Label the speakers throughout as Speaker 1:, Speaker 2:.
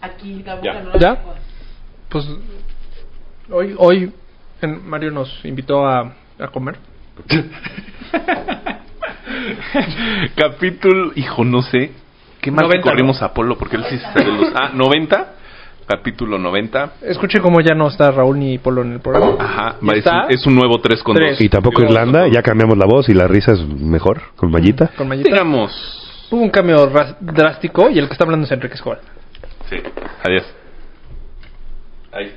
Speaker 1: Aquí
Speaker 2: Ya.
Speaker 1: la boca no la
Speaker 3: ¿Ya?
Speaker 1: lengua.
Speaker 3: Pues hoy, hoy en- Mario nos invitó a, a comer.
Speaker 2: Capítulo, hijo, no sé. Qué mal que
Speaker 3: 90,
Speaker 2: corrimos a Polo porque él sí se sabe los. Ah, 90. Capítulo 90.
Speaker 3: Escuche cómo ya no está Raúl ni Polo en el programa.
Speaker 4: Ah,
Speaker 2: Ajá,
Speaker 3: ¿Y
Speaker 2: es,
Speaker 3: está?
Speaker 2: un- es un nuevo 3 con
Speaker 3: Tres.
Speaker 2: 2.
Speaker 4: Y tampoco Irlanda, ya cambiamos la voz y la risa es mejor, con Mallita.
Speaker 3: Con Mayita.
Speaker 2: Digamos.
Speaker 3: Hubo un cambio ra- drástico y el que está hablando es Enrique Escobar.
Speaker 2: Sí, adiós. Ahí.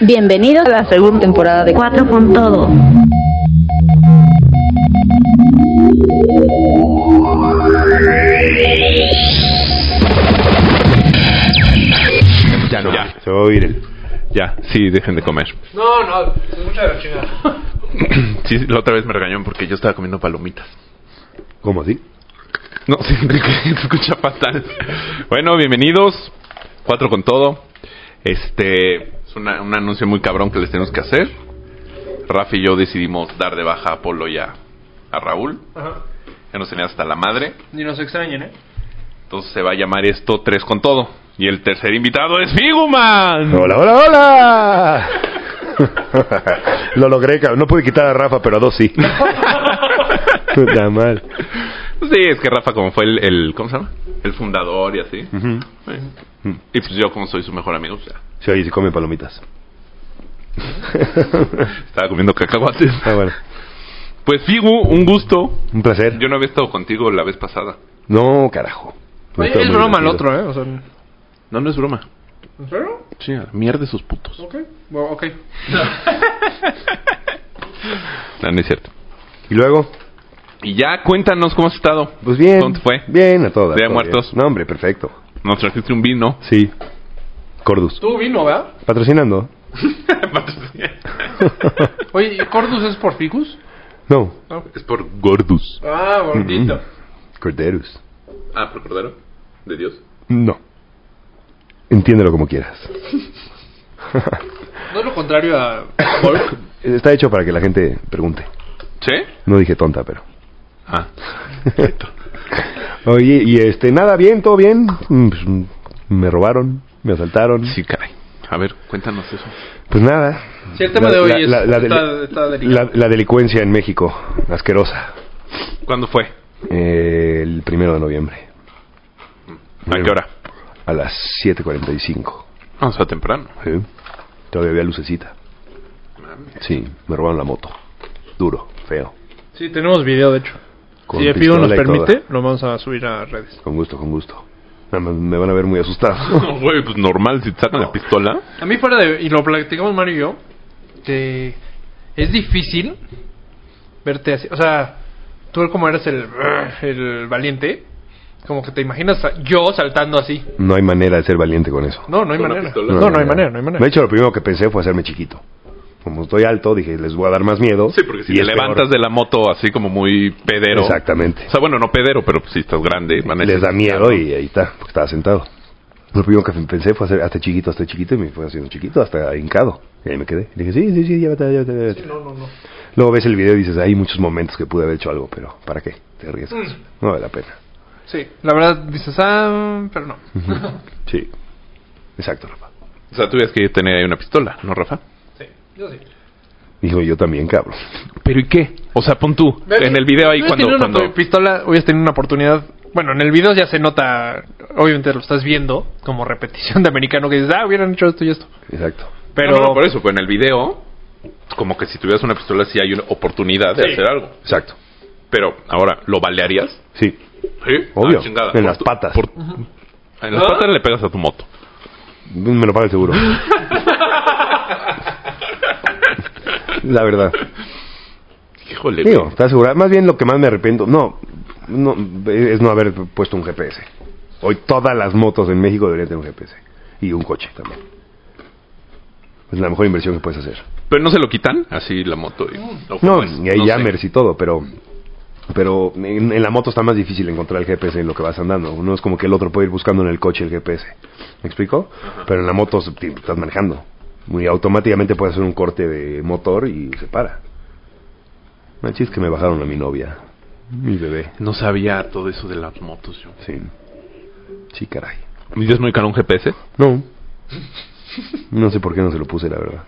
Speaker 5: Bienvenidos a la segunda temporada de Cuatro con Todo.
Speaker 2: Ya no. Ya,
Speaker 4: Se va a oír el...
Speaker 2: ya, sí, dejen de comer.
Speaker 3: No, no, es mucha la chingada.
Speaker 2: Sí, la otra vez me regañó porque yo estaba comiendo palomitas.
Speaker 4: ¿Cómo así?
Speaker 2: No, sí, Enrique, se escucha fatal. Bueno, bienvenidos. Cuatro con todo. Este es una- un anuncio muy cabrón que les tenemos que hacer. Rafa y yo decidimos dar de baja a Polo y a, a Raúl.
Speaker 3: Ajá.
Speaker 2: Ya nos tenía hasta la madre.
Speaker 3: Ni nos extrañen, ¿eh?
Speaker 2: Entonces se va a llamar esto tres con todo. Y el tercer invitado es Figuman.
Speaker 4: ¡Hola, hola, hola! Lo logré, cabrón. No pude quitar a Rafa, pero a dos sí. Puta mal.
Speaker 2: Sí, es que Rafa, como fue el, el- ¿cómo se llama? El fundador y así. Sí. Y pues yo, como soy su mejor amigo, pues ya.
Speaker 4: Sí, oye, si come palomitas.
Speaker 2: Estaba comiendo cacahuates.
Speaker 4: Ah, bueno.
Speaker 2: Pues Figu, un gusto.
Speaker 4: Un placer.
Speaker 2: Yo no había estado contigo la vez pasada.
Speaker 4: No, carajo. No
Speaker 3: Oye,
Speaker 4: estaba
Speaker 3: es
Speaker 4: muy
Speaker 3: broma el
Speaker 4: divertido.
Speaker 3: otro, ¿eh? O sea, ¿En
Speaker 2: No, no es broma.
Speaker 3: serio?
Speaker 2: Sí, a la mierda esos putos.
Speaker 3: Ok. Bueno, ok.
Speaker 2: Ah, No, no es cierto.
Speaker 3: ¿eh?
Speaker 4: ¿Y luego?
Speaker 2: Y ya, cuéntanos cómo has estado.
Speaker 4: Pues bien.
Speaker 2: ¿Dónde fue?
Speaker 4: Bien, a todas.
Speaker 2: Día de
Speaker 4: todo bien.
Speaker 2: Muertos.
Speaker 4: No, hombre, perfecto.
Speaker 2: Nos trajiste un vino.
Speaker 4: Sí. Cordus.
Speaker 3: Tú vino, ¿verdad?
Speaker 4: ¿Patrocinando?
Speaker 3: Oye, ¿y ¿Cordus es por Ficus?
Speaker 4: No.
Speaker 2: es por Gordus.
Speaker 3: Ah,
Speaker 4: Mm. Corderus.
Speaker 2: Ah, por Cordero. De Dios.
Speaker 4: No. Entiéndelo como quieras.
Speaker 3: No es lo contrario a...
Speaker 4: Está hecho para que la gente pregunte.
Speaker 2: ¿Sí?
Speaker 4: No dije tonta, pero.
Speaker 2: Ah.
Speaker 4: Oye, y este, nada, bien, todo bien. Mm, pues, mm, me robaron, me asaltaron.
Speaker 2: Sí, caray. A ver, cuéntanos eso.
Speaker 4: Pues nada.
Speaker 3: Sí, el tema de hoy es- está-
Speaker 4: deli-
Speaker 3: está delicado.
Speaker 4: la- la delincuencia en México, asquerosa.
Speaker 2: ¿Cuándo fue?
Speaker 4: Eh, el primero de noviembre,
Speaker 2: ¿A qué hora?
Speaker 4: a las 7.45.
Speaker 2: Ah, o sea, temprano.
Speaker 4: ¿sí? Todavía había lucecita. Sí, me robaron la moto. Duro, feo.
Speaker 3: Sí, tenemos video, de hecho.
Speaker 4: Con
Speaker 3: si el Figo nos
Speaker 4: pistola y todo.
Speaker 3: permite, lo vamos a subir a redes.
Speaker 4: Con gusto, con gusto. Nada más me van a ver muy asustado.
Speaker 2: No, güey, pues normal, si te sacan la pistola.
Speaker 3: A mí fuera de... Y lo platicamos Mario y yo, que es difícil verte así. O sea, tú como eres el, el valiente, como que te imaginas a- yo saltando así.
Speaker 4: No hay manera de ser valiente con eso.
Speaker 3: No, no hay
Speaker 2: ¿Con la
Speaker 3: manera.
Speaker 2: pistola?
Speaker 3: No, no hay manera, no hay manera.
Speaker 4: De hecho, lo primero que pensé fue hacerme chiquito. Como estoy alto, dije, les voy a dar más miedo.
Speaker 2: Sí, porque si
Speaker 4: Y
Speaker 2: te
Speaker 4: es
Speaker 2: levantas
Speaker 4: peor.
Speaker 2: de la moto así como muy pedero.
Speaker 4: Exactamente.
Speaker 2: O sea, bueno, no pedero, pero pues, si estás grande. van a
Speaker 4: les da
Speaker 2: decir,
Speaker 4: miedo y ahí está, porque estaba sentado. Lo primero que pensé fue hacer hasta chiquito, hasta chiquito, y me fue haciendo chiquito, hasta hincado. Y ahí me quedé. Y dije, sí, sí, sí, llévate, llévate, llévate. Luego ves el video y dices, hay muchos momentos que pude haber hecho algo, pero ¿para qué? Te arriesgas. No vale la pena.
Speaker 3: Sí, la verdad dices, ah, pero no.
Speaker 4: Sí. Exacto, Rafa.
Speaker 2: O sea, tuvieras que tener ahí una pistola, ¿no, Rafa?
Speaker 3: Sí, yo sí.
Speaker 4: Dijo, yo también, cabrón.
Speaker 2: ¿Pero y qué? O sea, pon tú. En el video ahí
Speaker 3: Hubieras
Speaker 2: cuando...
Speaker 3: tenido una
Speaker 2: cuando...
Speaker 3: pistola, hubieras tenido una oportunidad. Bueno, en el video ya se nota, obviamente lo estás viendo como repetición de americano que dices, ah, hubieran hecho esto y esto.
Speaker 4: Exacto.
Speaker 3: Pero
Speaker 2: No, no, por eso, pues en el video, como que si tuvieras una pistola sí hay una oportunidad de
Speaker 3: Sí.
Speaker 2: hacer algo.
Speaker 4: Exacto.
Speaker 2: Pero, ahora, ¿lo balearías?
Speaker 4: Sí.
Speaker 2: Sí.
Speaker 4: Obvio.
Speaker 2: Ah, chingada.
Speaker 4: En
Speaker 2: Por
Speaker 4: las
Speaker 2: tu-
Speaker 4: patas.
Speaker 2: por- En las
Speaker 3: ¿Ah?
Speaker 2: patas le pegas a tu moto.
Speaker 4: Me lo paga el seguro. la verdad.
Speaker 2: Híjole.
Speaker 4: Digo,
Speaker 2: güey.
Speaker 4: está asegurado. Más bien lo que más me arrepiento, no, no, es no haber puesto un GPS. Hoy todas las motos en México deberían tener un GPS. Y un coche también. Es la mejor inversión que puedes hacer.
Speaker 2: Pero no se lo quitan así la moto. Y, o
Speaker 4: No,
Speaker 2: pues,
Speaker 4: y hay
Speaker 2: no sé.
Speaker 4: jammers y todo, pero pero en, en la moto está más difícil encontrar el GPS en lo que vas andando. Uno es como que el otro puede ir buscando en el coche el GPS. ¿Me explico? Pero en la moto se- te- estás manejando. Muy automáticamente puedes hacer un corte de motor y se para. El chiste es que me bajaron a mi novia Mi bebé.
Speaker 2: No sabía todo eso de las motos yo.
Speaker 4: Sí. Sí, caray.
Speaker 2: ¿Dices muy caro un GPS?
Speaker 4: No. No sé por qué no se lo puse, la verdad.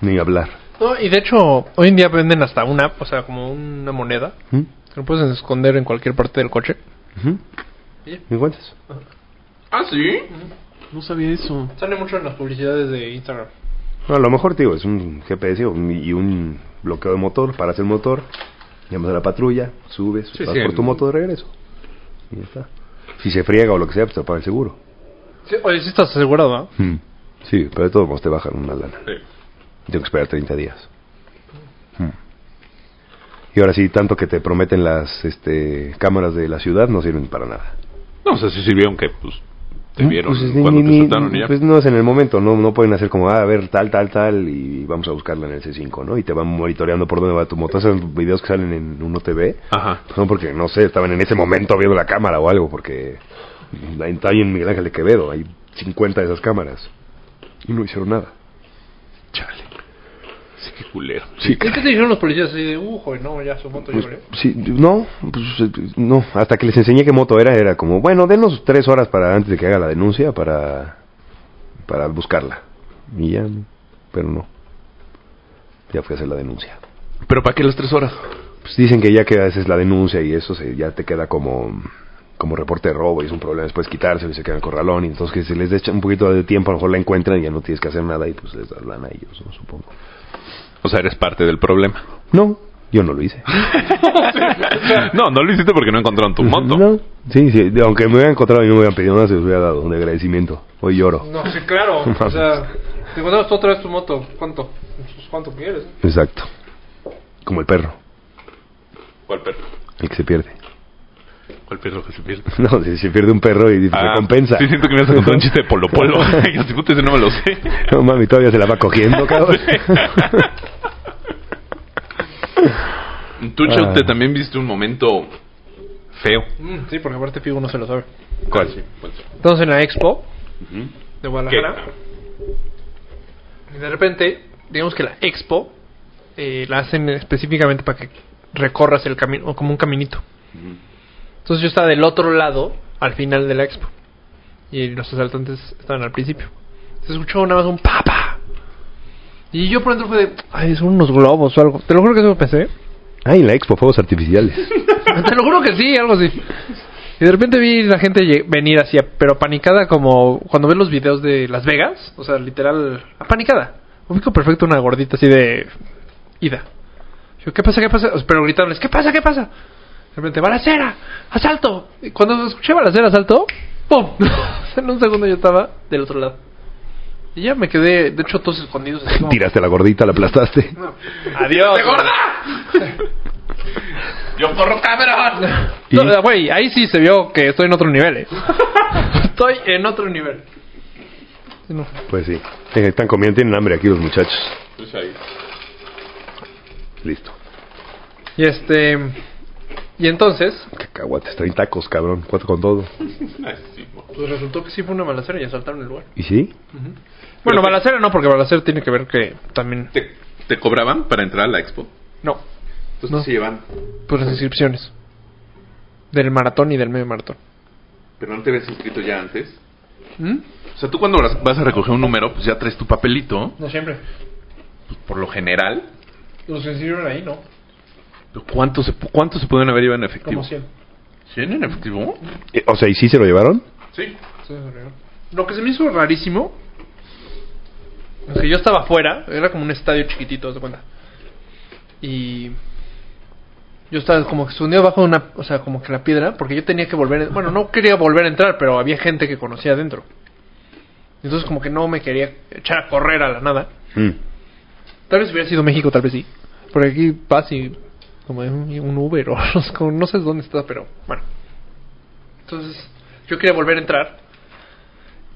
Speaker 4: Ni hablar.
Speaker 3: No, y de hecho, hoy en día venden hasta una, o sea, como una moneda.
Speaker 4: ¿Mm?
Speaker 3: Que lo puedes esconder en cualquier parte del coche.
Speaker 4: Ujú.
Speaker 3: Sí.
Speaker 4: ¿Me cuentas?
Speaker 2: Ah, sí. No sabía eso.
Speaker 3: Sale mucho en las publicidades de Instagram.
Speaker 4: No, a lo mejor, tío, es un GPS o un- y un bloqueo de motor, paras el motor, llamas a la patrulla, subes,
Speaker 2: Sí,
Speaker 4: vas
Speaker 2: sí,
Speaker 4: por tu
Speaker 2: el-
Speaker 4: moto de regreso. Y ya está. Si se friega o lo que sea, pues te paga el seguro.
Speaker 3: Sí, oye, sí estás asegurado, ¿no?
Speaker 2: Hmm.
Speaker 4: Sí, pero de todos modos te bajan una lana.
Speaker 2: Sí.
Speaker 4: Tengo que esperar 30 días.
Speaker 2: Hmm.
Speaker 4: Mm. Y ahora sí, tanto que te prometen las este, cámaras de la ciudad no sirven para nada.
Speaker 2: No, o sea, sí sirvieron que, pues, te vieron
Speaker 4: Pues,
Speaker 2: cuando
Speaker 4: ni-
Speaker 2: te
Speaker 4: ni-
Speaker 2: saltaron y ya.
Speaker 4: pues, no es en el momento, no, no pueden hacer como, ah, a ver, tal, tal, tal, y vamos a buscarla en el C5, ¿no? Y te van monitoreando por dónde va tu moto. Esos videos que salen en Uno TV,
Speaker 2: Ajá.
Speaker 4: no porque, no sé, estaban en ese momento viendo la cámara o algo, porque la en- hay en Miguel Ángel de Quevedo, hay 50 de esas cámaras. Y no hicieron nada. Chale.
Speaker 2: Sí, qué culero.
Speaker 4: Sí,
Speaker 3: ¿Y qué te dijeron los policías así de, uh, joder, no, ya su moto
Speaker 4: Pues,
Speaker 3: yo creo.
Speaker 4: sí, no, pues, eh, no, hasta que les enseñé qué moto era, era como, bueno, denos tres horas para antes de que haga la denuncia para, para buscarla. Y ya, pero no. Ya fui a hacer la denuncia.
Speaker 2: ¿Pero para qué las tres horas?
Speaker 4: Pues dicen que ya que haces la denuncia y eso se, ya te queda como, como reporte de robo y es un problema después quitarse y se queda en el corralón. Y entonces que si les echa un poquito de tiempo, a lo mejor la encuentran y ya no tienes que hacer nada y pues les das lana a ellos, ¿no? supongo.
Speaker 2: O sea, eres parte del problema.
Speaker 4: No, yo no lo hice.
Speaker 2: no, no lo hiciste porque no encontraron tu moto.
Speaker 4: Pues, No, sí, sí, de- aunque me hubieran encontrado y no me hubieran pedido nada, se los hubiera dado un agradecimiento. Hoy lloro.
Speaker 3: No, sí, claro.
Speaker 4: No
Speaker 3: o sea, te encontramos otra vez tu moto. ¿Cuánto? Pues, ¿Cuánto quieres?
Speaker 4: Exacto. Como el perro,
Speaker 2: ¿Cuál perro?
Speaker 4: el que se pierde.
Speaker 2: ¿Cuál perro que se pierde?
Speaker 4: No, si se pierde un perro y
Speaker 2: Ah,
Speaker 4: recompensa.
Speaker 2: Sí, siento que me has contado un chiste de Polo Polo. Yo si puto, ese no me lo sé.
Speaker 4: No mami, todavía se la va cogiendo, cabrón.
Speaker 2: Tú, Chau,
Speaker 4: Ah.
Speaker 2: te también viste un momento feo.
Speaker 3: Mm, sí, porque aparte Figo no se lo sabe.
Speaker 2: ¿Cuál? ¿Cuál?
Speaker 3: Entonces en la expo de
Speaker 2: ¿Qué?
Speaker 3: Guadalajara. Y de repente, digamos que la expo eh, la hacen específicamente para que recorras el camino, o como un caminito. Entonces yo estaba del otro lado, al final de la expo. Y los asaltantes estaban al principio. Se escuchó nada más un papa. Y yo por dentro fue de, ay, son unos globos o algo. Te lo juro que eso pensé.
Speaker 4: Ay, en la expo, fuegos artificiales.
Speaker 3: Te lo juro que sí, algo así. Y de repente vi la gente lle- venir así, pero panicada como cuando ves los videos de Las Vegas, o sea, literal, apanicada. Ubico perfecto una gordita así de ida. Yo, ¿qué pasa? ¿Qué pasa? Pero gritarles, ¿qué pasa? ¿Qué pasa? De repente, balacera, asalto. Y cuando escuché balacera, asalto, ¡pum! en un segundo yo estaba del otro lado. Y ya me quedé, de hecho, todos escondidos. Así como,
Speaker 4: Tiraste a la gordita, la aplastaste.
Speaker 3: Adiós.
Speaker 2: Yo corro cámara.
Speaker 4: ¿Y?
Speaker 3: No, la- Güey, ahí sí se vio que estoy en otro nivel, eh. estoy en otro nivel. No.
Speaker 4: Pues sí. Eh, Están comiendo, tienen hambre aquí los muchachos.
Speaker 2: Pues ahí.
Speaker 4: Listo.
Speaker 3: Y este. Y entonces.
Speaker 4: Cacahuates, 30 tacos, cabrón. Cuatro con todo.
Speaker 2: Ay, sí, mo.
Speaker 3: Pues resultó que sí fue una balacera y asaltaron el lugar.
Speaker 4: ¿Y sí?
Speaker 3: Bueno,
Speaker 2: Pero-
Speaker 3: balacera no, porque balacera tiene que ver que también.
Speaker 2: ¿Te, te cobraban para entrar a la expo?
Speaker 3: No,
Speaker 2: Entonces
Speaker 3: No.
Speaker 2: se llevan.
Speaker 3: pues las inscripciones. Del maratón y del medio maratón.
Speaker 2: Pero no te habías inscrito ya antes.
Speaker 3: ¿Mm?
Speaker 2: O sea, tú cuando vas- vas a recoger un número, pues ya traes tu papelito.
Speaker 3: No siempre.
Speaker 2: Pues, por lo general.
Speaker 3: Los inscribieron ahí, ¿no?
Speaker 2: ¿Cuántos se, pu- cuántos se pueden haber llevado en efectivo?
Speaker 3: Como 100.
Speaker 2: ¿Cien en efectivo?
Speaker 4: Eh, O sea, ¿y sí se lo llevaron?
Speaker 2: Sí.
Speaker 3: Sí, se rieron. Lo que se me hizo rarísimo es que yo estaba afuera, era como un estadio chiquitito, haz de cuenta. Y yo estaba como que escondido bajo una, o sea, como que la piedra, porque yo tenía que volver, bueno, no quería volver a entrar, pero había gente que conocía adentro. Entonces como que no me quería echar a correr a la nada.
Speaker 2: Mm.
Speaker 3: Tal vez hubiera sido México, tal vez sí. Por aquí vas y como en un un Uber o no sé cómo- no sé dónde está, pero bueno. Entonces, yo quería volver a entrar.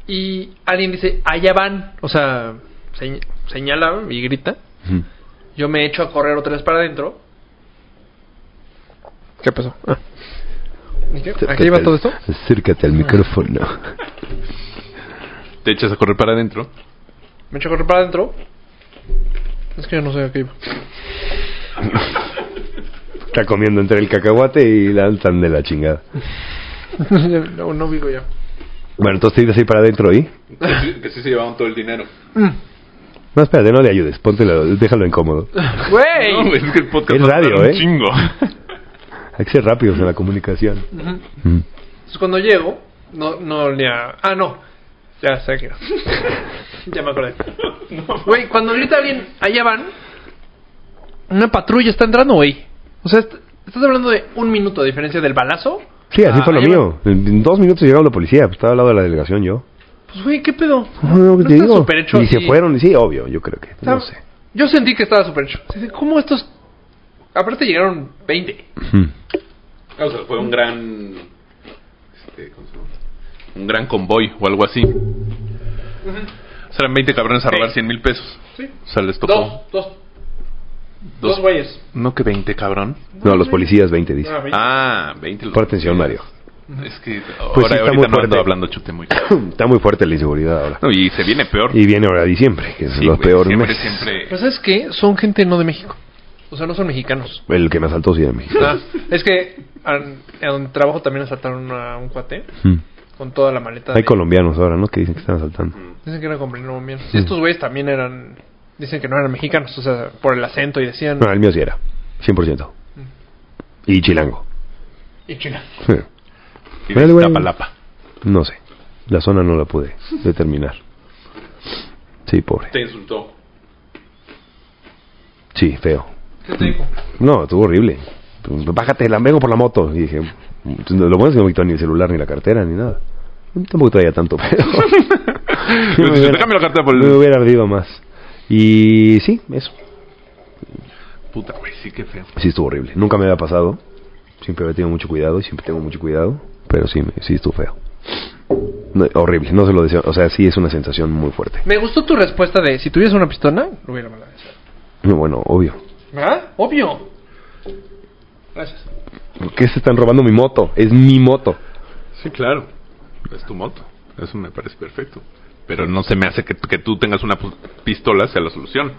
Speaker 3: Y alguien dice, allá van. O sea, señ- señala y grita.
Speaker 4: Ujú.
Speaker 3: Yo me echo a correr otra vez para adentro. ¿Qué pasó? Ah. ¿Y qué? ¿A qué iba todo esto?
Speaker 4: Acércate al micrófono.
Speaker 2: Te echas a correr para adentro.
Speaker 3: Me echo a correr para adentro. Es que yo no sé a qué iba.
Speaker 4: Está comiendo entre el cacahuate y la alzan de la chingada.
Speaker 3: no, no vivo ya.
Speaker 4: Bueno, entonces te ibas ahí para adentro y.
Speaker 2: Que sí, que sí se llevaban todo el dinero.
Speaker 4: No, espérate, no le ayudes. Póntelo, déjalo incómodo.
Speaker 3: ¡Güey!
Speaker 2: No, es que el podcast
Speaker 4: Es
Speaker 2: va a
Speaker 4: radio,
Speaker 2: tardar un
Speaker 4: ¿eh?
Speaker 2: chingo.
Speaker 4: Hay que ser rápidos en la comunicación.
Speaker 3: Ujú.
Speaker 4: Mm.
Speaker 3: Entonces cuando llego, no, no olía. Ah, no. Ya sé que no. ya me acordé. Güey, cuando grita alguien, allá van. Una patrulla está entrando, güey. O sea, est- estás hablando de un minuto, a diferencia del balazo.
Speaker 4: Sí, así
Speaker 3: Ah,
Speaker 4: fue lo
Speaker 3: ahí
Speaker 4: mío. En en dos minutos llegaba la policía. Pues estaba al lado de la delegación yo.
Speaker 3: Pues, güey, ¿qué pedo?
Speaker 4: No, no, ¿qué te
Speaker 3: está
Speaker 4: digo?
Speaker 3: súper hecho
Speaker 4: y
Speaker 3: así.
Speaker 4: se fueron. Sí, obvio, yo creo que.
Speaker 3: Está-
Speaker 4: No sé.
Speaker 3: Yo sentí que estaba súper hecho. Así de, ¿Cómo estos.? Aparte llegaron 20.
Speaker 4: Ujú.
Speaker 2: O sea, fue un gran. Este, ¿cómo se llama? Un gran convoy o algo así. O sea, eran 20 cabrones a robar
Speaker 3: Sí.
Speaker 2: 100 mil pesos.
Speaker 3: Sí.
Speaker 2: O sea, les tocó.
Speaker 3: Dos, dos. Dos güeyes.
Speaker 2: No que 20, cabrón.
Speaker 4: No, los policías 20, dice.
Speaker 3: Ah, veinte.
Speaker 2: Ah, 20. los-
Speaker 4: Por atención, Mario.
Speaker 2: Es que
Speaker 4: Pues
Speaker 2: ahora,
Speaker 4: sí, está muy
Speaker 2: ahorita no
Speaker 4: fuerte.
Speaker 2: ando hablando chute muy.
Speaker 4: Está muy fuerte la inseguridad ahora.
Speaker 2: No, y se viene peor.
Speaker 4: Y viene ahora diciembre, que es
Speaker 2: Sí,
Speaker 4: lo
Speaker 2: güey,
Speaker 4: peor
Speaker 2: siempre,
Speaker 4: mes.
Speaker 2: siempre.
Speaker 3: Pero ¿sabes qué? Son gente no de México. O sea, no son mexicanos.
Speaker 4: El que me asaltó sí era mexicano.
Speaker 3: Ah, es que an- en trabajo también asaltaron a un cuate
Speaker 4: Mm.
Speaker 3: con toda la maleta.
Speaker 4: Hay
Speaker 3: de-
Speaker 4: colombianos ahora, ¿no? Que dicen que están asaltando.
Speaker 2: Mm.
Speaker 3: Dicen que eran colombianos. Y estos güeyes también eran. Dicen que no eran mexicanos, o sea, por el acento y decían.
Speaker 4: No, el mío sí era. 100%.
Speaker 2: Mm.
Speaker 4: Y chilango.
Speaker 3: Y China.
Speaker 4: Sí.
Speaker 2: Y
Speaker 4: Pero, güey.
Speaker 2: Iztapalapa.
Speaker 4: No sé. La zona no la pude determinar. Sí, pobre.
Speaker 2: Te insultó.
Speaker 4: Sí, feo.
Speaker 3: ¿Qué te dijo?
Speaker 4: No, estuvo horrible. Bájate, la vengo por la moto. Y dije, "Mm, lo bueno es que no me quitó ni el celular, ni la cartera, ni nada. Tampoco traía tanto pero
Speaker 2: Pero si te cambio la carta por
Speaker 4: me
Speaker 2: el.
Speaker 4: hubiera ardido más. Y sí, eso.
Speaker 2: Puta, güey, sí, qué feo.
Speaker 4: Sí, estuvo horrible. Nunca me había pasado. Siempre había tenido mucho cuidado y siempre tengo mucho cuidado. Pero sí, me- sí estuvo feo. No, horrible, no se lo deseo. O sea, sí es una sensación muy fuerte.
Speaker 3: Me gustó tu respuesta de: si tuvieras una pistola, lo hubiera mandado. a hacer".
Speaker 4: No, Bueno, obvio.
Speaker 3: ¿Verdad? Obvio. Gracias.
Speaker 4: ¿Por qué se están robando mi moto? Es mi moto.
Speaker 2: Sí, claro. Es tu moto. Eso me parece perfecto. Pero no se me hace que, que tú tengas una pu- pistola sea la solución.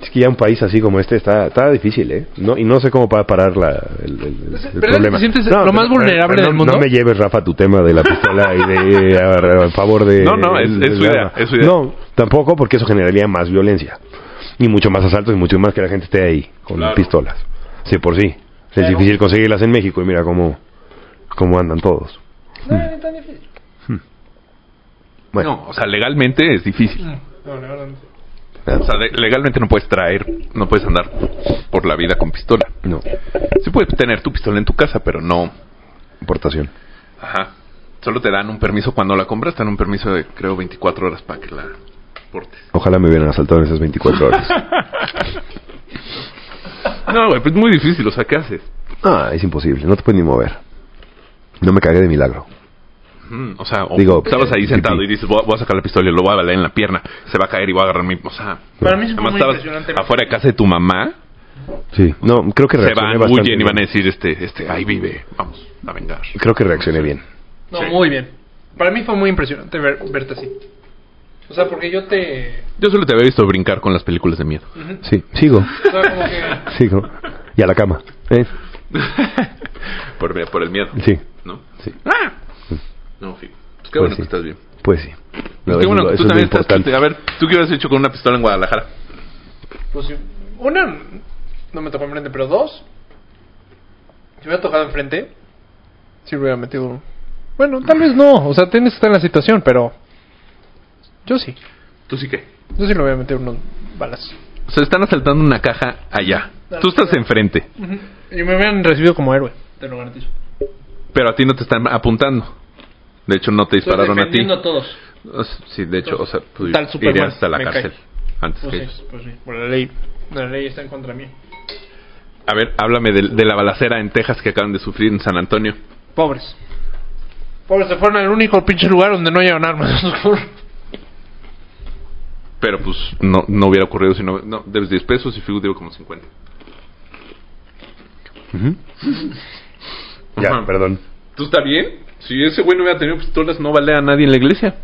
Speaker 4: Es que ya un país así como este está, está difícil, ¿eh? No, y no sé cómo para parar la, el, el- el- el
Speaker 3: que te
Speaker 4: problema.
Speaker 3: sientes lo más vulnerable
Speaker 4: no-
Speaker 3: del mundo?
Speaker 4: No me lleves, Rafa, tu tema de la pistola y de a, a favor de...
Speaker 2: No, no, es-
Speaker 4: del-
Speaker 2: es
Speaker 4: del
Speaker 2: su idea,
Speaker 4: arma.
Speaker 2: es su idea.
Speaker 4: No, tampoco porque eso generaría más violencia. Y mucho más asaltos y mucho más que la gente esté ahí con
Speaker 2: Claro.
Speaker 4: pistolas. Sí, por sí. Es
Speaker 3: Claro.
Speaker 4: difícil conseguirlas en México y mira cómo, cómo andan todos.
Speaker 3: No, no es tan difícil.
Speaker 4: Bueno,
Speaker 2: No, o sea, legalmente es difícil.
Speaker 3: No, la verdad no.
Speaker 2: O sea, de- legalmente no puedes traer, no puedes andar por la vida con pistola.
Speaker 4: no,
Speaker 2: Sí puedes tener tu pistola en tu casa, pero no.
Speaker 4: importación.
Speaker 2: Ajá. Solo te dan un permiso cuando la compras, te dan un permiso de creo 24 horas para que la portes.
Speaker 4: Ojalá me hubieran asaltado en esas 24 horas.
Speaker 2: No, güey, pues es muy difícil, o sea, ¿qué haces?
Speaker 4: Ah, es imposible, no te puedes ni mover. No me cagué de milagro.
Speaker 2: Mm, o sea, o
Speaker 4: Digo, eh,
Speaker 2: estabas ahí
Speaker 4: pipí.
Speaker 2: sentado y dices, voy, a- voy a sacar la pistola y lo voy a valer en la pierna, se va a caer y voy a agarrar mi... O sea,
Speaker 3: Para mí sí fue
Speaker 2: además
Speaker 3: muy
Speaker 2: estabas
Speaker 3: impresionante.
Speaker 2: afuera de casa de tu mamá,
Speaker 4: Sí, no, creo que
Speaker 2: se
Speaker 4: reaccioné
Speaker 2: van,
Speaker 4: bastante
Speaker 2: huyen y van a
Speaker 4: bien.
Speaker 2: decir, este, este, ahí vive, vamos, a vengar.
Speaker 4: Creo que reaccioné bien.
Speaker 3: No,
Speaker 2: Sí.
Speaker 3: muy bien. Para mí fue muy impresionante ver- verte así. O sea, porque yo te.
Speaker 2: Yo solo te había visto brincar con las películas de miedo.
Speaker 4: Sí, sigo,
Speaker 3: O sea, como que.
Speaker 4: sigo. Y a la cama. ¿eh?
Speaker 2: por, por el miedo,
Speaker 4: Sí,
Speaker 2: ¿no?
Speaker 4: Sí.
Speaker 2: ¡Ah! No, fijo. Pues qué
Speaker 4: Pues
Speaker 2: bueno
Speaker 4: sí.
Speaker 2: que estás bien.
Speaker 4: pues sí. No,
Speaker 2: qué bueno
Speaker 4: eso es lo-
Speaker 2: que tú
Speaker 4: eso es lo
Speaker 2: también estás...
Speaker 4: importante.
Speaker 2: A ver, ¿tú qué hubieras hecho con una pistola en Guadalajara?
Speaker 3: Pues, una, no me tocó enfrente, pero dos. Si me hubiera tocado enfrente, sí me hubiera metido. Bueno, tal vez no. O sea, tienes que estar en la situación, pero. Yo sí.
Speaker 2: ¿Tú sí qué?
Speaker 3: Yo sí le voy a meter unos balas.
Speaker 2: O sea, están asaltando una caja allá. Tú estás enfrente,
Speaker 3: Y me hubieran recibido como héroe, te lo garantizo.
Speaker 2: pero a ti no te están apuntando. De hecho, no te dispararon a ti.
Speaker 3: todos.
Speaker 2: O sea, Sí, de hecho, o sea, tú
Speaker 3: Tal Superman,
Speaker 2: irías hasta la
Speaker 3: me
Speaker 2: cárcel antes
Speaker 3: Pues
Speaker 2: que
Speaker 3: sí,
Speaker 2: ellos.
Speaker 3: pues sí. Por la ley. La ley está en contra mí.
Speaker 2: A ver, háblame del- de, la balacera en Texas que acaban de sufrir en San Antonio.
Speaker 3: Pobres. Pobres, se fueron al único pinche lugar donde no llevan armas.
Speaker 2: Pero pues no, no hubiera ocurrido si no... No, debes 10 pesos y Figu debe como 50.
Speaker 4: Ya,
Speaker 2: Ajá.
Speaker 4: perdón.
Speaker 2: ¿Tú está bien? Si ese güey no hubiera tenido pistolas, no vale a nadie en la iglesia.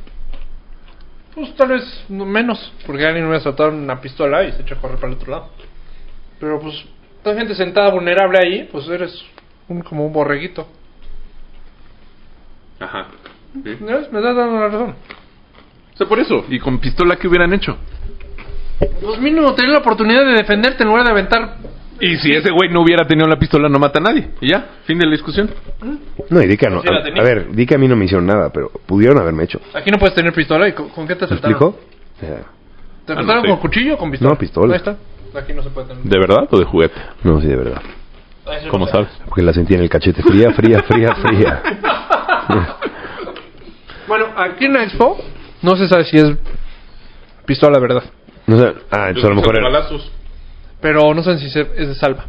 Speaker 3: pues tal vez no- menos, porque alguien me hubiera soltado una pistola y se echó a correr para el otro lado. Pero pues, hay gente sentada vulnerable ahí, pues eres un- como un borreguito.
Speaker 2: Ajá. Sí.
Speaker 3: ¿No ves? Me estás dando la razón.
Speaker 2: O sea, por eso. ¿Y con pistola qué hubieran hecho?
Speaker 3: Pues mínimo tener la oportunidad de defenderte en lugar de aventar.
Speaker 2: Y si ese güey no hubiera tenido la pistola, no mata a nadie. Y ya, fin de la discusión.
Speaker 4: No, y Dica no.
Speaker 3: Sí la
Speaker 4: A,
Speaker 3: tenía.
Speaker 4: a ver, Dica a mí no me hicieron nada, pero pudieron haberme hecho.
Speaker 3: Aquí no puedes tener pistola. ¿Y con, con qué te
Speaker 4: ¿Me
Speaker 3: asaltaron?
Speaker 4: explico? O sea,
Speaker 3: ¿Te
Speaker 2: Ah, no
Speaker 3: asaltaron
Speaker 2: sé.
Speaker 3: con cuchillo o con pistola?
Speaker 4: No, pistola.
Speaker 3: Ahí está. Aquí no se puede tener.
Speaker 2: ¿De verdad o de juguete?
Speaker 4: No, sí, de verdad.
Speaker 3: Ahí se
Speaker 2: ¿Cómo
Speaker 3: lo-
Speaker 2: sabes?
Speaker 4: Porque la sentí en el cachete fría, fría, fría, fría.
Speaker 3: Bueno, aquí en la expo no se sabe si es pistola, verdad.
Speaker 4: No sé, ah, entonces a lo mejor era,
Speaker 2: Balazos.
Speaker 3: Pero no saben si se- es de salva.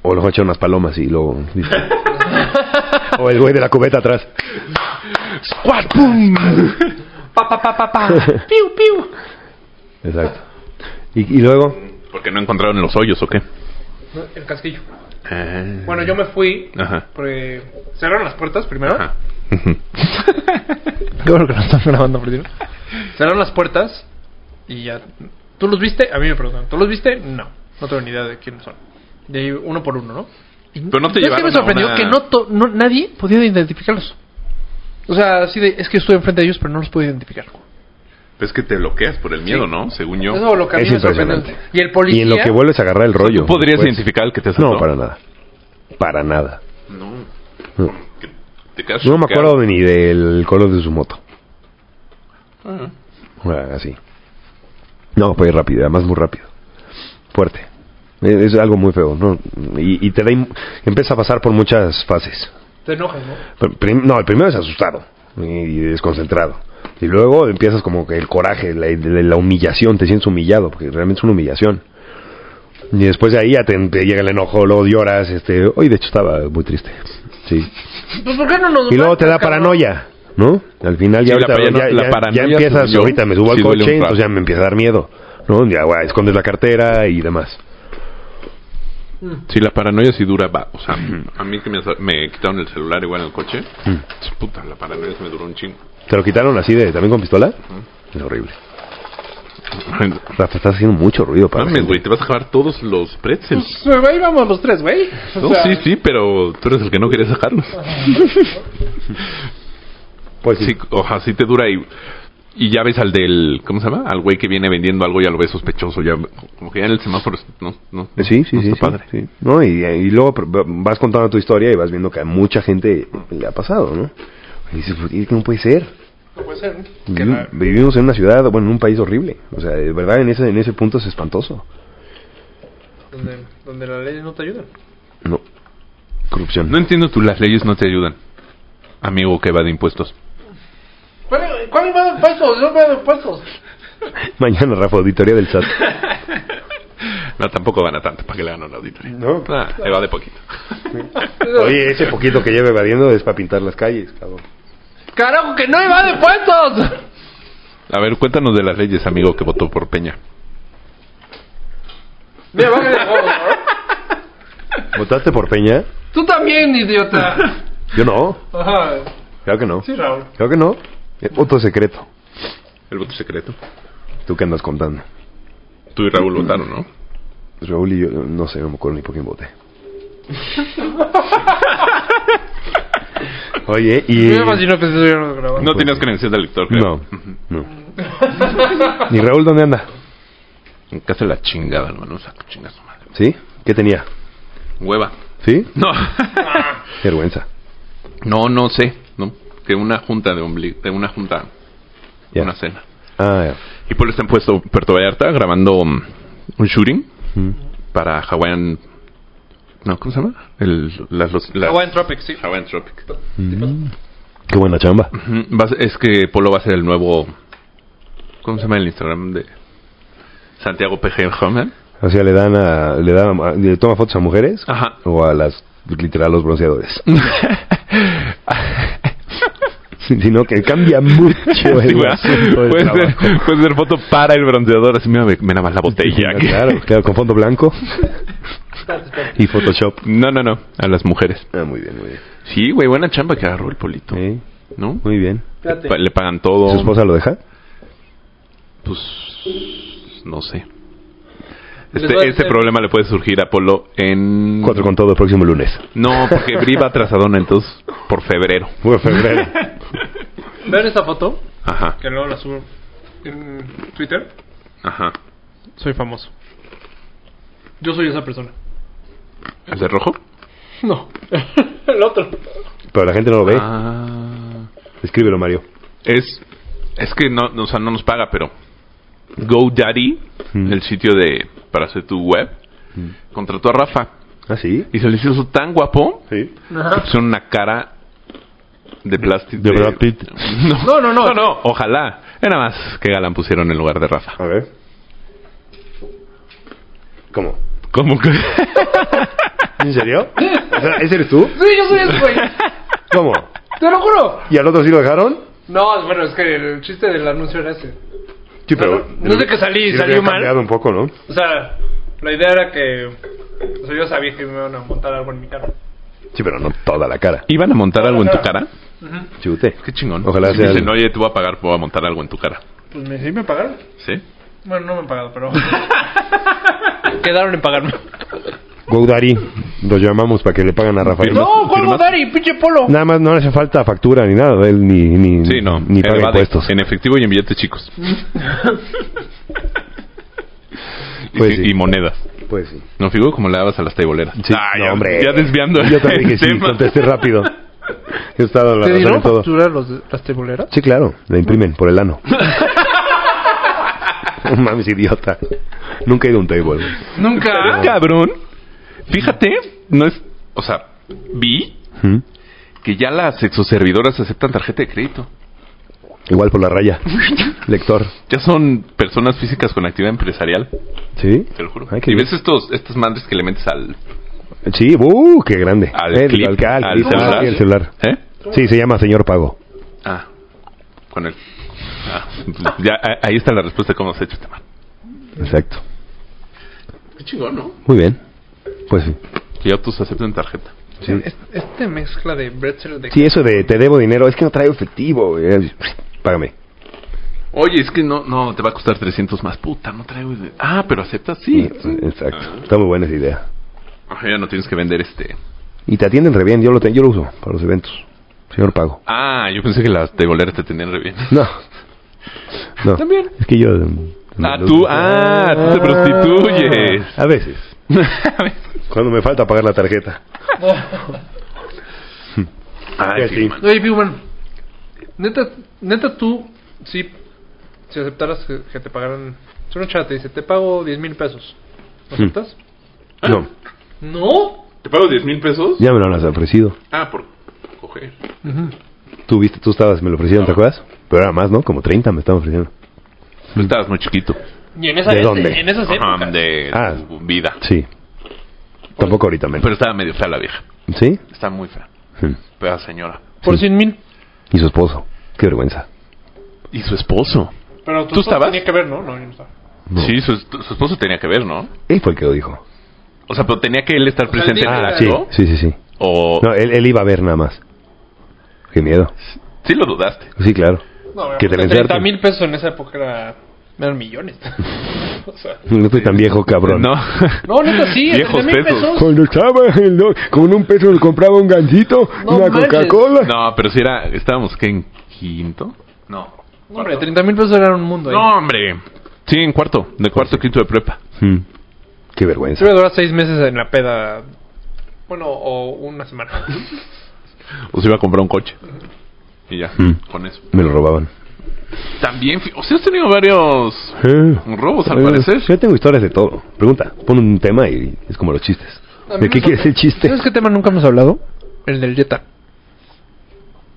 Speaker 4: o a lo mejor echaron unas palomas y luego o el güey de la cubeta atrás.
Speaker 3: ¡Squat! ¡Pum! ¡Pa, pa, pa, pa, pa! ¡Piu, piu!
Speaker 4: Exacto. Y, y luego
Speaker 2: Porque no encontraron los hoyos o qué.
Speaker 3: No, El casquillo.
Speaker 2: Ah.
Speaker 3: Bueno, yo me fui.
Speaker 2: Ajá.
Speaker 3: porque Cerraron las puertas primero.
Speaker 2: Ajá.
Speaker 3: Qué bueno que no están grabando, perdido. Cerraron las puertas y ya. ¿Tú los viste? A mí me preguntaron. ¿Tú los viste? No. No tengo ni idea de quiénes son. De ahí uno por uno, ¿no? Y-
Speaker 2: Pero no te
Speaker 3: ¿sabes qué
Speaker 2: llevaron
Speaker 3: me
Speaker 2: a
Speaker 3: sorprendió
Speaker 2: una-
Speaker 3: que no, to- no- nadie podía identificarlos. O sea, así de, es que estuve enfrente de ellos, pero no los pude identificar.
Speaker 2: Es que te bloqueas por el miedo,
Speaker 3: Sí.
Speaker 2: ¿no? Según yo.
Speaker 3: Eso lo que a mí
Speaker 4: Es
Speaker 3: me sorprendió.
Speaker 4: impresionante.
Speaker 3: Y el policía.
Speaker 4: y en lo que vuelves a agarrar el rollo.
Speaker 2: ¿Tú podrías
Speaker 4: después.
Speaker 2: identificar al que te asaltó?
Speaker 4: pues, No, para nada. Para nada.
Speaker 2: No.
Speaker 4: No.
Speaker 2: Que te quedas
Speaker 4: No me
Speaker 2: choqueado.
Speaker 4: acuerdo ni del color de su moto. Ah, Así. No, pues rápido, además muy rápido. Fuerte. Eh, Es algo muy feo, ¿no? Y, y te da im- empieza a pasar por muchas fases.
Speaker 3: Te enojas, ¿no?
Speaker 4: Pr- prim- no, el primero es asustado y, y desconcentrado. Y luego empiezas como que el coraje, la, la- la humillación, te sientes humillado, porque realmente es una humillación. Y después de ahí ya te, te llega el enojo, luego lloras, este, hoy de hecho estaba muy triste. Sí.
Speaker 3: Pues ¿por qué no nos
Speaker 4: Y luego te da
Speaker 3: marcan,
Speaker 4: paranoia, ¿no? Al final
Speaker 2: Sí,
Speaker 4: ya
Speaker 2: la
Speaker 4: ahorita-
Speaker 2: paranoia-
Speaker 4: ya,
Speaker 2: la
Speaker 4: ya-
Speaker 2: paranoia,
Speaker 4: ya empiezas,
Speaker 2: según yo,
Speaker 4: ahorita me subo al
Speaker 2: sí duele un
Speaker 4: coche,
Speaker 2: rato.
Speaker 4: entonces ya me empieza a dar miedo, ¿no? Ya, güey, escondes la cartera y demás.
Speaker 2: Sí, la paranoia sí dura. va- O sea, a mí que me, asa- me quitaron el celular igual en el coche. pues, Puta, la paranoia se me duró un chingo.
Speaker 4: ¿Te lo quitaron así de, también con pistola? Es horrible. Rafa, estás haciendo mucho ruido para la
Speaker 2: Mames,
Speaker 4: gente.
Speaker 2: güey, te vas a acabar todos los pretzels.
Speaker 3: Pues ahí vamos los tres, güey. O
Speaker 2: No,
Speaker 3: sea,
Speaker 2: sí, sí, pero tú eres el que no quería sacarlos.
Speaker 4: Pues sí.
Speaker 2: Sí, o sea, sí te dura y, y ya ves al del, ¿cómo se llama? Al güey que viene vendiendo algo, ya lo ves sospechoso, ya como que ya en el semáforo, no, no,
Speaker 4: Eh, Sí, sí,
Speaker 2: no
Speaker 4: sí.
Speaker 2: está
Speaker 4: sí,
Speaker 2: padre.
Speaker 4: sí. No, y, y luego pr- vas contando tu historia y vas viendo que a mucha gente le ha pasado, ¿no? Y dices, pues, ¿y qué no puede ser?
Speaker 3: No puede ser, ¿no? Que
Speaker 4: Vivi-
Speaker 3: la-
Speaker 4: Vivimos en una ciudad, bueno, en un país horrible. O sea, de verdad, en ese, en ese punto es espantoso.
Speaker 3: donde, donde la ley no te ayuda.
Speaker 4: No. Corrupción.
Speaker 2: No entiendo tú, las leyes no te ayudan, amigo que va de impuestos.
Speaker 3: Bueno, ¿Cuál va de impuestos? Yo va de impuestos.
Speaker 4: Mañana, Rafa, auditoría del SAT.
Speaker 2: No, tampoco gana tanto, ¿para que le ganan la auditoría?
Speaker 4: No.
Speaker 2: Ah, ahí va de poquito.
Speaker 4: Oye, ese poquito que lleva evadiendo es para pintar las calles, cabrón.
Speaker 3: Carajo, que no va de impuestos.
Speaker 2: A ver, cuéntanos de las leyes, amigo que votó por Peña.
Speaker 3: Mira, baja de huevos, ¿no?
Speaker 4: ¿Votaste por Peña?
Speaker 3: Tú también, idiota.
Speaker 4: Yo no.
Speaker 3: Ajá.
Speaker 4: Claro que no.
Speaker 3: Sí, Raúl.
Speaker 4: Claro que no. Es voto secreto.
Speaker 2: El voto secreto.
Speaker 4: ¿Tú qué andas contando? Pues
Speaker 2: Tú y Raúl votaron, ¿no?
Speaker 4: Raúl y yo, no sé, no me acuerdo ni por quién voté. Oye, y...
Speaker 3: Yo me imagino que si estuviéramos grabando.
Speaker 2: No tenías credencial de lector, creo.
Speaker 4: Pues, No, no. ¿Y Raúl dónde anda?
Speaker 2: En casa de la chingada, hermano, saco chingas su madre.
Speaker 4: ¿Sí? ¿Qué tenía?
Speaker 2: Hueva.
Speaker 4: ¿Sí?
Speaker 2: No.
Speaker 4: Qué vergüenza.
Speaker 2: no, no sé, ¿no? Que una junta de ombligo, de una junta,
Speaker 4: Ya.
Speaker 2: una cena.
Speaker 4: Ah,
Speaker 2: Y Paul está en puesto Puerto Vallarta grabando mm, un shooting
Speaker 4: ya. Mm.
Speaker 2: para Hawaiian. No, ¿cómo se llama? El, las, los- las-
Speaker 3: Agua en Tropic, sí.
Speaker 2: Hawaiian Tropic.
Speaker 4: Qué buena chamba.
Speaker 2: Ujú, va a ser- es que Polo va a ser el nuevo. ¿Cómo se llama el Instagram de Santiago PG Homer?
Speaker 4: O sea, le dan a... Le dan a- le toma fotos a mujeres
Speaker 2: Ajá.
Speaker 4: o a las... Literal, a los bronceadores. Sino que cambia mucho el
Speaker 2: Sí, güey.
Speaker 4: asunto del
Speaker 2: puede, ser,
Speaker 4: trabajo.
Speaker 2: puede ser foto para el bronceador. Así, mira, me, me nada más la botella.
Speaker 4: Ah, Claro, claro, con fondo blanco y Photoshop.
Speaker 2: No, no, no. A las mujeres.
Speaker 4: Ah, muy bien, muy bien.
Speaker 2: Sí, güey, buena chamba que agarró el Polito.
Speaker 4: Sí,
Speaker 2: ¿No?
Speaker 4: muy bien.
Speaker 2: Le,
Speaker 3: Espérate.
Speaker 2: pa- le pagan todo.
Speaker 4: ¿Su esposa lo deja?
Speaker 2: Pues no sé.
Speaker 3: Les
Speaker 2: Este,
Speaker 3: voy a
Speaker 2: este
Speaker 3: hacer-
Speaker 2: problema le puede surgir a Polo en...
Speaker 4: Cuatro con todo, próximo lunes.
Speaker 2: Mm. No, porque Bri va atrasadona, entonces, por febrero.
Speaker 4: Bueno, febrero.
Speaker 3: Vean esta foto,
Speaker 2: Ajá,
Speaker 3: que luego la subo en Twitter.
Speaker 2: ajá.
Speaker 3: Soy famoso. Yo soy esa persona.
Speaker 2: ¿El de rojo?
Speaker 3: No, el otro.
Speaker 4: Pero la gente no lo
Speaker 2: ¿Eh?
Speaker 4: ve.
Speaker 2: Ah.
Speaker 4: Escríbelo, Mario.
Speaker 2: Es, es que no, no, o sea, no nos paga, pero GoDaddy,
Speaker 4: Mm.
Speaker 2: el sitio de para hacer tu web, contrató a Rafa
Speaker 4: ¿Ah, sí?
Speaker 2: y se le hizo tan guapo
Speaker 4: Sí.
Speaker 2: que pusieron una cara de plástico.
Speaker 4: De Brad Pitt.
Speaker 2: No, no, no, no, no, ojalá. Era más que Galán pusieron en lugar de Rafa.
Speaker 4: A ver. ¿Cómo?
Speaker 2: ¿Cómo que?
Speaker 4: ¿En serio? O sea, ¿Ese eres tú?
Speaker 3: Sí, yo soy ese güey.
Speaker 4: ¿Cómo?
Speaker 3: Te lo juro.
Speaker 4: ¿Y al otro sí lo dejaron?
Speaker 3: No, bueno, es que el chiste del anuncio era ese.
Speaker 4: Sí,
Speaker 3: pero- No sé qué salí,
Speaker 4: sí lo
Speaker 3: salió
Speaker 4: habían
Speaker 3: mal.
Speaker 4: cambiado un poco, ¿no?
Speaker 3: O sea, la idea era que. O sea, yo sabía que me iban a montar algo en mi cara.
Speaker 4: Sí, pero no toda la cara.
Speaker 2: ¿Iban a montar algo en tu cara?
Speaker 4: Chute.
Speaker 2: Qué chingón.
Speaker 4: Ojalá
Speaker 2: Sí,
Speaker 4: sea
Speaker 2: Dicen,
Speaker 4: algo.
Speaker 2: oye, te voy a pagar, voy a montar algo en tu cara.
Speaker 3: Pues me, sí me pagaron.
Speaker 2: ¿Sí?
Speaker 3: Bueno, no me han pagado, pero. Quedaron en pagarme.
Speaker 4: GoDaddy, lo llamamos para que le paguen a Rafael.
Speaker 3: No, ¿cuál
Speaker 2: ¿Firmas?
Speaker 3: Dari? Pinche polo.
Speaker 4: Nada más no le hace falta factura ni nada, él ni, ni,
Speaker 2: Sí, no.
Speaker 4: ni paga
Speaker 2: Evade,
Speaker 4: impuestos.
Speaker 2: En efectivo y en billetes chicos. Y
Speaker 4: Pues
Speaker 2: sí,
Speaker 4: sí.
Speaker 2: y monedas.
Speaker 4: Pues sí.
Speaker 2: No figuro como le dabas a las teiboleras.
Speaker 4: Sí,
Speaker 2: Ah,
Speaker 4: no,
Speaker 2: ya,
Speaker 4: hombre.
Speaker 2: ya desviando
Speaker 4: Yo también
Speaker 2: el
Speaker 4: que sí,
Speaker 2: tema.
Speaker 4: contesté rápido. He estado la
Speaker 3: ¿Te
Speaker 4: razón
Speaker 3: dieron
Speaker 4: en todo.
Speaker 3: factura los, las teboleras?
Speaker 4: Sí, claro, la imprimen por el ano. No Mames, idiota. Nunca he ido a un table.
Speaker 2: Ah,
Speaker 3: Nunca.
Speaker 2: cabrón. Fíjate, no es. O sea, vi
Speaker 4: ¿Mm?
Speaker 2: que ya las exoservidoras aceptan tarjeta de crédito.
Speaker 4: Igual por la raya. Lector.
Speaker 2: Ya son personas físicas con actividad empresarial,
Speaker 4: ¿Sí?
Speaker 2: te lo juro.
Speaker 4: Ay, qué
Speaker 2: y
Speaker 4: bien.
Speaker 2: ves estos, estas madres que le metes al,
Speaker 4: Sí, ¡uh! ¡Qué grande!
Speaker 2: al
Speaker 4: el,
Speaker 2: clip,
Speaker 4: al- al-
Speaker 2: al
Speaker 4: ah, sí, el celular.
Speaker 2: ¿Eh?
Speaker 4: Sí, se llama Señor Pago.
Speaker 2: Ah, con él. ya, a- ahí está la respuesta de cómo se ha hecho este mal.
Speaker 4: Exacto.
Speaker 2: Qué chingón, ¿no?
Speaker 4: Muy bien. Pues sí.
Speaker 2: Que ya todos aceptan tarjeta.
Speaker 4: Sí.
Speaker 3: Es- Este mezcla de Bretzel de.
Speaker 4: Sí, eso de te debo dinero, es que no traigo efectivo. eh, Págame.
Speaker 2: Oye, es que no, no, te va a costar 300 más. Puta, no traigo... de- Ah, pero aceptas, sí.
Speaker 4: Exacto. Está muy buena esa idea.
Speaker 2: Ah, ya no tienes que vender este...
Speaker 4: Y te atienden re bien, yo lo, te- yo lo uso para los eventos. Señor Pago.
Speaker 2: Ah, yo pensé que las teiboleras te tenían re bien.
Speaker 4: No. No.
Speaker 3: También.
Speaker 4: Es que yo... mm,
Speaker 2: Ah,
Speaker 4: lo-
Speaker 2: tú- ah, tú te prostituyes.
Speaker 4: A veces. Cuando me falta pagar la tarjeta.
Speaker 2: Ay,
Speaker 4: Sí,
Speaker 2: sí,
Speaker 4: sí.
Speaker 2: man.
Speaker 3: Oye, Piuman. Neta, neta tú, si, si aceptaras que, que te pagaran. Es una chava, te dice, te pago 10 mil pesos. ¿Lo aceptas?
Speaker 4: No,
Speaker 3: No.
Speaker 2: ¿Te pago 10 mil pesos?
Speaker 4: ya me lo han ofrecido.
Speaker 2: Ah, por coger.
Speaker 4: Tú viste, tú estabas, me lo ofrecieron, ¿te acuerdas? Pero era más, ¿no? Como 30 me estaban ofreciendo.
Speaker 2: Tú estabas muy chiquito.
Speaker 3: Y en esa
Speaker 4: ¿De dónde?
Speaker 3: En esas épocas.
Speaker 2: Ajá, de
Speaker 4: Ah.
Speaker 2: tu vida.
Speaker 4: Sí. Tampoco ahorita menos.
Speaker 2: Pero estaba medio fea la vieja.
Speaker 4: ¿Sí?
Speaker 2: Está muy fea.
Speaker 4: Mm.
Speaker 2: Fea señora.
Speaker 3: Por 100 mil.
Speaker 4: Y su esposo. Qué vergüenza.
Speaker 2: ¿Y su esposo?
Speaker 3: Pero tú,
Speaker 2: ¿Tú estabas?
Speaker 3: Tenía que ver, ¿no? No, yo no estaba.
Speaker 4: No.
Speaker 2: Sí, su, su esposo tenía que ver, ¿no?
Speaker 4: Él fue el que lo dijo.
Speaker 2: O sea, pero tenía que él estar
Speaker 3: sea,
Speaker 2: presente
Speaker 3: el
Speaker 2: en el
Speaker 3: día-
Speaker 4: Ah, sí,
Speaker 2: acto.
Speaker 4: sí, sí, sí.
Speaker 2: O...
Speaker 4: No, él, él iba a ver nada más. Qué miedo.
Speaker 2: Sí lo dudaste.
Speaker 4: Sí, claro.
Speaker 3: No,
Speaker 4: Que te la inserten.
Speaker 3: 30 mil pesos en esa época era, eran millones. o sea,
Speaker 4: No estoy tan viejo, cabrón.
Speaker 2: No.
Speaker 3: no, neta sí,
Speaker 2: Viejos
Speaker 3: 30 mil
Speaker 2: pesos.
Speaker 3: pesos.
Speaker 4: Cuando estaba en lo- con un peso le compraba un ganchito,
Speaker 3: No
Speaker 4: una
Speaker 3: manches.
Speaker 4: Coca-Cola.
Speaker 2: No, pero si era... Estábamos, ¿qué? ¿En quinto? No.
Speaker 3: No, hombre, 30 mil pesos era un mundo. Ahí.
Speaker 2: No, hombre. Sí, en cuarto. De cuarto a quinto de prepa.
Speaker 4: Mm. Qué
Speaker 3: Se
Speaker 4: vergüenza.
Speaker 3: iba a durar 6 meses en la peda. Bueno, o una semana.
Speaker 2: O se iba a comprar un coche. Y ya,
Speaker 4: Mm.
Speaker 2: con eso.
Speaker 4: Me lo robaban.
Speaker 2: También, fi- o sea, has tenido varios
Speaker 4: Eh.
Speaker 2: robos al parecer.
Speaker 4: Yo tengo historias de todo. Pregunta, pon un tema y es como los chistes.
Speaker 3: A mí
Speaker 4: ¿De
Speaker 3: me
Speaker 4: qué quieres
Speaker 3: sorpre-
Speaker 4: el chiste?
Speaker 3: ¿Sabes qué tema nunca hemos hablado? El del Jetta.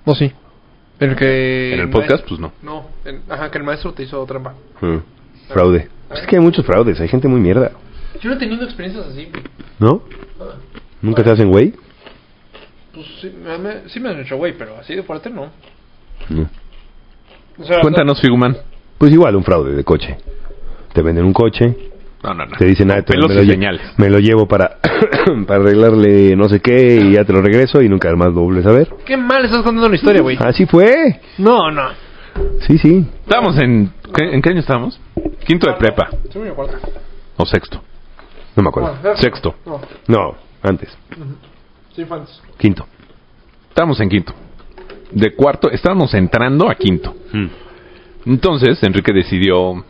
Speaker 3: No, sí. El que.
Speaker 2: En el
Speaker 3: maest-
Speaker 2: podcast, pues no.
Speaker 3: No, en- ajá, que el maestro te hizo trampa.
Speaker 4: Mm. Fraude. Pues es que hay muchos fraudes, hay gente muy mierda.
Speaker 3: Yo no he tenido experiencias así.
Speaker 4: ¿No? ¿Nunca te hacen güey?
Speaker 3: Pues sí me, me- sí me han hecho güey, pero así de fuerte no.
Speaker 4: No.
Speaker 3: O sea,
Speaker 2: Cuéntanos, Figuman.
Speaker 4: Pues igual un fraude de coche. Te venden un coche,
Speaker 2: No, no, no.
Speaker 4: te dicen, ah, te-
Speaker 2: Pelos
Speaker 4: me, lo
Speaker 2: y
Speaker 4: lle-
Speaker 2: señales.
Speaker 4: me lo llevo para, para arreglarle no sé qué y ya te lo regreso y nunca más lo vuelves a ver.
Speaker 3: no- Qué mal estás contando la historia, güey.
Speaker 4: Así fue.
Speaker 3: No, no.
Speaker 4: Sí, sí.
Speaker 2: Estábamos en... ¿qué- ¿En qué año estábamos? Quinto de prepa.
Speaker 3: Sí, me acuerdo.
Speaker 2: O sexto.
Speaker 4: No me acuerdo.
Speaker 3: Bueno,
Speaker 2: Ah, Sexto.
Speaker 3: No,
Speaker 4: No, antes.
Speaker 3: sí, fans.
Speaker 4: Quinto.
Speaker 2: Estábamos en quinto. De cuarto, estábamos entrando a quinto. Entonces, Enrique decidió,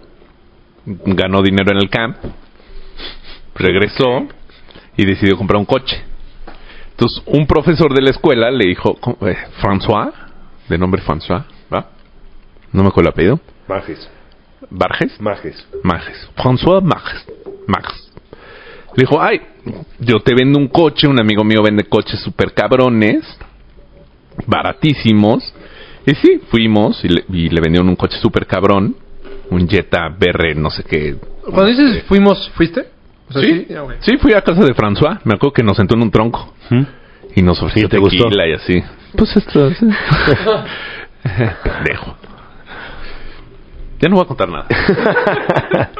Speaker 2: ganó dinero en el camp, regresó y decidió comprar un coche. Entonces, un profesor de la escuela le dijo, ¿cómo, eh, François, de nombre François, ¿va? No me acuerdo el apellido,
Speaker 4: Majes.
Speaker 2: Barges,
Speaker 4: Majes.
Speaker 2: Majes, François Majes, Majes. Le dijo, ay, yo te vendo un coche, un amigo mío vende coches super cabrones, baratísimos. Y sí, fuimos y le, y le vendieron un coche super cabrón, un Jetta BR, no sé qué.
Speaker 3: Cuando dices fuimos, ¿fuiste? O sea,
Speaker 4: Pues
Speaker 2: ¿Sí?
Speaker 3: Ah, ok.
Speaker 2: sí, fui a casa de François, me acuerdo que nos sentó en un tronco y nos ofreció
Speaker 4: ¿Mm? ¿Y te
Speaker 2: tequila
Speaker 4: gustó?
Speaker 2: y así. Pues esto, sí. pendejo. Ya no voy a contar nada.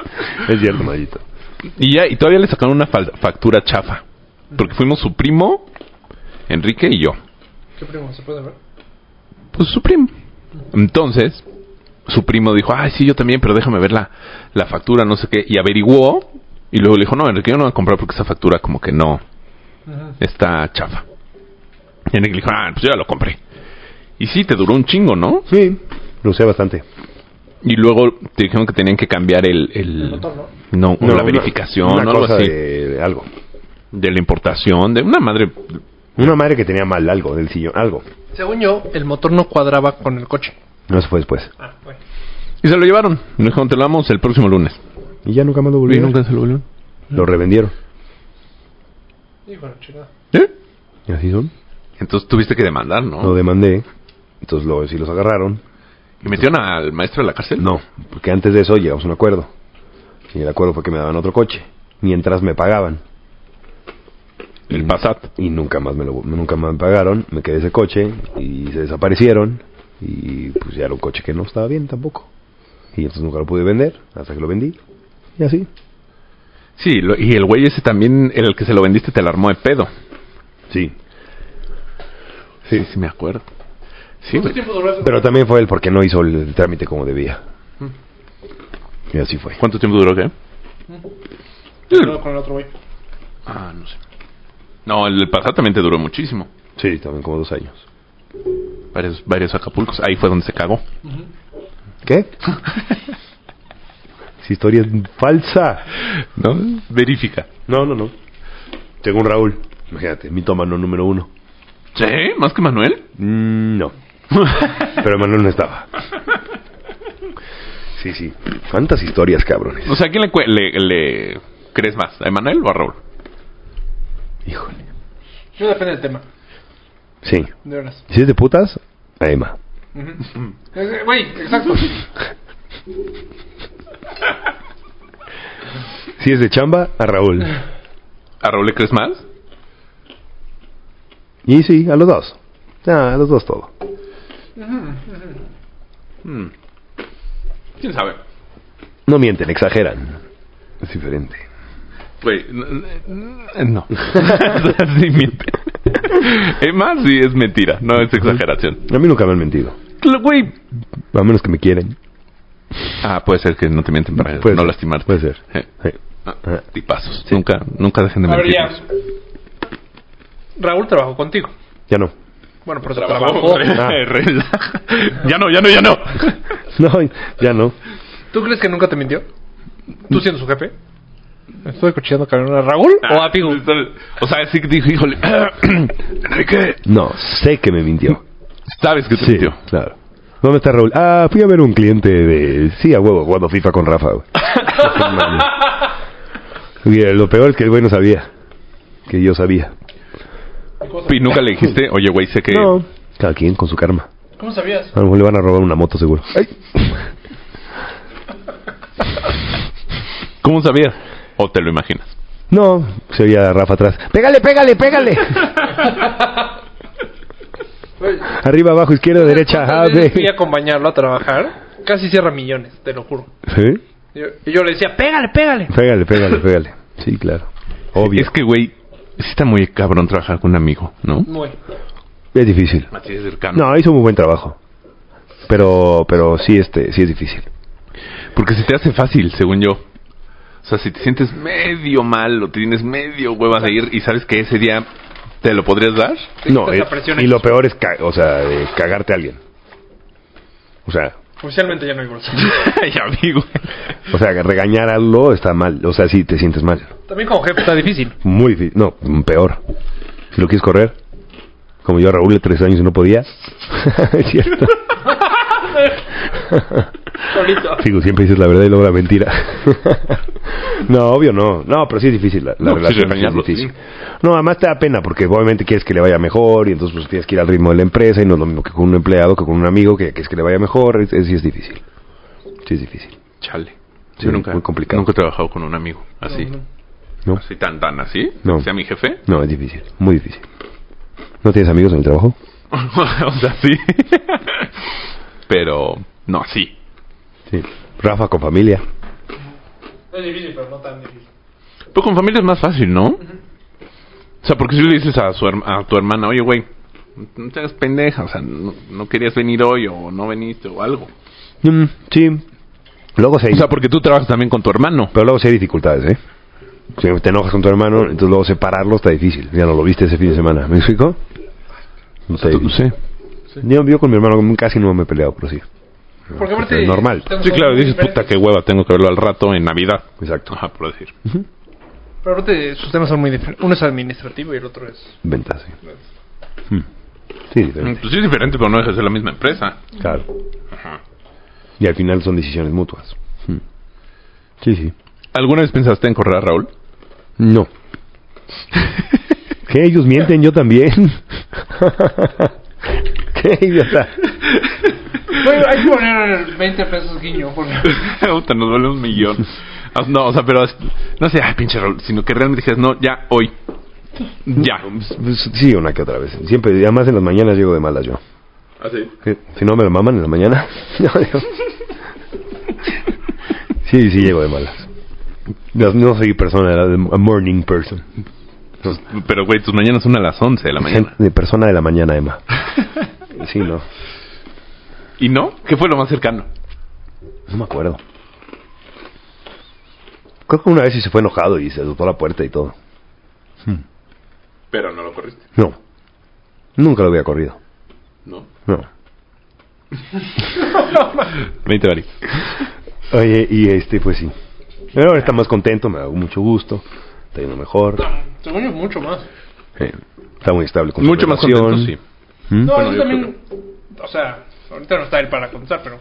Speaker 4: Es cierto, maldito.
Speaker 2: Y ya, y todavía le sacaron una fal- factura chafa. Porque fuimos su primo, Enrique y yo.
Speaker 3: ¿Qué primo? ¿Se puede ver?
Speaker 2: Pues su primo. Entonces, su primo dijo, ay, sí, yo también, pero déjame ver la, la factura, no sé qué. Y averiguó. Y luego le dijo, no, Enrique, yo no voy a comprar porque esa factura como que no
Speaker 3: Ajá.
Speaker 2: está chafa. Y Enrique le dijo, ah, pues yo ya lo compré. Y sí, te duró un chingo, ¿no?
Speaker 4: Sí, lo usé bastante.
Speaker 2: Y luego te dijeron que tenían que cambiar el... el-
Speaker 3: El motor, ¿no?
Speaker 2: No, o
Speaker 4: No,
Speaker 2: la
Speaker 4: una-
Speaker 2: verificación o
Speaker 4: una
Speaker 2: algo
Speaker 4: cosa
Speaker 2: así. De...
Speaker 4: de algo.
Speaker 2: la importación, de una madre...
Speaker 4: Una madre que tenía mal algo del sillón, algo.
Speaker 3: Según yo, el motor no cuadraba con el coche.
Speaker 4: No, se fue después.
Speaker 3: Ah, bueno.
Speaker 2: Y se lo llevaron. Le dijeron, te lo damos el próximo lunes.
Speaker 4: Y ya nunca más lo volvieron.
Speaker 2: se lo volvieron?
Speaker 4: Lo revendieron.
Speaker 3: Hijo de la chingada.
Speaker 2: ¿Eh?
Speaker 4: Y así son.
Speaker 2: Entonces tuviste que demandar, ¿no?
Speaker 4: Lo demandé. Entonces, lo, sí los agarraron.
Speaker 2: ¿Y metieron al maestro a la cárcel?
Speaker 4: No, porque antes de eso llegamos a un acuerdo. Y el acuerdo fue que me daban otro coche. Mientras me pagaban.
Speaker 2: El Passat.
Speaker 4: Y nunca más me lo nunca más me pagaron. Me quedé ese coche. Y se desaparecieron. Y pues ya era un coche que no estaba bien tampoco. Y entonces nunca lo pude vender. Hasta que lo vendí. Y así.
Speaker 2: Sí, lo- y el güey ese también, el que se lo vendiste, te la armó de pedo.
Speaker 4: Sí.
Speaker 2: Sí, Pues sí, me acuerdo. Sí, güey.
Speaker 4: Pero también fue él porque no hizo el trámite como debía.
Speaker 2: Mm.
Speaker 4: Y así fue.
Speaker 2: ¿Cuánto tiempo duró qué?
Speaker 3: No, con el otro güey.
Speaker 2: Ah, no sé. No, el del Passat también te duró muchísimo.
Speaker 4: Sí, también como dos años.
Speaker 2: Varios, varios Acapulcos. Ahí fue donde se cagó.
Speaker 4: ¿Qué? Esa historia es falsa.
Speaker 2: ¿No? Verifica.
Speaker 4: No, no, no. Según Raúl, imagínate, mitómano número uno.
Speaker 2: ¿Sí? ¿Más que Manuel?
Speaker 4: Mm, no. Pero Manuel no estaba. Sí, sí. ¿Cuántas historias, cabrones?
Speaker 2: O sea, ¿a quién le, cue- le, le crees más? ¿A Manuel o a Raúl?
Speaker 4: Híjole.
Speaker 3: Yo depende del tema,
Speaker 4: Sí.
Speaker 3: de veras.
Speaker 4: Si es de putas, a Emma.
Speaker 3: Eh, Güey, exacto.
Speaker 4: Si es de chamba, a Raúl.
Speaker 2: ¿A Raúl le crees más?
Speaker 4: Y sí, a los dos. Ah, a los dos todo.
Speaker 2: Hmm. ¿Quién sabe?
Speaker 4: No mienten, exageran. Es diferente.
Speaker 2: Güey, n- n- no. sí miente. Emma Eh, sí es mentira, no es exageración.
Speaker 4: A mí nunca me han mentido.
Speaker 2: Cl- Güey.
Speaker 4: A menos que me quieren.
Speaker 2: Ah, puede ser que no te mienten para
Speaker 4: Puede
Speaker 2: no
Speaker 4: ser,
Speaker 2: lastimarte.
Speaker 4: Puede ser.
Speaker 2: Eh,
Speaker 4: Sí.
Speaker 2: ah, tipazos. Nunca, nunca dejen de
Speaker 3: A ver,
Speaker 2: mentir.
Speaker 3: ya. Raúl trabajó contigo.
Speaker 4: Ya no.
Speaker 3: Bueno, pero
Speaker 2: Trabajo.
Speaker 3: trabajó.
Speaker 4: Ah.
Speaker 2: Relaja. ya no, ya no, ya no.
Speaker 4: No, ya no.
Speaker 3: ¿Tú crees que nunca te mintió? ¿Tú siendo su jefe? Estoy escuchando cabrón a Raúl o a Pigo.
Speaker 2: O sea, sí que dijo, híjole. Enrique,
Speaker 4: No, sé que me mintió.
Speaker 2: sabes que te
Speaker 4: Sí,
Speaker 2: mintió.
Speaker 4: claro. ¿Dónde está Raúl? Ah, fui a ver un cliente de... Sí, a huevo, jugando FIFA con Rafa, güey. Mira, lo peor es que el güey no sabía. Que yo sabía.
Speaker 2: Y nunca le dijiste, oye, güey, sé que.
Speaker 4: No. Cada quien con su karma.
Speaker 3: ¿Cómo sabías?
Speaker 4: A lo mejor le van a robar una moto, seguro. Ay.
Speaker 2: ¿Cómo sabías? O te lo imaginas.
Speaker 4: No, se oía a Rafa atrás. ¡Pégale, pégale, pégale! Arriba, abajo, izquierda, derecha, ah,
Speaker 3: Cuando yo fui a
Speaker 4: ave.
Speaker 3: acompañarlo a trabajar, casi cierra millones, te lo juro.
Speaker 4: ¿Sí?
Speaker 3: Y yo- y yo le decía, pégale, pégale.
Speaker 4: Pégale, pégale, pégale. Sí, claro. Obvio.
Speaker 2: Es que, güey, sí está muy cabrón trabajar con un amigo, ¿no?
Speaker 3: Muy.
Speaker 4: es difícil.
Speaker 2: Así de cercano.
Speaker 4: No, hizo muy buen trabajo. Pero, pero sí, este, sí es difícil.
Speaker 2: Porque se te hace fácil, según yo. O sea, si te sientes medio mal o tienes medio hueva de ir y sabes que ese día te lo podrías dar,
Speaker 4: No,
Speaker 3: Esta
Speaker 4: eh,
Speaker 3: presión
Speaker 4: y
Speaker 3: es-
Speaker 4: lo peor es, ca- o sea, de cagarte a alguien. O sea,
Speaker 3: Oficialmente ya no hay bolsa.
Speaker 2: ya vi, güey.
Speaker 4: o sea, regañarlo está mal. O sea, si te sientes mal.
Speaker 3: También como jefe está difícil.
Speaker 4: Muy difícil. No, peor. Si lo quieres correr, como yo a Raúl de tres años y no podía. es cierto.
Speaker 3: Solito.
Speaker 4: Digo, siempre dices la verdad y luego la mentira. no, obvio no. No, pero sí es difícil. La,
Speaker 2: No,
Speaker 4: la
Speaker 2: sí,
Speaker 4: relación sí es
Speaker 2: regañarlo,
Speaker 4: difícil. No, además te da pena porque obviamente quieres que le vaya mejor y entonces pues tienes que ir al ritmo de la empresa y no es lo mismo que con un empleado que con un amigo que quieres que le vaya mejor. Es, es- sí es difícil. Sí es difícil.
Speaker 2: Chale.
Speaker 4: Sí, muy complicado.
Speaker 2: Nunca he trabajado con un amigo así.
Speaker 4: No,
Speaker 2: Así tan, tan así.
Speaker 4: No.
Speaker 2: Sea mi jefe.
Speaker 4: no es difícil. Muy difícil. ¿No tienes amigos en el trabajo?
Speaker 2: o sea, sí. Pero, no, así.
Speaker 4: Sí. Rafa con familia.
Speaker 3: Es difícil, pero no tan difícil.
Speaker 2: Pero con familia es más fácil, ¿no? O sea, porque si le dices a, su herma- a tu hermana, oye, güey, no te hagas pendeja, o sea, no, no querías venir hoy o no veniste o algo.
Speaker 4: Mm, sí. Luego se
Speaker 2: O sea, porque tú trabajas también con tu hermano.
Speaker 4: Pero luego sí hay dificultades, ¿eh? Si te enojas con tu hermano, entonces luego separarlo está difícil. Ya no lo viste ese fin de semana. ¿Me explico? No sé.
Speaker 2: Tú- sí.
Speaker 4: Yo, yo con mi hermano casi no me he peleado, pero sí.
Speaker 3: Porque aparte.
Speaker 4: Es normal.
Speaker 3: estamos
Speaker 2: Sí, claro,
Speaker 3: muy
Speaker 2: dices,
Speaker 3: diferentes.
Speaker 2: puta, qué hueva, tengo que verlo al rato en Navidad.
Speaker 4: Exacto.
Speaker 2: Ajá, por decir.
Speaker 3: Pero aparte, sus temas son muy diferentes. Uno es administrativo y el otro es.
Speaker 4: Ventas, sí. Mm. Sí, diferente.
Speaker 2: Pues sí, es diferente, pero no deja de ser la misma empresa.
Speaker 4: Claro.
Speaker 2: Ajá.
Speaker 4: Y al final son decisiones mutuas. Mm. Sí, sí.
Speaker 2: ¿Alguna vez pensaste en correr a Raúl?
Speaker 4: No. ¿Qué? Ellos mienten, yo también. ¿Qué idiota?
Speaker 3: Bueno, hay que poner 20 pesos guiño. Porque...
Speaker 2: Puta, nos vale un millón. Ah, No, o sea, pero es- no sé, ay, pinche Raúl, sino que realmente dijeras, no, ya, hoy. Ya.
Speaker 4: Pues, Sí, una que otra vez. Siempre, y además en las mañanas llego de malas yo.
Speaker 2: Así.
Speaker 4: ¿Qué? Si no me lo maman en la mañana. No, yo- sí, sí, llego de malas. No, no soy persona, de la- a morning person.
Speaker 2: Pues, Pero, güey, tus mañanas son a las 11 de la mañana.
Speaker 4: De persona de la mañana, Emma. Sí, no.
Speaker 2: ¿Y no? ¿Qué fue lo más cercano?
Speaker 4: No me acuerdo. Creo que una vez sí se fue enojado y se azotó la puerta y todo.
Speaker 2: Pero no lo corriste,
Speaker 4: No. Nunca lo había corrido.
Speaker 2: ¿no?
Speaker 4: No.
Speaker 2: 20 varitos.
Speaker 4: Oye, y este, pues sí. Pero ahora está más contento, me da mucho gusto. Está yendo mejor.
Speaker 3: Según yo, mucho más.
Speaker 4: Eh, está muy estable con su
Speaker 2: Mucho más
Speaker 4: relación.
Speaker 2: contento, sí.
Speaker 4: ¿Mm?
Speaker 3: No,
Speaker 2: Bueno,
Speaker 3: yo
Speaker 2: yo
Speaker 3: también. O sea, ahorita no está él para contar, pero.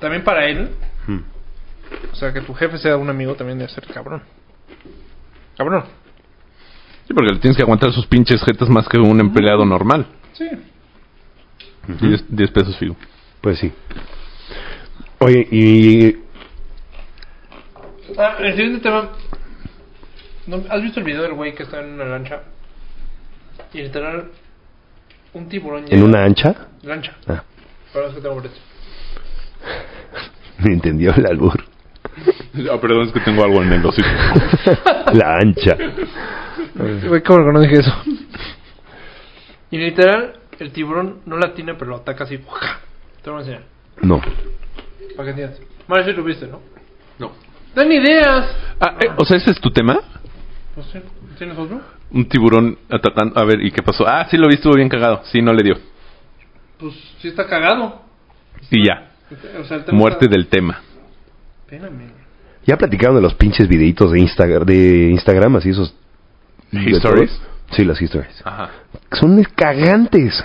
Speaker 3: También para él.
Speaker 4: Hmm.
Speaker 3: O sea, que tu jefe sea un amigo también debe ser cabrón. Cabrón.
Speaker 2: Sí, porque le tienes que aguantar sus pinches jetas más que un empleado normal.
Speaker 3: Sí.
Speaker 2: 10 10 pesos fijo.
Speaker 4: Pues sí. Oye, y
Speaker 3: Ah, el siguiente tema. ¿No- ¿Has visto el video del güey que está en una lancha? Y literal. Un tiburón
Speaker 4: en
Speaker 3: llega-
Speaker 4: una ancha,
Speaker 3: Lancha.
Speaker 4: Ah.
Speaker 3: Para los que tengo boletos.
Speaker 4: me entendió el albur.
Speaker 2: Ah, perdón, es que tengo algo en el hocico.
Speaker 4: La ancha.
Speaker 3: Güey, ¿cómo que no dije eso? Y literal, el tiburón no la tiene, pero lo ataca así. Te lo voy a enseñar.
Speaker 4: No.
Speaker 3: Para que entiendas. Mario, sí lo viste, ¿no?
Speaker 2: No.
Speaker 3: ¡Dan ideas! pues
Speaker 2: Ah, eh, o sea, ¿ese es tu tema?
Speaker 3: No sé, ¿tienes otro?
Speaker 2: Un tiburón atacando... A ver, ¿y qué pasó? Ah, sí lo vi, estuvo bien cagado. Sí, no le dio.
Speaker 3: Pues sí está cagado.
Speaker 2: Y ya.
Speaker 3: O sea, el tema
Speaker 2: Muerte
Speaker 3: está-
Speaker 2: del tema.
Speaker 3: Espérame.
Speaker 4: Ya platicaron de los pinches videitos de Instagram, de Instagram así esos.
Speaker 2: ¿Histories?
Speaker 4: de todos. Sí, las historias.
Speaker 2: Ajá.
Speaker 4: Son cagantes.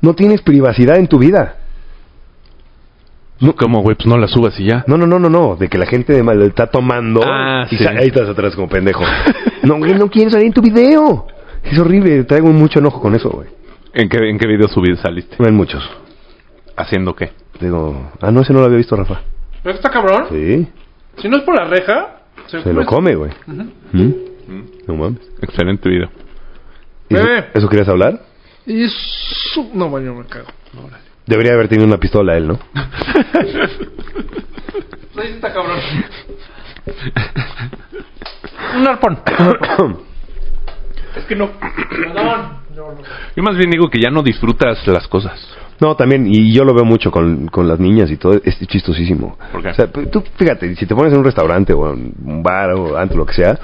Speaker 4: No tienes privacidad en tu vida.
Speaker 2: No, ¿Cómo, güey? Pues no la subas y ya.
Speaker 4: No, no, no, no, no. De que la gente de mal está tomando.
Speaker 2: Ah,
Speaker 4: y
Speaker 2: sí.
Speaker 4: sa- ahí estás atrás como pendejo. no, güey, no quieres salir en tu video. Es horrible. Traigo mucho enojo con eso, güey.
Speaker 2: ¿En qué, en qué video subí saliste?
Speaker 4: No hay muchos.
Speaker 2: ¿Haciendo qué?
Speaker 4: Digo, ah, no, ese no lo había visto, Rafa.
Speaker 3: ¿Pero está cabrón?
Speaker 4: Sí.
Speaker 3: Si no es por la reja, se,
Speaker 4: Se lo come, güey. ¿Mm? No mames.
Speaker 2: Excelente video.
Speaker 4: ¿Y ¿Eso,
Speaker 3: Eh.
Speaker 4: eso querías hablar?
Speaker 3: Y su- No, bueno, me cago.
Speaker 4: Debería haber tenido una pistola él, ¿no?
Speaker 3: Pues ahí sí está cabrón. Un arpón. es que no. Perdón.
Speaker 2: Yo más bien digo que ya no disfrutas las cosas.
Speaker 4: No, también, y yo lo veo mucho con, con las niñas y todo, es chistosísimo.
Speaker 2: ¿Por qué?
Speaker 4: O sea, tú fíjate, si te pones en un restaurante o en un bar o antes, lo que sea,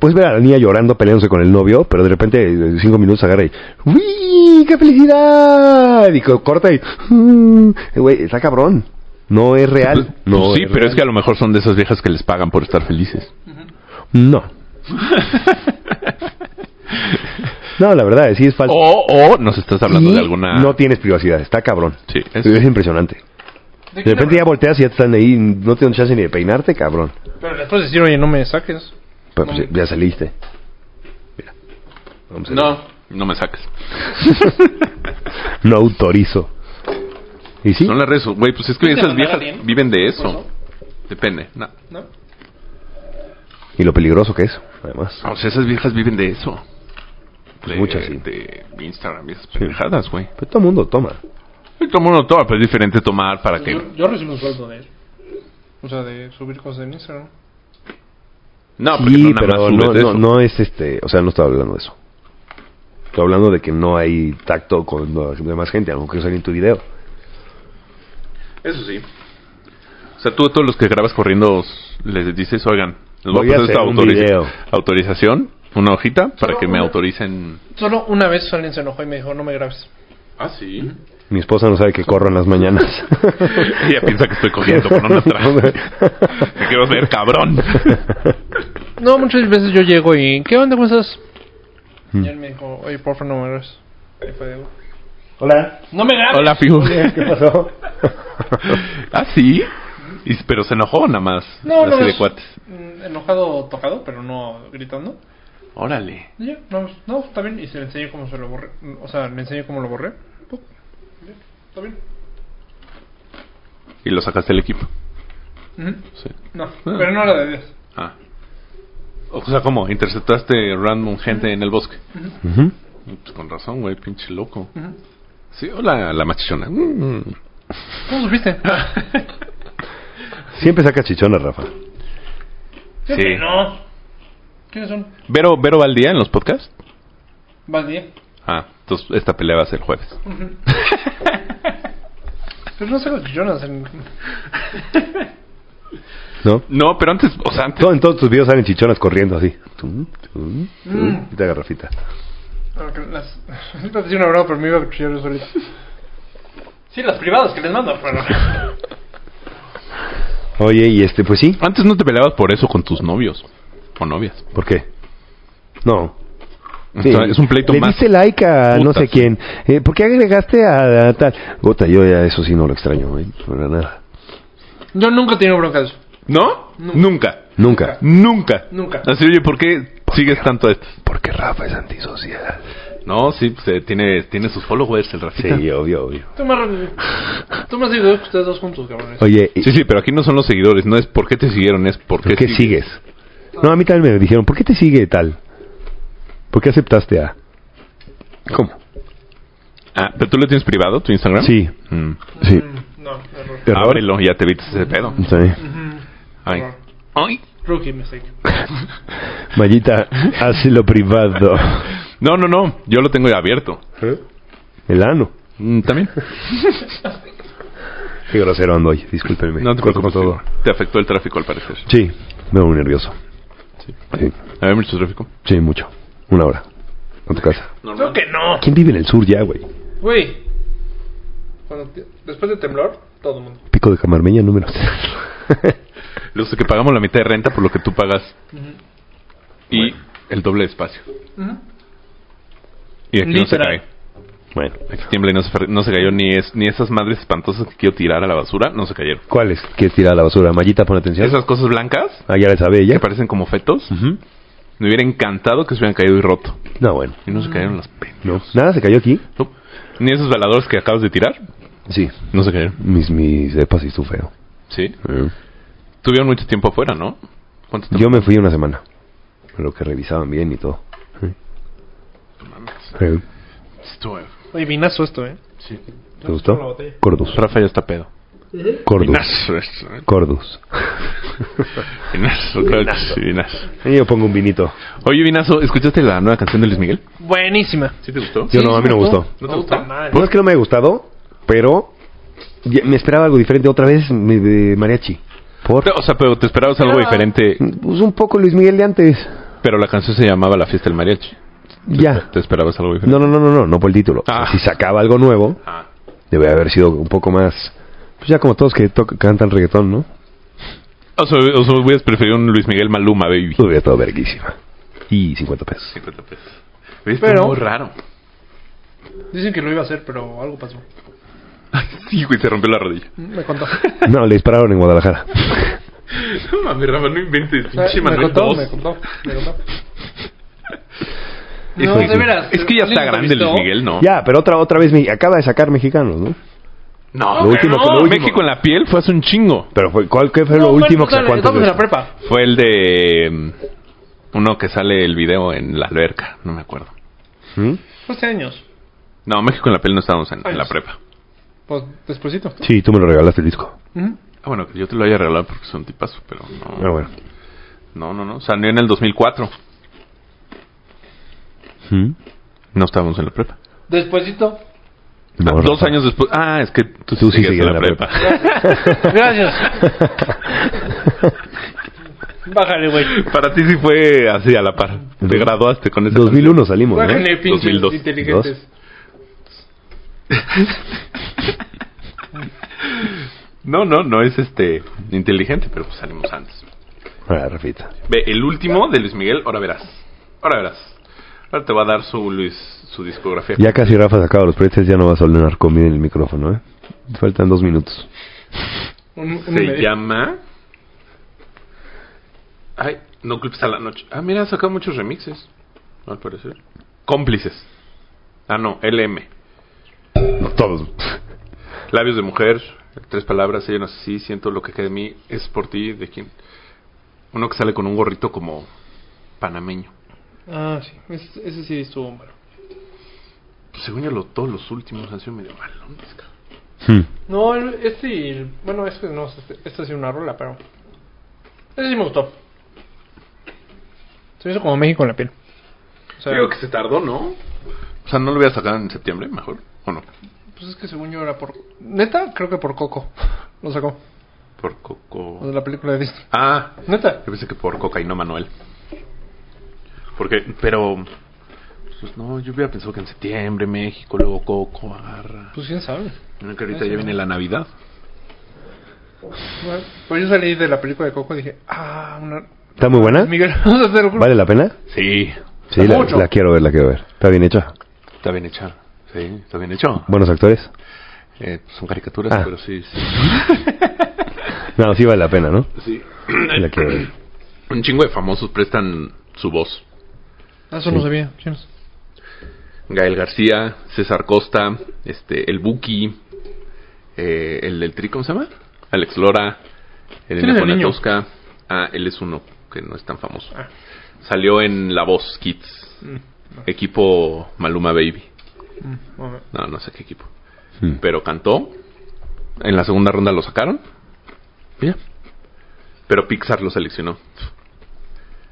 Speaker 4: puedes ver a la niña llorando, peleándose con el novio, pero de repente eh, cinco minutos agarra y ¡Uy! ¡Qué felicidad! Y co- corta y "Mm". Eh, Güey, está cabrón. No es real.
Speaker 2: Pues
Speaker 4: No
Speaker 2: sí, pero es que a
Speaker 4: real.
Speaker 2: lo mejor son de esas viejas que les pagan por estar felices.
Speaker 4: No. No, la verdad, sí es falso.
Speaker 2: O, o nos Oh, estás hablando
Speaker 4: Y
Speaker 2: de alguna...
Speaker 4: No tienes privacidad, está cabrón.
Speaker 2: Sí, es-
Speaker 4: es... impresionante.
Speaker 3: ¿De
Speaker 4: De
Speaker 3: quién
Speaker 4: repente ya
Speaker 3: hablas?
Speaker 4: volteas y ya te están ahí, no te dan chance ni de peinarte, cabrón.
Speaker 3: Pero les puedes decir, oye, no me saques.
Speaker 4: Pero pues, ya saliste. Mira. Vamos a ver.
Speaker 2: No, no me saques.
Speaker 4: No autorizo. ¿Y sí?
Speaker 2: Son las redes, so- güey, pues es que
Speaker 3: ¿Sí te
Speaker 2: esas
Speaker 3: mandará
Speaker 2: viejas
Speaker 3: bien?
Speaker 2: viven de
Speaker 3: ¿Por
Speaker 2: eso. Depende. No.
Speaker 3: ¿No?
Speaker 4: Y lo peligroso que es, además.
Speaker 2: O sea, esas viejas viven de eso.
Speaker 4: Pues
Speaker 2: de,
Speaker 4: muchas, sí.
Speaker 2: De Instagram y esas pendejadas, güey.
Speaker 4: Pero Pues, todo el mundo toma.
Speaker 2: Y Todo mundo toma, pero es diferente tomar para que...
Speaker 3: Yo, yo recibo un sueldo de él. O sea, de subir cosas en Instagram.
Speaker 2: No, porque
Speaker 4: sí,
Speaker 2: no nada
Speaker 4: pero
Speaker 2: más
Speaker 4: no,
Speaker 2: subes
Speaker 4: no,
Speaker 2: eso.
Speaker 4: no es este... O sea, no estaba hablando de eso. Estoy hablando de que no hay tacto con la demás gente, aunque salga en tu video.
Speaker 2: Eso sí. O sea, tú a todos los que grabas corriendo les dices, oigan, les voy,
Speaker 4: Voy
Speaker 2: a
Speaker 4: a
Speaker 2: pasar esta
Speaker 4: hacer un
Speaker 2: autoriza-
Speaker 4: video.
Speaker 2: autorización, una hojita, para que me
Speaker 3: una.
Speaker 2: autoricen.
Speaker 3: Solo una vez alguien se enojó y me dijo, no me grabes.
Speaker 2: Ah, sí.
Speaker 4: Mi esposa no sabe que corro en las mañanas.
Speaker 2: Ella piensa que estoy cogiendo con una atrás. Te quiero ver, cabrón.
Speaker 3: No, muchas veces yo llego y, ¿qué onda, cómo estás?
Speaker 2: Hmm.
Speaker 3: Y él me dijo, oye, por favor, no me grabes. Y fue, de,
Speaker 4: Hola.
Speaker 3: no me grabes.
Speaker 2: Hola, Fiu.
Speaker 4: ¿Qué pasó?
Speaker 2: ah, sí. Y- pero se enojó nada más.
Speaker 3: No,
Speaker 2: Así
Speaker 3: no,
Speaker 2: de
Speaker 3: es-
Speaker 2: cuates.
Speaker 3: Mm, Enojado, tocado, pero no gritando.
Speaker 2: Órale.
Speaker 3: Y ya, no, no, está bien. Y se le enseñé cómo se lo borré. Mm, O sea, le enseñé cómo lo borré. Pup, ya, Está bien.
Speaker 2: Y lo sacaste del equipo.
Speaker 3: Ujú.
Speaker 2: Sí.
Speaker 3: No, pero no era de Dios.
Speaker 2: Ah. O sea, ¿cómo? Interceptaste random gente en el bosque.
Speaker 4: Ujú.
Speaker 2: Pues con razón, güey, pinche loco.
Speaker 3: Ujú.
Speaker 2: Sí, hola, la machichona. Mm.
Speaker 3: ¿Cómo supiste?
Speaker 4: Siempre saca chichones, Rafa.
Speaker 3: Creo
Speaker 2: Sí.
Speaker 3: que No. ¿Quiénes son?
Speaker 2: ¿Vero, ¿Vero va al día en los podcasts?
Speaker 3: Valdía.
Speaker 2: Ah, entonces esta pelea va a ser el jueves.
Speaker 3: Pero Pues no sé los chichonas. En...
Speaker 4: ¿No?
Speaker 2: No, pero antes, o sea, antes...
Speaker 4: Todo, en todos tus videos salen chichonas corriendo así. Tum, tum, tum. Y te garrafita.
Speaker 3: no, que Las... Iba a decir una broma, pero me iba a cuchillar yo solito. Sí, las privadas que les mando, pero...
Speaker 4: Oye, y este, pues sí.
Speaker 2: Antes no te peleabas por eso con tus novios o novias.
Speaker 4: ¿Por qué? No.
Speaker 2: O sea, es un pleito
Speaker 4: Le
Speaker 2: más.
Speaker 4: diste like a no
Speaker 2: Putas.
Speaker 4: sé quién. Eh, ¿Por qué agregaste a, a tal? Gota, yo ya eso sí no lo extraño, ¿eh? Para nada.
Speaker 3: Yo nunca he tenido bronca de eso.
Speaker 2: ¿No? Nunca.
Speaker 4: Nunca.
Speaker 2: Nunca.
Speaker 3: Nunca.
Speaker 2: Así, oye, ¿por qué sigues tanto a estas?
Speaker 4: Porque Rafa es antisocial.
Speaker 2: No, sí, pues, eh, tiene, tiene sus followers el
Speaker 4: Sí,
Speaker 2: Rafita. Sí.
Speaker 4: obvio, obvio.
Speaker 3: Tú más... Tú más digo que ustedes dos juntos, cabrones.
Speaker 4: Oye,
Speaker 2: Sí, pero aquí no son los seguidores, no es por qué te siguieron, es por qué,
Speaker 4: ¿por qué sigues? No, a mí también me dijeron, ¿por qué te sigue tal? ¿Por qué aceptaste a...? ¿Cómo?
Speaker 2: Ah, pero tú lo tienes privado, tu Instagram.
Speaker 4: Sí,
Speaker 2: Mm.
Speaker 4: sí.
Speaker 3: Mm, No, error.
Speaker 4: Error.
Speaker 2: Ábrelo, ya te viste ese pedo.
Speaker 4: Sí.
Speaker 2: Ay.
Speaker 3: error.
Speaker 2: Ay.
Speaker 3: Rookie mistake.
Speaker 4: Mayita, hazlo privado.
Speaker 2: No, no, no, yo lo tengo ya abierto.
Speaker 4: El ano.
Speaker 2: Mm, También.
Speaker 4: Qué grosero ando hoy, discúlpenme.
Speaker 2: No te
Speaker 4: Corto con
Speaker 2: preocupes. Te afectó el tráfico al parecer.
Speaker 4: Sí, me voy nervioso. Sí,
Speaker 2: ¿Había mucho tráfico?
Speaker 4: sí, mucho. Una hora. ¿Con tu casa?
Speaker 3: Creo que no.
Speaker 4: ¿Quién vive en el sur ya, güey?
Speaker 3: Güey. Cuando te- Después de temblor, todo el mundo.
Speaker 4: Pico de Camarmeña número tres.
Speaker 2: Lo sé que pagamos la mitad de renta por lo que tú pagas. Y el doble de espacio. Y aquí no se
Speaker 3: Literal.
Speaker 2: cae.
Speaker 4: bueno,
Speaker 2: Aquí tiembla y no se, fer- no se cayó ni, es, ni esas madres espantosas que quiero tirar a la basura, no se cayeron.
Speaker 4: ¿cuál es? ¿Quieres tirar a la basura? Mayita, pon atención.
Speaker 2: Esas cosas blancas
Speaker 4: Ah, ya la sabe
Speaker 2: que
Speaker 4: ella.
Speaker 2: parecen como fetos,
Speaker 4: Ujú.
Speaker 2: me hubiera encantado que se hubieran caído y roto.
Speaker 4: No, bueno.
Speaker 2: Y no se cayeron las penas.
Speaker 4: No. ¿Nada se cayó aquí?
Speaker 2: No. Ni esos veladores que acabas de tirar,
Speaker 4: Sí.
Speaker 2: no se cayeron.
Speaker 4: Mis, mis depas y su feo.
Speaker 2: Sí.
Speaker 4: Eh.
Speaker 2: Tuvieron mucho tiempo afuera, ¿no? ¿Cuánto tiempo?
Speaker 4: Yo me fui una semana. Lo que revisaban bien y todo. Sí.
Speaker 2: Estuve.
Speaker 3: Oye, vinazo esto, eh.
Speaker 2: Sí.
Speaker 4: ¿Te gustó? Cordus.
Speaker 2: Rafa ya está pedo.
Speaker 4: Cordus.
Speaker 2: Vinazo, esto, ¿eh?
Speaker 4: Cordus.
Speaker 2: Vinazo, claro que sí, vinazo.
Speaker 4: Y Yo pongo un vinito.
Speaker 2: Oye, Vinazo, ¿escuchaste la nueva canción de Luis Miguel?
Speaker 3: Buenísima.
Speaker 2: ¿Sí te gustó?
Speaker 4: Yo no, a mí no me gustó.
Speaker 2: ¿No te gustó?
Speaker 3: Puta madre.
Speaker 4: No es que no me haya gustado, pero ya- me esperaba algo diferente otra vez me- de mariachi. ¿Por?
Speaker 2: O sea, pero te esperabas algo diferente.
Speaker 4: Pues un poco Luis Miguel de antes.
Speaker 2: Pero la canción se llamaba La Fiesta del Mariachi.
Speaker 4: Ya.
Speaker 2: Te esperabas algo diferente.
Speaker 4: No, no, no, no, no, no por el título.
Speaker 2: Ah.
Speaker 4: Si sacaba algo nuevo,
Speaker 2: Ah.
Speaker 4: debe haber sido un poco más. Pues ya como todos que to- cantan reggaetón, ¿no?
Speaker 2: O sea, o sea, hubieras preferido un Luis Miguel Maluma, baby.
Speaker 4: Pues Hubiera estado verguísima. Y 50 pesos.
Speaker 2: pues, ¿Viste?
Speaker 3: Pero-
Speaker 2: Muy raro.
Speaker 3: Dicen que lo iba a hacer, pero algo pasó.
Speaker 2: Sí, güey, se rompió la rodilla.
Speaker 3: Mm, Me contó.
Speaker 4: No, le dispararon en Guadalajara.
Speaker 2: No mames, Rafa, no inventes. Pinche
Speaker 3: me,
Speaker 2: Manuel
Speaker 3: contó
Speaker 2: dos.
Speaker 3: me contó, me contó.
Speaker 2: Hijo
Speaker 3: No, de veras.
Speaker 2: Es que ya está
Speaker 3: ¿Alguien
Speaker 2: grande Luis
Speaker 3: entrevistó?
Speaker 2: Miguel, ¿no?
Speaker 4: Ya, pero otra otra vez me acaba de sacar mexicanos, ¿no?
Speaker 2: No,
Speaker 4: Lo
Speaker 2: güey,
Speaker 4: último
Speaker 2: no.
Speaker 4: que- lo último.
Speaker 2: México en la piel fue hace un chingo.
Speaker 4: Pero fue, ¿cuál qué fue
Speaker 3: No,
Speaker 4: lo
Speaker 3: bueno,
Speaker 4: último que
Speaker 3: dale,
Speaker 4: sacó antes
Speaker 3: Estamos
Speaker 4: de
Speaker 3: en la
Speaker 4: eso?
Speaker 3: prepa.
Speaker 2: Fue el de. mm, Uno que sale el video en la alberca, no me acuerdo.
Speaker 4: ¿Mm?
Speaker 3: Fue hace años.
Speaker 2: No, México en la piel no estábamos en, en la
Speaker 3: Años.
Speaker 2: prepa.
Speaker 3: Pues despuésito.
Speaker 4: Sí, tú me lo regalaste el disco.
Speaker 3: Ujú.
Speaker 2: Ah, bueno, que yo te lo haya regalado porque es un tipazo, pero
Speaker 4: Ah,
Speaker 2: no.
Speaker 4: bueno.
Speaker 2: No, no, no. Salió en el 2004.
Speaker 4: ¿Mm?
Speaker 2: No estábamos en la prepa.
Speaker 3: Despuésito.
Speaker 4: No,
Speaker 2: Ah, dos
Speaker 4: Rafa.
Speaker 2: años después. Ah, es que tú,
Speaker 4: Tú sí
Speaker 2: sigues
Speaker 4: sigues
Speaker 2: en la, prepa.
Speaker 3: Gracias. Bájale, güey.
Speaker 2: Para ti sí fue así a la par. Te graduaste con ese.
Speaker 4: 2001 salimos, ¿no?
Speaker 3: Bájale, pinches
Speaker 2: 2002.
Speaker 3: inteligentes.
Speaker 2: No, no, no es este inteligente, pero pues salimos antes.
Speaker 4: Ah, Rafita.
Speaker 2: Ve, el último de Luis Miguel, ahora verás. Ahora verás. Ahora te va a dar su Luis, su discografía.
Speaker 4: Ya casi Rafa ha sacado los precios, ya no va a sonar comida en el micrófono, ¿eh? Faltan dos minutos.
Speaker 3: Un, un
Speaker 2: Se
Speaker 3: medio.
Speaker 2: llama. Ay, no clips a la noche. Ah, mira, ha sacado muchos remixes. Al parecer. Cómplices. Ah, no, LM.
Speaker 4: Todos.
Speaker 2: Labios de mujer. Tres palabras, ella no sé si siento lo que queda de mí. Es por ti, de quién. Uno que sale con un gorrito como panameño.
Speaker 3: Ah, sí. Ese, ese sí estuvo malo.
Speaker 2: Pues según yo, lo- todos los últimos han sido medio malones, cabrón.
Speaker 4: Hmm.
Speaker 3: No, el- este y el- Bueno, es que no. Este, este ha sido una rola, pero. Ese sí me gustó. Se me hizo como México en la piel. O sea,
Speaker 2: Digo que se tardó, ¿no? O sea, no lo voy a sacar en septiembre, mejor. ¿O no?
Speaker 3: pues es que según yo era por. Neta, creo que por Coco. Lo sacó.
Speaker 2: Por
Speaker 3: o de
Speaker 2: Coco.
Speaker 3: la película de Disney.
Speaker 2: Ah,
Speaker 3: Neta.
Speaker 2: Yo pensé que por coca y no Manuel. Porque, pero. Pues no, yo hubiera pensado que en septiembre, México, luego Coco, agarra.
Speaker 3: Pues quién sabe.
Speaker 2: Mira que ahorita ya viene la Navidad.
Speaker 3: Bueno, Pues yo salí de la película de Coco y dije, ah, una.
Speaker 4: ¿Está muy buena?
Speaker 3: Miguel, vamos a hacer un
Speaker 4: ¿Eh? ¿Vale la pena?
Speaker 2: Sí,
Speaker 4: Sí, la,
Speaker 3: Mucho.
Speaker 4: la quiero ver, la quiero ver. Está bien hecha.
Speaker 2: está bien hecha. Sí, está bien hecho.
Speaker 4: Buenos actores.
Speaker 2: Eh, pues son caricaturas,
Speaker 4: Ah.
Speaker 2: pero sí, sí.
Speaker 4: No, sí vale la pena, ¿no?
Speaker 2: sí.
Speaker 4: Sí la quiero ver.
Speaker 2: Un chingo de famosos prestan su voz.
Speaker 3: Ah, Eso no sabía. ¿Quién es?
Speaker 2: Gael García, César Costa, este, el Buki, eh, el del Tri, ¿cómo se llama? Alex Lora,
Speaker 3: ¿Quién
Speaker 2: Elena
Speaker 3: es el niño?
Speaker 2: Poniatowska. Ah, él es uno que no es tan famoso.
Speaker 3: Ah.
Speaker 2: Salió en La Voz Kids, equipo Maluma Baby.
Speaker 3: Mm, ok.
Speaker 2: No, no sé qué equipo.
Speaker 4: Mm.
Speaker 2: Pero cantó. En la segunda ronda lo sacaron. Y ya. Pero Pixar lo seleccionó.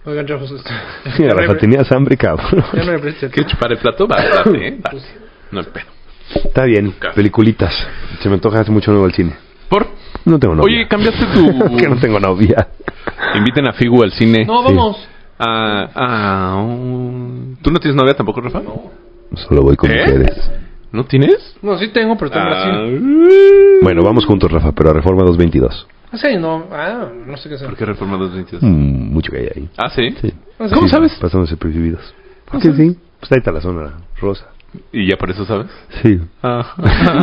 Speaker 3: Oigan, chavos, este,
Speaker 4: Mira,
Speaker 3: ya no hay-
Speaker 4: Rafa, tenías hambre, cabrón.
Speaker 3: ya no hay precio.
Speaker 2: ¿Quieres chupar el plato? Va, date, eh, date. No hay pedo.
Speaker 4: Está bien. Peliculitas. Se me antoja hace mucho nuevo al cine.
Speaker 2: Por.
Speaker 4: No tengo novia.
Speaker 2: Oye, cambiaste tu.
Speaker 4: que no tengo novia.
Speaker 2: Inviten a Figu al cine.
Speaker 3: No, vamos.
Speaker 2: Ah, ah, um, ¿Tú no tienes novia tampoco, Rafa? No.
Speaker 4: Solo voy con
Speaker 2: ¿Eh?
Speaker 4: ustedes.
Speaker 2: tienes?
Speaker 3: No, sí tengo, pero tengo así.
Speaker 2: Ah.
Speaker 4: Bueno, vamos juntos, Rafa, pero a Reforma 222.
Speaker 3: Hace años no. Ah, no sé qué hacer.
Speaker 2: ¿Por qué Reforma 222?
Speaker 4: Mm, mucho que hay ahí.
Speaker 2: Ah, ¿sí?
Speaker 4: Sí.
Speaker 3: No sé.
Speaker 2: ¿Cómo
Speaker 4: Sí,
Speaker 2: sabes?
Speaker 4: Pasándose percibidos. Porque sí. Pues ahí está la zona rosa.
Speaker 2: ¿Y ya por eso sabes?
Speaker 4: Sí.
Speaker 2: Ah,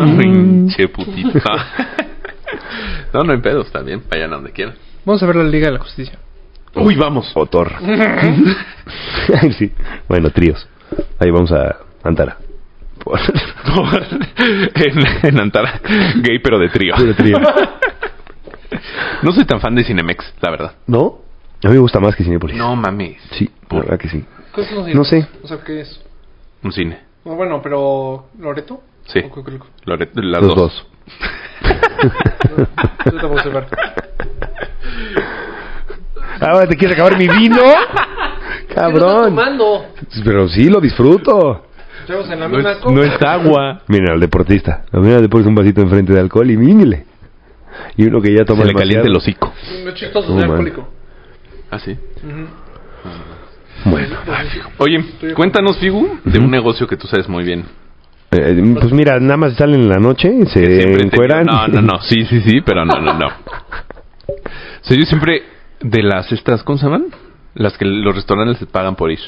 Speaker 4: Mm.
Speaker 2: pinche putita. no, no hay pedo, está bien. Vayan a donde quieran.
Speaker 3: Vamos a ver la Liga de la Justicia.
Speaker 2: Uy, vamos.
Speaker 4: Otor. sí. Bueno, tríos. Ahí vamos a Antara. Por-
Speaker 2: en, en Antara, gay pero de trío.
Speaker 4: Puro trío.
Speaker 2: No soy tan fan de Cinemex, la verdad.
Speaker 4: ¿No? A mí me gusta más que Cinepolis.
Speaker 2: No mames.
Speaker 4: Sí, la verdad que sí.
Speaker 3: ¿Qué es eso?
Speaker 4: No sé.
Speaker 3: O sea, ¿qué es?
Speaker 2: Un cine.
Speaker 3: No, Bueno, pero. ¿Loreto?
Speaker 2: Sí.
Speaker 3: ¿O Cucurucu?
Speaker 2: Loret- las dos.
Speaker 4: Los dos.
Speaker 3: Yo tampoco sé ver.
Speaker 4: Ahora Ah, te quieres acabar mi vino.
Speaker 3: ¿Qué estás
Speaker 4: Cabrón.
Speaker 3: tomando?
Speaker 4: Pero sí, lo disfruto.
Speaker 3: Chavos, en la
Speaker 2: No
Speaker 3: misma
Speaker 2: es-
Speaker 3: copa.
Speaker 2: no es agua.
Speaker 4: Mira, al deportista. Mira, le pones un vasito enfrente de alcohol y mínguele. Y uno que ya toma
Speaker 2: Se le
Speaker 4: demasiado.
Speaker 2: caliente el hocico.
Speaker 3: No es chistoso,
Speaker 4: No,
Speaker 3: soy
Speaker 4: man.
Speaker 3: alcohólico.
Speaker 2: Ah, sí.
Speaker 3: Ujú.
Speaker 4: Bueno,
Speaker 2: Oye, cuéntanos, Figu, de un negocio que tú sabes muy bien.
Speaker 4: eh, pues mira, nada más salen en la noche, se
Speaker 2: Siempre he tenido-
Speaker 4: encueran.
Speaker 2: No, no, no. Sí, sí, sí, pero no, no, no. O sea, yo siempre de las estas, ¿cómo se llaman? Las que los restaurantes se pagan por ir.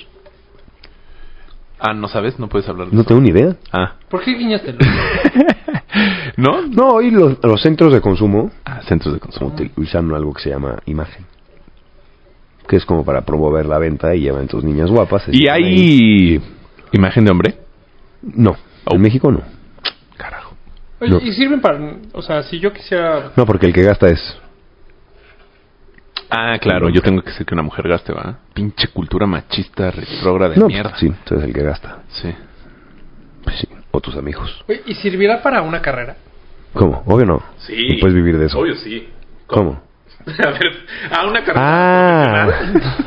Speaker 2: Ah, no sabes, no puedes hablar de
Speaker 4: No
Speaker 2: eso.
Speaker 4: tengo ni idea.
Speaker 2: Ah,
Speaker 3: ¿Por qué guiñaste?
Speaker 2: ¿no?
Speaker 4: No, y los, los centros de consumo
Speaker 2: Ah, centros de consumo.
Speaker 4: utilizan algo que se llama imagen. Que es como para promover la venta y llevan tus niñas guapas. se
Speaker 2: ¿Y
Speaker 4: sientan ahí.
Speaker 2: hay imagen de hombre?
Speaker 4: No,
Speaker 2: Oh.
Speaker 4: en México no.
Speaker 2: Carajo.
Speaker 3: Oye,
Speaker 4: No.
Speaker 3: y sirven para. O sea, si yo quisiera.
Speaker 4: No, porque el que gasta es...
Speaker 2: Ah, claro, yo tengo que decir que una mujer gaste, ¿va? Pinche cultura machista, retrógrada de
Speaker 4: no, pues,
Speaker 2: mierda.
Speaker 4: sí, tú eres el que gasta.
Speaker 2: Sí.
Speaker 4: Pues sí, o tus amigos.
Speaker 3: Oye, ¿y servirá para una carrera?
Speaker 4: ¿Cómo? Obvio no.
Speaker 2: Sí.
Speaker 4: No puedes vivir de eso. Obvio
Speaker 2: sí.
Speaker 4: ¿Cómo?
Speaker 2: A ver, a una
Speaker 4: Ah,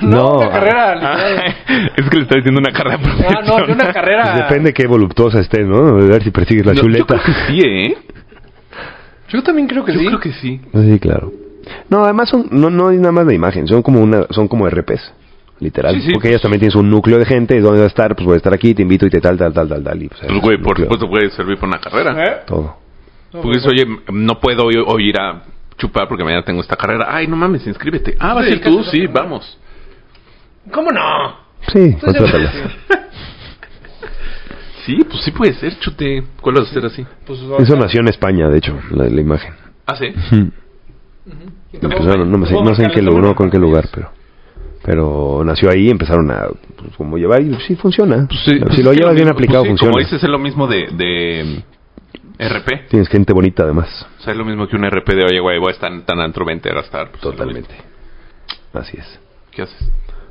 Speaker 3: No,
Speaker 4: no.
Speaker 3: una
Speaker 2: Ah.
Speaker 3: carrera. literal.
Speaker 2: es que le está diciendo una carrera
Speaker 3: Ah, no, de una carrera.
Speaker 4: Pues depende qué voluptuosa esté, ¿no? A ver si persigues la
Speaker 2: No,
Speaker 4: chuleta.
Speaker 2: Yo creo que sí, ¿eh?
Speaker 3: Yo también creo que
Speaker 2: Yo
Speaker 3: sí.
Speaker 2: creo que sí.
Speaker 4: Sí, claro. No, además son, no, no es nada más de imagen, son como una, son como RPs, literal.
Speaker 2: Sí, sí,
Speaker 4: Porque ellas también tienen su núcleo de gente, es donde vas a estar, pues voy a estar aquí, te invito y te tal, tal, tal, tal, tal. Y, pues, ahí
Speaker 2: Pues,
Speaker 4: está
Speaker 2: güey,
Speaker 4: el
Speaker 2: por
Speaker 4: núcleo.
Speaker 2: supuesto puede servir para una carrera.
Speaker 3: ¿Eh?
Speaker 4: Todo.
Speaker 3: No,
Speaker 2: Porque dices,
Speaker 3: no,
Speaker 2: oye, no puedo hoy, hoy ir a chupar porque mañana tengo esta carrera. Ay, no mames, inscríbete. Ah, ¿vas a
Speaker 3: Sí,
Speaker 2: ir tú?
Speaker 3: casi-
Speaker 2: Sí, vamos.
Speaker 3: no. ¿Cómo no?
Speaker 4: Pues Sí,
Speaker 3: Tú siempre-
Speaker 4: contrátalas.
Speaker 2: Sí, pues sí puede ser, chute. ¿Cuál vas a hacer así?
Speaker 3: Pues,
Speaker 4: Eso nació en España, de hecho, la, la imagen.
Speaker 2: Ah, sí.
Speaker 4: Pues, no, no me sé, no sé en qué lugar, no, con qué lugar, pero pero nació ahí, empezaron a pues, como llevar y sí funciona.
Speaker 2: sí, pues
Speaker 4: si
Speaker 2: es
Speaker 4: lo
Speaker 2: que
Speaker 4: llevas bien
Speaker 2: mismo-
Speaker 4: aplicado
Speaker 2: pues sí,
Speaker 4: funciona.
Speaker 2: Como dices, es lo mismo de, de mm, RP.
Speaker 4: Tienes gente bonita además.
Speaker 2: O sea, es lo mismo que un RP de, oye, güey, voy a estar tan antro 20 a estar. pues, es lo
Speaker 4: Totalmente. Así es.
Speaker 2: mismo. ¿Qué haces?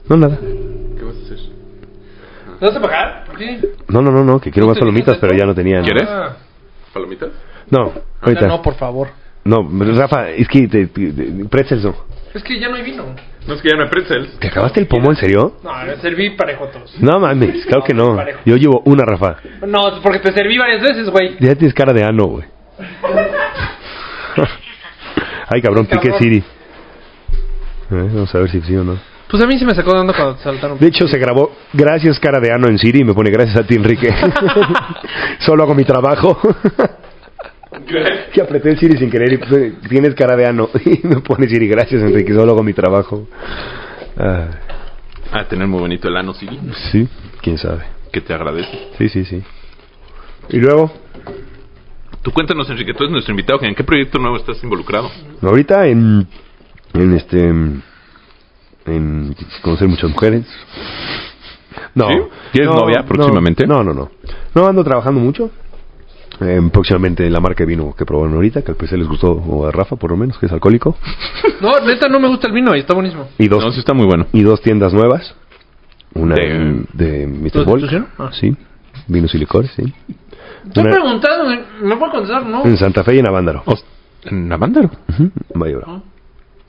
Speaker 4: No nada.
Speaker 2: ¿Qué vas a hacer?
Speaker 3: ¿No vas a pagar? ¿Por qué?
Speaker 4: No, no, no, no, que quiero
Speaker 3: ¿No
Speaker 4: más
Speaker 3: te
Speaker 4: palomitas,
Speaker 3: dijiste
Speaker 4: pero
Speaker 3: tú?
Speaker 4: ya no tenía.
Speaker 2: ¿Quieres?
Speaker 3: Ah,
Speaker 2: ¿Palomitas?
Speaker 4: No,
Speaker 3: ya
Speaker 4: ahorita.
Speaker 3: no, por favor.
Speaker 4: No, Rafa, es que te, te- te- pretzels no.
Speaker 3: Es que ya no hay vino.
Speaker 2: No, es que ya no hay pretzels.
Speaker 4: ¿Te acabaste el pomo en serio?
Speaker 3: No, le serví parejo a todos.
Speaker 4: No mames, claro que no. Yo llevo una, Rafa.
Speaker 3: No, porque te serví varias veces, güey.
Speaker 4: Ya tienes cara de ano, güey. Ay, cabrón, pique
Speaker 3: Cabrón.
Speaker 4: Siri. A ver, vamos a ver si sí o no.
Speaker 3: Pues a mí se me sacó dando cuando te saltaron.
Speaker 4: De hecho, se grabó Gracias, cara de ano en Siri y me pone gracias a ti, Enrique. Solo hago mi trabajo. que apreté el Siri sin querer y puse, tienes cara de ano. y me pone Siri, gracias, Enrique. Solo hago mi trabajo. Ah,
Speaker 2: Ah, tener muy bonito el ano, sí.
Speaker 4: sí, quién sabe.
Speaker 2: Que te agradece.
Speaker 4: Sí, sí, sí. Y luego,
Speaker 2: Tú cuéntanos, Enrique, tú eres nuestro invitado. ¿En qué proyecto nuevo estás involucrado?
Speaker 4: ahorita en, en este, en conocer muchas mujeres. No.
Speaker 2: ¿Sí? ¿Tienes
Speaker 4: No,
Speaker 2: novia
Speaker 4: no,
Speaker 2: próximamente?
Speaker 4: No, no, no. No ando trabajando mucho. Eh, próximamente la marca de vino que probaron ahorita, que al parecer les gustó, o a Rafa por lo menos, que es alcohólico.
Speaker 3: No, neta, no me gusta el vino y está buenísimo.
Speaker 4: Y dos,
Speaker 2: No, sí está muy bueno.
Speaker 4: y dos tiendas nuevas. Una
Speaker 2: De-
Speaker 4: en- de, Mr.
Speaker 3: ¿Prostitución?
Speaker 4: Volk.
Speaker 3: Ah.
Speaker 4: Sí. Vinos y licores, sí.
Speaker 3: Te he
Speaker 4: Una-
Speaker 3: preguntado, güey. ¿Me puedo contestar? No.
Speaker 4: en Santa Fe y en Avándaro.
Speaker 2: O- ¿En Avándaro?
Speaker 4: Ujú, en Valle Bravo.
Speaker 3: Ah.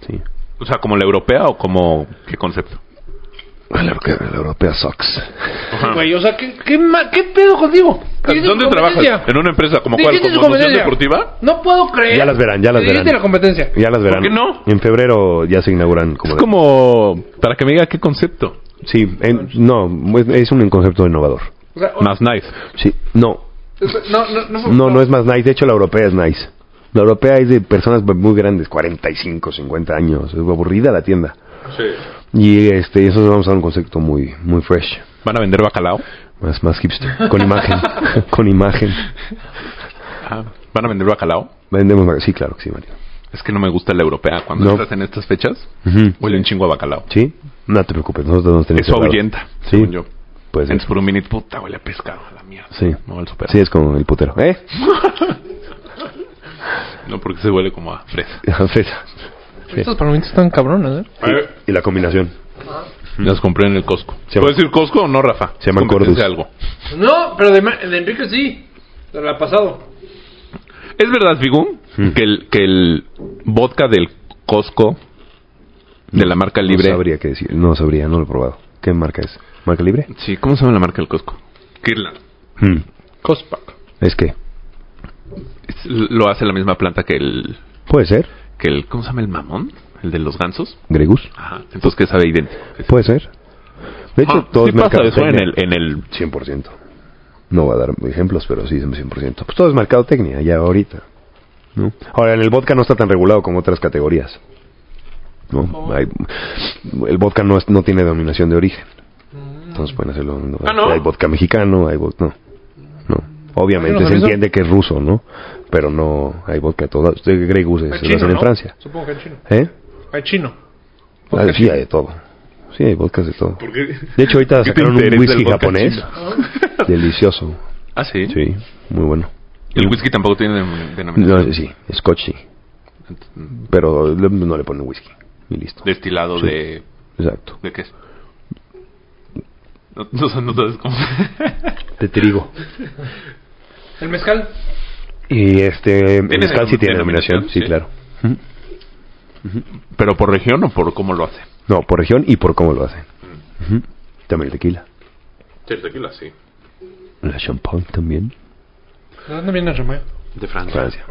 Speaker 4: Sí.
Speaker 2: O sea, ¿como la europea o como qué concepto?
Speaker 4: La, europea- la europea sucks.
Speaker 2: Ajá.
Speaker 3: Güey, o sea, ¿qué, qué, ma- qué pedo contigo? ¿Qué
Speaker 2: ¿Dónde
Speaker 3: tu
Speaker 2: trabajas?
Speaker 3: competencia?
Speaker 2: ¿En una empresa como
Speaker 3: Sí,
Speaker 2: cuál?
Speaker 3: ¿quién es
Speaker 2: ¿Como
Speaker 3: tu
Speaker 2: Fundación
Speaker 3: competencia?
Speaker 2: Deportiva?
Speaker 3: No puedo creer.
Speaker 4: Ya las verán, ya las
Speaker 3: Te dijiste
Speaker 4: verán.
Speaker 3: la competencia.
Speaker 4: Ya las verán.
Speaker 2: qué no?
Speaker 4: En febrero ya se inauguran como.
Speaker 2: Es
Speaker 4: de-
Speaker 2: como... Para que me diga qué concepto.
Speaker 4: Sí, en- no, es, es un concepto innovador.
Speaker 3: O sea, o-
Speaker 2: Más nice.
Speaker 4: Sí, no,
Speaker 3: No, no, no. fue-
Speaker 4: no, no es más nice. De hecho, la europea es nice. La europea es de personas muy grandes, 45, 50 años. Es aburrida la tienda.
Speaker 2: Sí.
Speaker 4: Y este, eso vamos a dar un concepto muy, muy fresh.
Speaker 2: ¿Van a vender bacalao?
Speaker 4: Más, más hipster. Con imagen. con imagen.
Speaker 2: Ah, ¿Van a vender bacalao?
Speaker 4: Vendemos. mag- Sí, claro que sí, Mario.
Speaker 2: Es que no me gusta la europea. Cuando
Speaker 4: No.
Speaker 2: estás en estas fechas,
Speaker 4: Ujú.
Speaker 2: huele un chingo a bacalao.
Speaker 4: Sí, no te preocupes. Nosotros nos tenemos
Speaker 2: Eso
Speaker 4: que-
Speaker 2: ahuyenta,
Speaker 4: Sí.
Speaker 2: según yo.
Speaker 4: Pues
Speaker 2: Entonces por un minuto, puta, huele a pescado, a la mierda.
Speaker 4: Sí.
Speaker 2: No, al super.
Speaker 4: Sí, es como el putero. ¿Eh?
Speaker 2: No, porque se huele como a fresa.
Speaker 4: Fresa.
Speaker 3: Estos palomitas están cabrones, ¿eh?
Speaker 4: Y la combinación.
Speaker 2: Las compré en el Costco.
Speaker 4: Se llama-
Speaker 2: ¿Puedes decir Costco o no, Rafa?
Speaker 4: Se llaman
Speaker 2: Es competencia
Speaker 4: Cordus.
Speaker 2: algo.
Speaker 3: No, pero de, Ma- de Enrique sí. De la pasado.
Speaker 2: ¿Es verdad, Figu,
Speaker 4: Hmm.
Speaker 2: que, el, que el vodka del Costco, de la marca Libre...
Speaker 4: No sabría qué decir. No sabría, no lo he probado. ¿Qué marca es? ¿Marca libre?
Speaker 2: sí, ¿cómo se llama la marca del Costco? Kirlan.
Speaker 4: Hmm.
Speaker 3: Cospac.
Speaker 4: Es que,
Speaker 2: Es- lo hace la misma planta que el,
Speaker 4: puede ser,
Speaker 2: que el. ¿Cómo se llama el mamón? El de los gansos.
Speaker 4: Gregus,
Speaker 2: Ajá. Entonces que sabe idéntico. Que
Speaker 4: puede ser. De hecho,
Speaker 2: Ah,
Speaker 4: todos
Speaker 2: sí pasa eso en el, en el
Speaker 4: 100%. No va a dar ejemplos, pero sí, 100%. Pues todo es mercadotecnia, ya ahorita. ¿no? Ahora, en el vodka no está tan regulado como otras categorías. ¿no? Hay- el vodka no, es- no tiene denominación de origen.
Speaker 2: Mm.
Speaker 4: Entonces pueden hacerlo. no,
Speaker 3: Ah, ¿no?
Speaker 4: Hay vodka mexicano, hay vodka. No. no. Obviamente
Speaker 3: ¿Hay uno
Speaker 4: se
Speaker 3: con eso?
Speaker 4: entiende que es ruso, ¿no? Pero no hay vodka de todas. Usted, Gregus, se,
Speaker 3: Hay
Speaker 4: se lo hacen en
Speaker 3: ¿no?
Speaker 4: Francia.
Speaker 3: Supongo que en chino.
Speaker 4: ¿Eh?
Speaker 3: Hay chino.
Speaker 4: Ah, sí, hay de todo. Sí, hay vodkas de todo.
Speaker 2: ¿Por qué?
Speaker 4: De hecho, ahorita
Speaker 2: ¿Por qué te
Speaker 4: sacaron un
Speaker 2: interesa el
Speaker 4: whisky
Speaker 2: vodka
Speaker 4: japonés.
Speaker 2: chino?
Speaker 4: Delicioso.
Speaker 2: ah, ¿sí?
Speaker 4: Sí, muy bueno.
Speaker 2: El whisky tampoco tiene denom- denominación.
Speaker 4: No, sí, scotch sí. Pero le- no le ponen whisky. Y listo.
Speaker 2: Destilado
Speaker 4: Sí.
Speaker 2: de.
Speaker 4: Exacto.
Speaker 2: ¿De qué es? No, no, no sabes cómo.
Speaker 4: De trigo.
Speaker 3: El mezcal.
Speaker 4: Y este. El
Speaker 2: ¿Tiene
Speaker 4: mezcal sí
Speaker 2: denom-
Speaker 4: tiene
Speaker 2: denominación?
Speaker 4: denominación. Sí,
Speaker 2: Sí.
Speaker 4: claro.
Speaker 2: ¿Pero por región o por cómo lo hace?
Speaker 4: No, por región y por cómo lo hacen.
Speaker 2: Mm.
Speaker 4: Ujú. También el tequila.
Speaker 2: Sí, el tequila, sí.
Speaker 4: La champán también.
Speaker 3: ¿De dónde viene el remedio?
Speaker 2: De Francia.
Speaker 4: Francia.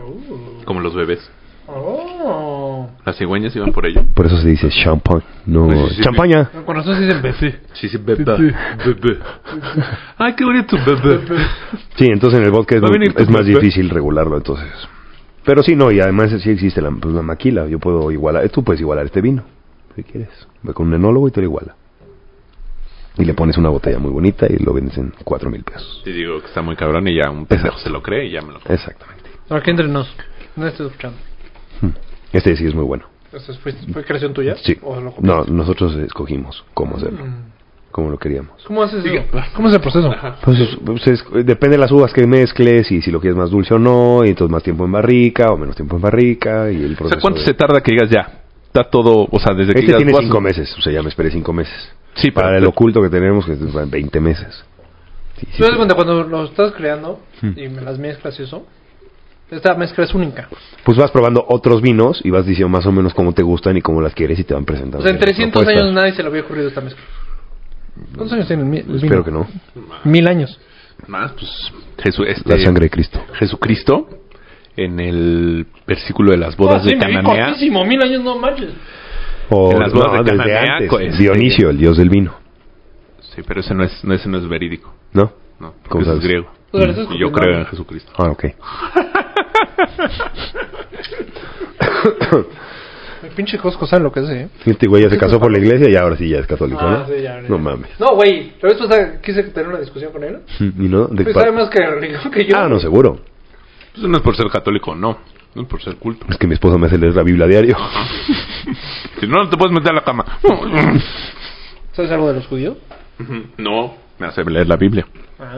Speaker 2: Como los bebés.
Speaker 3: Oh.
Speaker 2: Las cigüeñas iban por ello.
Speaker 4: Por eso se dice champán. No.
Speaker 2: Pues sí, sí,
Speaker 4: champaña.
Speaker 3: Con razón se dicen bebé.
Speaker 2: Sí, sí, bebé. Bebé. Ay, qué bonito bebé.
Speaker 4: Sí, entonces en el vodka es,
Speaker 2: Va a
Speaker 4: muy-
Speaker 2: venir tu
Speaker 4: es más
Speaker 2: jefe.
Speaker 4: difícil regularlo, entonces. Pero sí, no, y además sí existe la, pues, la maquila. Yo puedo igualar, tú puedes igualar este vino, si quieres. Ve con un enólogo y te lo iguala. Y le pones una botella muy bonita y lo vendes en cuatro mil pesos.
Speaker 2: Te digo que está muy cabrón y ya un pendejo se lo cree y ya me lo
Speaker 4: Exactamente.
Speaker 3: Ahora que entrenos. No estoy escuchando.
Speaker 4: Este sí es muy bueno.
Speaker 3: Entonces, ¿fue, fue creación tuya?
Speaker 4: Sí.
Speaker 3: ¿O lo compraste?
Speaker 4: No, nosotros escogimos cómo hacerlo,
Speaker 3: Mm.
Speaker 4: cómo lo queríamos.
Speaker 3: ¿Cómo haces eso? ¿Cómo es el proceso?
Speaker 4: Pues, es- pues, es- depende de las uvas que mezcles y si lo quieres más dulce o no, y entonces más tiempo en barrica o menos tiempo en barrica y el
Speaker 2: O
Speaker 4: proceso.
Speaker 2: sea, ¿cuánto
Speaker 4: de-
Speaker 2: se tarda que digas ya? Está todo, o sea, desde que
Speaker 4: Este
Speaker 2: digas,
Speaker 4: tiene
Speaker 2: "Guas-"
Speaker 4: cinco meses, o sea, ya me esperé cinco meses.
Speaker 2: Sí,
Speaker 4: Para
Speaker 2: pero-
Speaker 4: el oculto que tenemos, que es 20 meses. Sí, sí,
Speaker 3: ¿Tú te das
Speaker 4: sí.
Speaker 3: cuenta cuando lo estás creando
Speaker 4: Hmm.
Speaker 3: y me las mezclas y eso? Esta mezcla es única.
Speaker 4: Pues vas probando otros vinos y vas diciendo más o menos cómo te gustan y cómo las quieres y te van presentando.
Speaker 3: O sea, Pues en
Speaker 4: las
Speaker 3: 300
Speaker 4: propuestas. Pues
Speaker 3: años nadie se le había ocurrido esta mezcla. ¿Cuántos años tiene el, mi- el vino?
Speaker 4: Espero que no.
Speaker 3: Mil años.
Speaker 2: Más, pues, Jesu-
Speaker 4: La
Speaker 2: este,
Speaker 4: sangre de Cristo.
Speaker 2: Jesucristo, en el versículo de las bodas
Speaker 3: Ah, sí,
Speaker 2: de
Speaker 3: me vi
Speaker 2: Cananea,
Speaker 3: cortísimo, Mil años no manches.
Speaker 4: O
Speaker 2: En las bodas de
Speaker 4: desde
Speaker 2: Cananea,
Speaker 4: antes,
Speaker 2: co- este-
Speaker 4: Dionisio, el dios del vino.
Speaker 2: Sí, pero ese no es, no, ese no es verídico.
Speaker 4: ¿No?
Speaker 2: No, porque
Speaker 4: ¿Cómo
Speaker 2: ese
Speaker 4: sabes?
Speaker 2: es griego.
Speaker 3: O sea, le estás
Speaker 2: Y yo
Speaker 3: copiando.
Speaker 2: creo en Jesucristo.
Speaker 4: Ah, ok.
Speaker 3: El pinche Cosco sabe lo que es, ¿eh?
Speaker 4: Este güey ya se casó por la iglesia y ahora sí ya es católico,
Speaker 3: Ah,
Speaker 4: ¿no?
Speaker 3: sí, ya, ya.
Speaker 4: No mames.
Speaker 3: No, güey. La vez pasada quise tener una discusión con él.
Speaker 4: ¿Y no? De-
Speaker 3: Pues sabe más que, que yo.
Speaker 4: Ah, no, seguro.
Speaker 2: Pues no es por ser católico, no. No es por ser culto.
Speaker 4: Es que mi esposa me hace leer la Biblia a diario.
Speaker 2: Si no, no te puedes meter a la cama.
Speaker 3: ¿Sabes algo de los judíos?
Speaker 2: No, me hace leer la Biblia.
Speaker 3: Ah.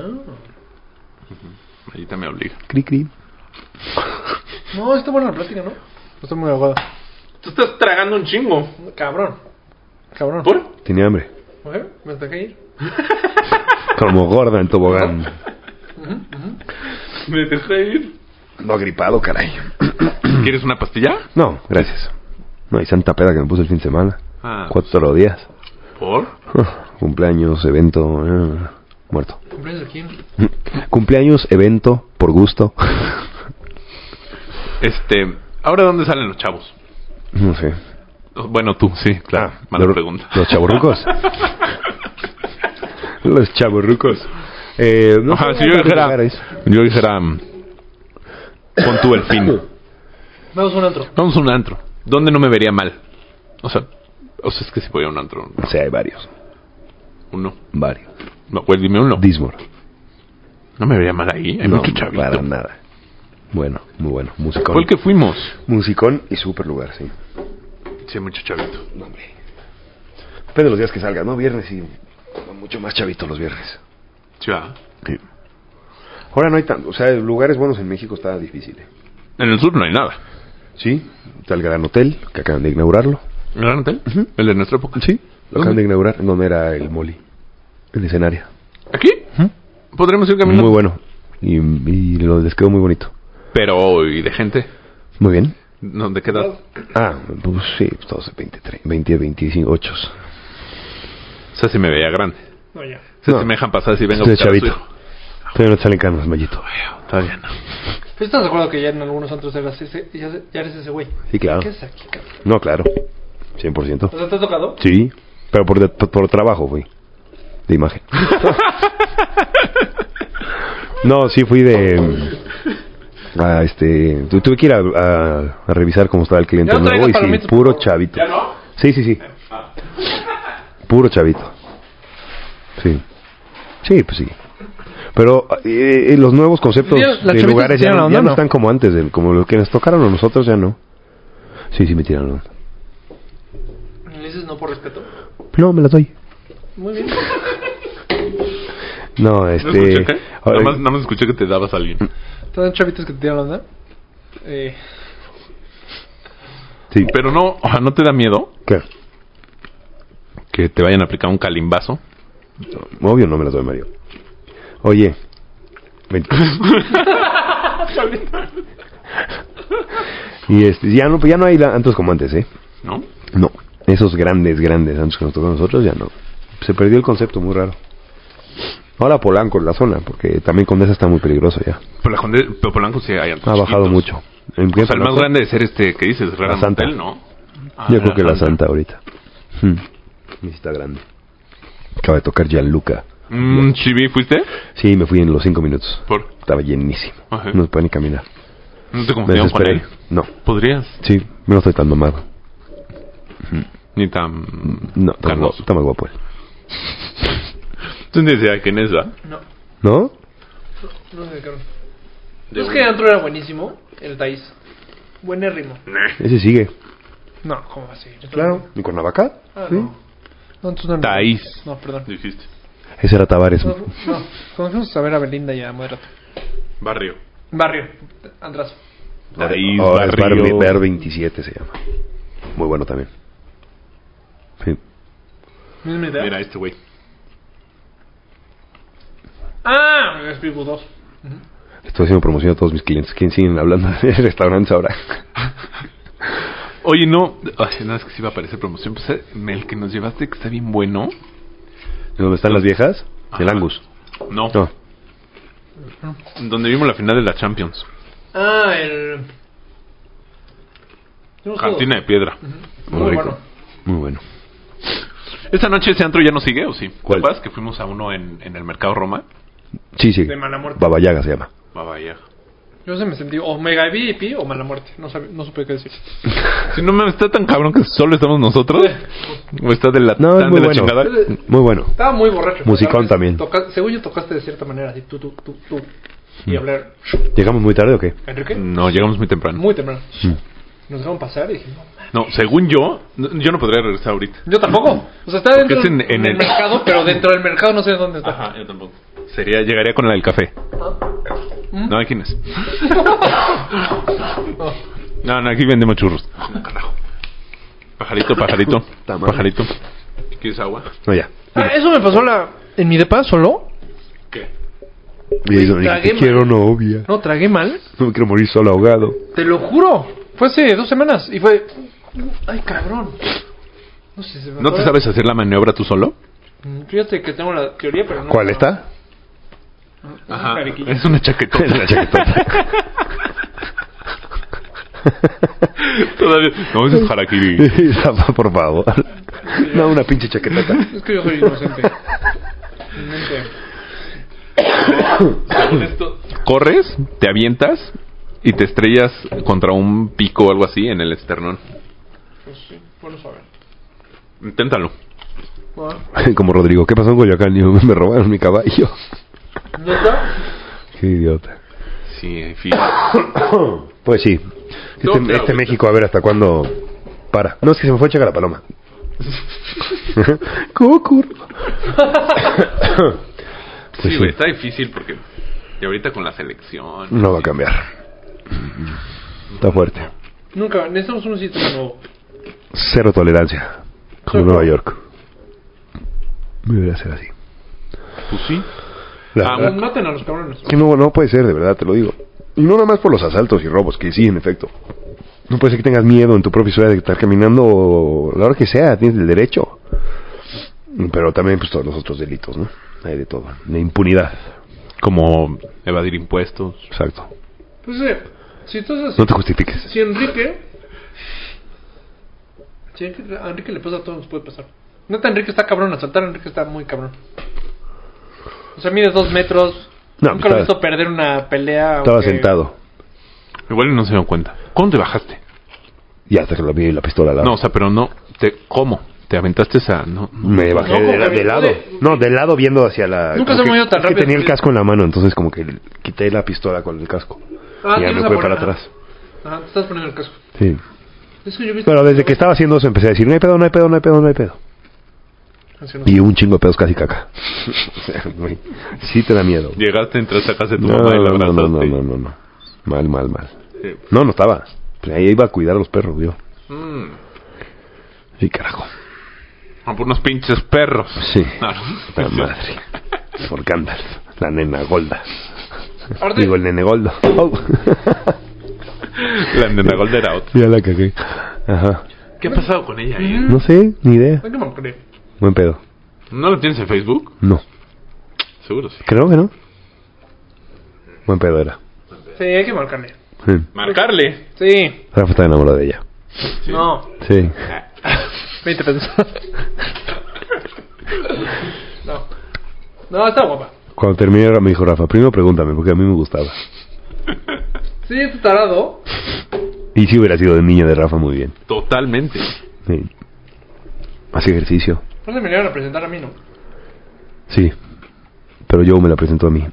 Speaker 2: Ahorita me obliga.
Speaker 4: Cri, cri.
Speaker 3: No, está buena la plática, ¿no? Estoy muy ahogado.
Speaker 2: Tú estás tragando un chingo.
Speaker 3: Cabrón. Cabrón.
Speaker 2: ¿Por?
Speaker 4: Tenía hambre.
Speaker 3: Mujer, me dejé ir.
Speaker 4: Como gorda en tobogán.
Speaker 2: Me dejé ir.
Speaker 4: No gripado, caray.
Speaker 2: ¿Quieres una pastilla?
Speaker 4: No, gracias. No hay santa peda que me puse el fin de semana.
Speaker 2: Ah,
Speaker 4: Cuatro días.
Speaker 2: ¿por?
Speaker 4: Cumpleaños, evento. eh, muerto.
Speaker 3: ¿Cumpleaños de quién?
Speaker 4: Cumpleaños, evento, por gusto.
Speaker 2: Este, ¿ahora dónde salen los chavos? Oh,
Speaker 4: no sé.
Speaker 2: Bueno, tú, sí, claro.
Speaker 4: Ah,
Speaker 2: mala
Speaker 4: los-
Speaker 2: pregunta.
Speaker 4: Los chaburrucos. los chaburrucos. Eh, no
Speaker 2: Ajá,
Speaker 4: sé,
Speaker 2: si yo
Speaker 4: hay
Speaker 2: dijera,
Speaker 4: lugares.
Speaker 2: yo dijera, mm, pon tú el fin.
Speaker 3: Vamos a un antro.
Speaker 2: Vamos a un antro. ¿Dónde no me vería mal? O sea, o sea, es que si voy a un antro,
Speaker 4: O sea, hay varios.
Speaker 2: uno.
Speaker 4: Varios.
Speaker 2: No, pues dime uno.
Speaker 4: Dismor.
Speaker 2: No me vería mal ahí. Hay
Speaker 4: no,
Speaker 2: mucho chavito.
Speaker 4: para nada. Bueno, muy bueno. Musicón.
Speaker 2: ¿Cuál que fuimos?
Speaker 4: Musicón y super lugar, sí.
Speaker 2: Sí, hay mucho chavito.
Speaker 4: No, hombre. Depende de los días que salga, ¿no? Viernes y mucho más chavito los viernes.
Speaker 2: Sí, va.
Speaker 4: Ahora no hay tanto, o sea, lugares buenos en México está difícil. ¿eh?
Speaker 2: En el sur no hay nada.
Speaker 4: Sí, está el Gran Hotel, que acaban de inaugurarlo.
Speaker 2: ¿El Gran Hotel? ¿El de nuestra época?
Speaker 4: Sí, lo acaban
Speaker 2: ¿Dónde?
Speaker 4: de inaugurar en donde era el Moli, el escenario.
Speaker 2: ¿Aquí? Podremos ir caminando.
Speaker 4: Muy bueno. Y, y lo- les quedó muy bonito.
Speaker 2: Pero, ¿y de gente?
Speaker 4: Muy bien.
Speaker 2: ¿Dónde queda?
Speaker 4: Ah, pues sí, pues todos 23, 20, 28.
Speaker 2: O sea, si me veía grande.
Speaker 3: No, ya.
Speaker 2: Se
Speaker 4: No.
Speaker 2: asemejan pasar si vengo
Speaker 4: Este
Speaker 2: a buscar a su
Speaker 4: chavito.
Speaker 2: hijo.
Speaker 4: Todavía no te salen canas, Mayito.
Speaker 2: Todavía no.
Speaker 3: Pero estás de acuerdo que ya en algunos antros eras ese, ya, ya eres ese güey.
Speaker 4: Sí, claro.
Speaker 3: ¿Qué haces aquí, cabrón?
Speaker 4: No, claro.
Speaker 3: O
Speaker 4: 100%.
Speaker 3: sea, ¿te has tocado?
Speaker 4: Sí, pero por, por, por trabajo fui. De imagen. no, sí fui de... A este, tu- tuve que ir a, a- a revisar cómo estaba el cliente
Speaker 3: Ya no
Speaker 4: nuevo
Speaker 3: traigas
Speaker 4: y sí,
Speaker 3: palomitas,
Speaker 4: puro
Speaker 3: por favor.
Speaker 4: chavito.
Speaker 2: ¿Ya no?
Speaker 4: Sí, sí, sí. Puro chavito. Sí. Sí, pues sí. Pero eh, eh, los nuevos conceptos
Speaker 3: Ya, las
Speaker 4: de
Speaker 3: chavitas
Speaker 4: lugares
Speaker 3: te
Speaker 4: ya,
Speaker 3: tiran
Speaker 4: no-
Speaker 3: la onda,
Speaker 4: ya no
Speaker 3: ¿no?
Speaker 4: están como antes, del- como los que nos tocaron a nosotros ya no. Sí, sí, me tiran la onda.
Speaker 3: Le dices no por respeto.
Speaker 4: No, me las doy.
Speaker 3: Muy bien.
Speaker 4: No,
Speaker 2: ¿No
Speaker 4: este...
Speaker 2: escuché qué?
Speaker 4: ay, Mm.
Speaker 2: Nada más, nada más escuché que te dabas a alguien.
Speaker 3: ¿Te dan chavitos que te tiran la onda? Eh,
Speaker 4: sí,
Speaker 2: Pero no, o sea, ¿no te da miedo
Speaker 4: claro.
Speaker 2: que te vayan a aplicar un calimbazo?
Speaker 4: Obvio no me las doy, Mario. Oye. ven. y este, ya no, ya no hay la- antros como antes, ¿eh?
Speaker 2: ¿No?
Speaker 4: No. Esos grandes, grandes antes que nos tocó a nosotros, ya no. Se perdió el concepto, muy raro. Ahora Polanco, la zona, porque también Condesa está muy peligroso ya.
Speaker 2: Pero, la Conde- pero Polanco sí hay antros
Speaker 4: Ha bajado
Speaker 2: chiquitos.
Speaker 4: mucho. En
Speaker 2: O sea, el más
Speaker 4: Polanco,
Speaker 2: grande de ser este que dices, Gran
Speaker 4: La Santa.
Speaker 2: Hotel, ¿no? Ah,
Speaker 4: Yo creo que la Santa ahorita. Hmm. Y sí Está grande. Acaba de tocar Gianluca.
Speaker 2: Mm, Chibi, ¿fuiste?
Speaker 4: Sí, me fui en los cinco minutos.
Speaker 2: ¿Por?
Speaker 4: Estaba llenísimo.
Speaker 2: Ajá.
Speaker 4: No se puede ni caminar.
Speaker 2: ¿No te
Speaker 4: Me
Speaker 2: confundieron con
Speaker 4: desesperé.
Speaker 2: él?
Speaker 4: No.
Speaker 2: Podrías.
Speaker 4: Sí, no estoy tan mamado.
Speaker 2: Ni tan...
Speaker 4: No, está más guapo-
Speaker 2: Carlos.
Speaker 4: está más guapo él.
Speaker 2: ¿Tú entiendes a quién es, ¿verdad?
Speaker 3: no,
Speaker 4: ¿No?
Speaker 3: no sé, cabrón. Es que antro era buenísimo, el Thais. Buenérrimo.
Speaker 4: Ese sigue.
Speaker 3: No, ¿cómo así?
Speaker 4: ¿Y con Navaca?
Speaker 3: Ah, no. No, entonces no.
Speaker 2: Thais.
Speaker 3: No, perdón.
Speaker 2: Dijiste.
Speaker 4: Ese era Tavares.
Speaker 3: No, no. Conocimos a ver a Belinda y a Moderato.
Speaker 2: Barrio.
Speaker 3: Barrio, András.
Speaker 2: Thais,
Speaker 4: Ahora oh, es Bar,
Speaker 2: Barrio.
Speaker 4: Bar 27 se llama. Muy bueno también. Sí.
Speaker 3: ¿Misma idea?
Speaker 2: Mira, este güey.
Speaker 3: Ah, el Espíritu 2.
Speaker 4: Estoy haciendo promoción a todos mis clientes. ¿Quién siguen hablando de restaurantes ahora?
Speaker 2: Oye, no. Ay, no, es que sí va a aparecer promoción. Pues, eh, el que nos llevaste que está bien bueno.
Speaker 4: ¿Dónde están las viejas? El
Speaker 2: Ajá.
Speaker 4: Angus.
Speaker 2: No.
Speaker 4: No.
Speaker 2: Donde vimos la final de la Champions.
Speaker 3: Ah, el.
Speaker 2: Cantina de piedra.
Speaker 4: Muy,
Speaker 3: Muy
Speaker 4: rico.
Speaker 3: bueno.
Speaker 4: Muy bueno.
Speaker 2: ¿Esta noche ese antro ya no sigue o sí? ¿Te
Speaker 4: ¿Cuál?
Speaker 2: acuerdas que fuimos a uno en, en el Mercado Roma?
Speaker 4: Sí, sí.
Speaker 3: De mala muerte.
Speaker 4: Babayaga se llama.
Speaker 2: Ah, vaya.
Speaker 3: Yo se me sentí o mega VIP o mala muerte. No, sabía, no supe qué decir.
Speaker 2: Si no me está tan cabrón que solo estamos nosotros. O está de la,
Speaker 4: No, es
Speaker 2: tan
Speaker 4: muy
Speaker 2: de la
Speaker 4: bueno.
Speaker 2: chingada.
Speaker 4: Muy bueno.
Speaker 3: Estaba muy borracho.
Speaker 4: Musicón
Speaker 3: Tal vez
Speaker 4: también.
Speaker 3: toca- según yo tocaste de cierta manera, así tú, tú, tú, tú.
Speaker 2: Mm.
Speaker 3: Y hablar.
Speaker 4: ¿Llegamos muy tarde o qué?
Speaker 3: Enrique,
Speaker 2: No, llegamos muy temprano.
Speaker 3: muy temprano. Nos dejaron pasar y dije, no.
Speaker 2: No, según yo, no- yo no podría regresar ahorita.
Speaker 3: Yo tampoco. O sea, está
Speaker 2: Porque
Speaker 3: dentro
Speaker 2: es en-
Speaker 3: del
Speaker 2: en el-
Speaker 3: mercado, pero dentro del mercado no sé dónde está.
Speaker 2: Ajá, yo tampoco. ¿Ah? Sería, llegaría con la del café. No, ¿quién es? No, no, aquí vendemos churros. Pajarito, pajarito,
Speaker 4: mal.
Speaker 2: pajarito. ¿Quieres agua?
Speaker 4: No, ya.
Speaker 3: Ah, eso me pasó la en mi depa solo.
Speaker 2: ¿Qué?
Speaker 4: Y ahí es donde
Speaker 3: tragué
Speaker 4: dije,
Speaker 3: mal.
Speaker 4: quiero novia.
Speaker 3: No, tragué mal.
Speaker 4: No me quiero morir solo ahogado.
Speaker 3: Te lo juro. Fue hace dos semanas y fue. Ay, cabrón. No sé si se me
Speaker 2: ¿No te
Speaker 3: atora.
Speaker 2: sabes hacer la maniobra tú solo?
Speaker 3: Mm, Fíjate que tengo la teoría, pero no.
Speaker 4: ¿Cuál está?
Speaker 3: Ajá.
Speaker 2: Es una chaquetota.
Speaker 4: La chaquetota.
Speaker 2: Todavía. No, ese es harakiri.
Speaker 4: Zapa, por favor. No, una pinche chaquetota.
Speaker 3: Es que yo soy inocente. Inocente.
Speaker 2: Corres, te avientas y te estrellas contra un pico o algo así en el esternón.
Speaker 3: Pues sí, bueno saber.
Speaker 2: Inténtalo.
Speaker 3: Bueno,
Speaker 4: Como Rodrigo, ¿qué pasó en Coyoacán? Yo, me robaron mi caballo.
Speaker 3: ¿Ya está?
Speaker 4: Qué idiota.
Speaker 2: Sí, fíjate.
Speaker 4: Pues sí.
Speaker 2: No,
Speaker 4: Este,
Speaker 2: claro,
Speaker 4: este
Speaker 2: güey.
Speaker 4: México, a ver hasta cuándo para. No, es que se me fue a checar la paloma. Cucur.
Speaker 2: Sí,
Speaker 4: Pues sí.
Speaker 2: güey, está difícil porque. Y ahorita con la selección.
Speaker 4: No va a cambiar. Está fuerte.
Speaker 3: Nunca, necesitamos un sistema nuevo.
Speaker 4: Cero tolerancia. Como Nueva York. Me debería ser así.
Speaker 2: Pues sí.
Speaker 4: La
Speaker 2: Ah,
Speaker 4: verdad.
Speaker 3: Pues maten a los cabrones.
Speaker 4: Que no, no puede ser, de verdad, te lo digo. Y no nada más por los asaltos y robos, que sí, en efecto. No puede ser que tengas miedo en tu propia ciudad de estar caminando a la hora que sea, tienes el derecho. Pero también, pues, todos los otros delitos, ¿no? Hay de todo. De impunidad.
Speaker 2: Como evadir impuestos.
Speaker 4: Exacto.
Speaker 3: Pues eh, si entonces,
Speaker 4: No te justifiques.
Speaker 3: si Enrique, si Enrique- a Enrique le pasa a todos, nos puede pasar. Neta, Enrique está cabrón, asaltar a Enrique está muy cabrón. O sea, mide dos metros.
Speaker 4: No,
Speaker 3: Nunca lo he
Speaker 4: estaba-
Speaker 3: visto perder una pelea.
Speaker 4: Estaba
Speaker 3: aunque-
Speaker 4: sentado.
Speaker 2: Igual y no se dieron cuenta. ¿Cómo te bajaste?
Speaker 4: Y hasta que lo vi y la pistola al lado.
Speaker 2: No, o sea, pero no. Te, ¿Cómo? ¿Te aventaste esa.? No. no.
Speaker 4: Me bajé
Speaker 3: No,
Speaker 4: de,
Speaker 3: como
Speaker 4: de
Speaker 3: que-
Speaker 4: lado. No, de lado viendo hacia la.
Speaker 3: Nunca
Speaker 4: como
Speaker 3: se
Speaker 4: que-
Speaker 3: movió tan
Speaker 4: es que
Speaker 3: rápido.
Speaker 4: tenía el casco en la mano, entonces como que quité la pistola con el casco.
Speaker 3: Ah,
Speaker 4: y ya
Speaker 3: tienes
Speaker 4: me
Speaker 3: la
Speaker 4: fue
Speaker 3: buena-
Speaker 4: para atrás.
Speaker 3: Ajá, te estás poniendo el casco.
Speaker 4: Sí.
Speaker 3: Es que yo he visto-
Speaker 4: Pero desde que estaba haciendo eso empecé a decir: no hay pedo, no hay pedo, no hay pedo, no hay pedo.
Speaker 3: Así no.
Speaker 4: Y un chingo de pedos casi caca. O sea, güey, sí te da miedo.
Speaker 2: Llegaste, entraste a casa de tu
Speaker 4: No,
Speaker 2: mamá y la Eh,
Speaker 4: no, no,
Speaker 2: abrazaste.
Speaker 4: no, no, no, no, no. Mal, mal, mal.
Speaker 2: Sí.
Speaker 4: No, no estaba. Pues ahí iba a cuidar a los perros, yo.
Speaker 2: Mm.
Speaker 4: Sí, carajo.
Speaker 2: Ah, por unos pinches perros.
Speaker 4: Sí.
Speaker 2: No.
Speaker 4: La madre. Por Gandalf. La nena Golda.
Speaker 3: Ahorita-
Speaker 4: Digo, el nene Goldo. Oh.
Speaker 2: La nena Golda era otra.
Speaker 4: ya la cagué. Ajá.
Speaker 2: ¿Qué ha pasado con ella? eh?
Speaker 4: No sé, ni idea.
Speaker 3: Ay, qué mal creo.
Speaker 4: Buen pedo.
Speaker 2: ¿No lo tienes en Facebook?
Speaker 4: No.
Speaker 2: Seguro sí.
Speaker 4: Creo que no. Buen pedo era.
Speaker 3: Sí, hay que marcarle.
Speaker 4: Sí.
Speaker 2: Marcarle.
Speaker 3: Sí,
Speaker 4: Rafa está enamorado de ella.
Speaker 3: no.
Speaker 4: Sí.
Speaker 3: 20 pesos. no. No, está guapa.
Speaker 4: Cuando terminé me dijo Rafa, primero pregúntame, porque a mí me gustaba.
Speaker 3: Sí, este tarado.
Speaker 4: Y si hubiera sido de niña de Rafa, muy bien.
Speaker 2: Totalmente.
Speaker 4: Sí. Hace ejercicio.
Speaker 3: No se me iban a presentar a mí, ¿no?
Speaker 4: Sí. Pero Joe me la presentó a mí.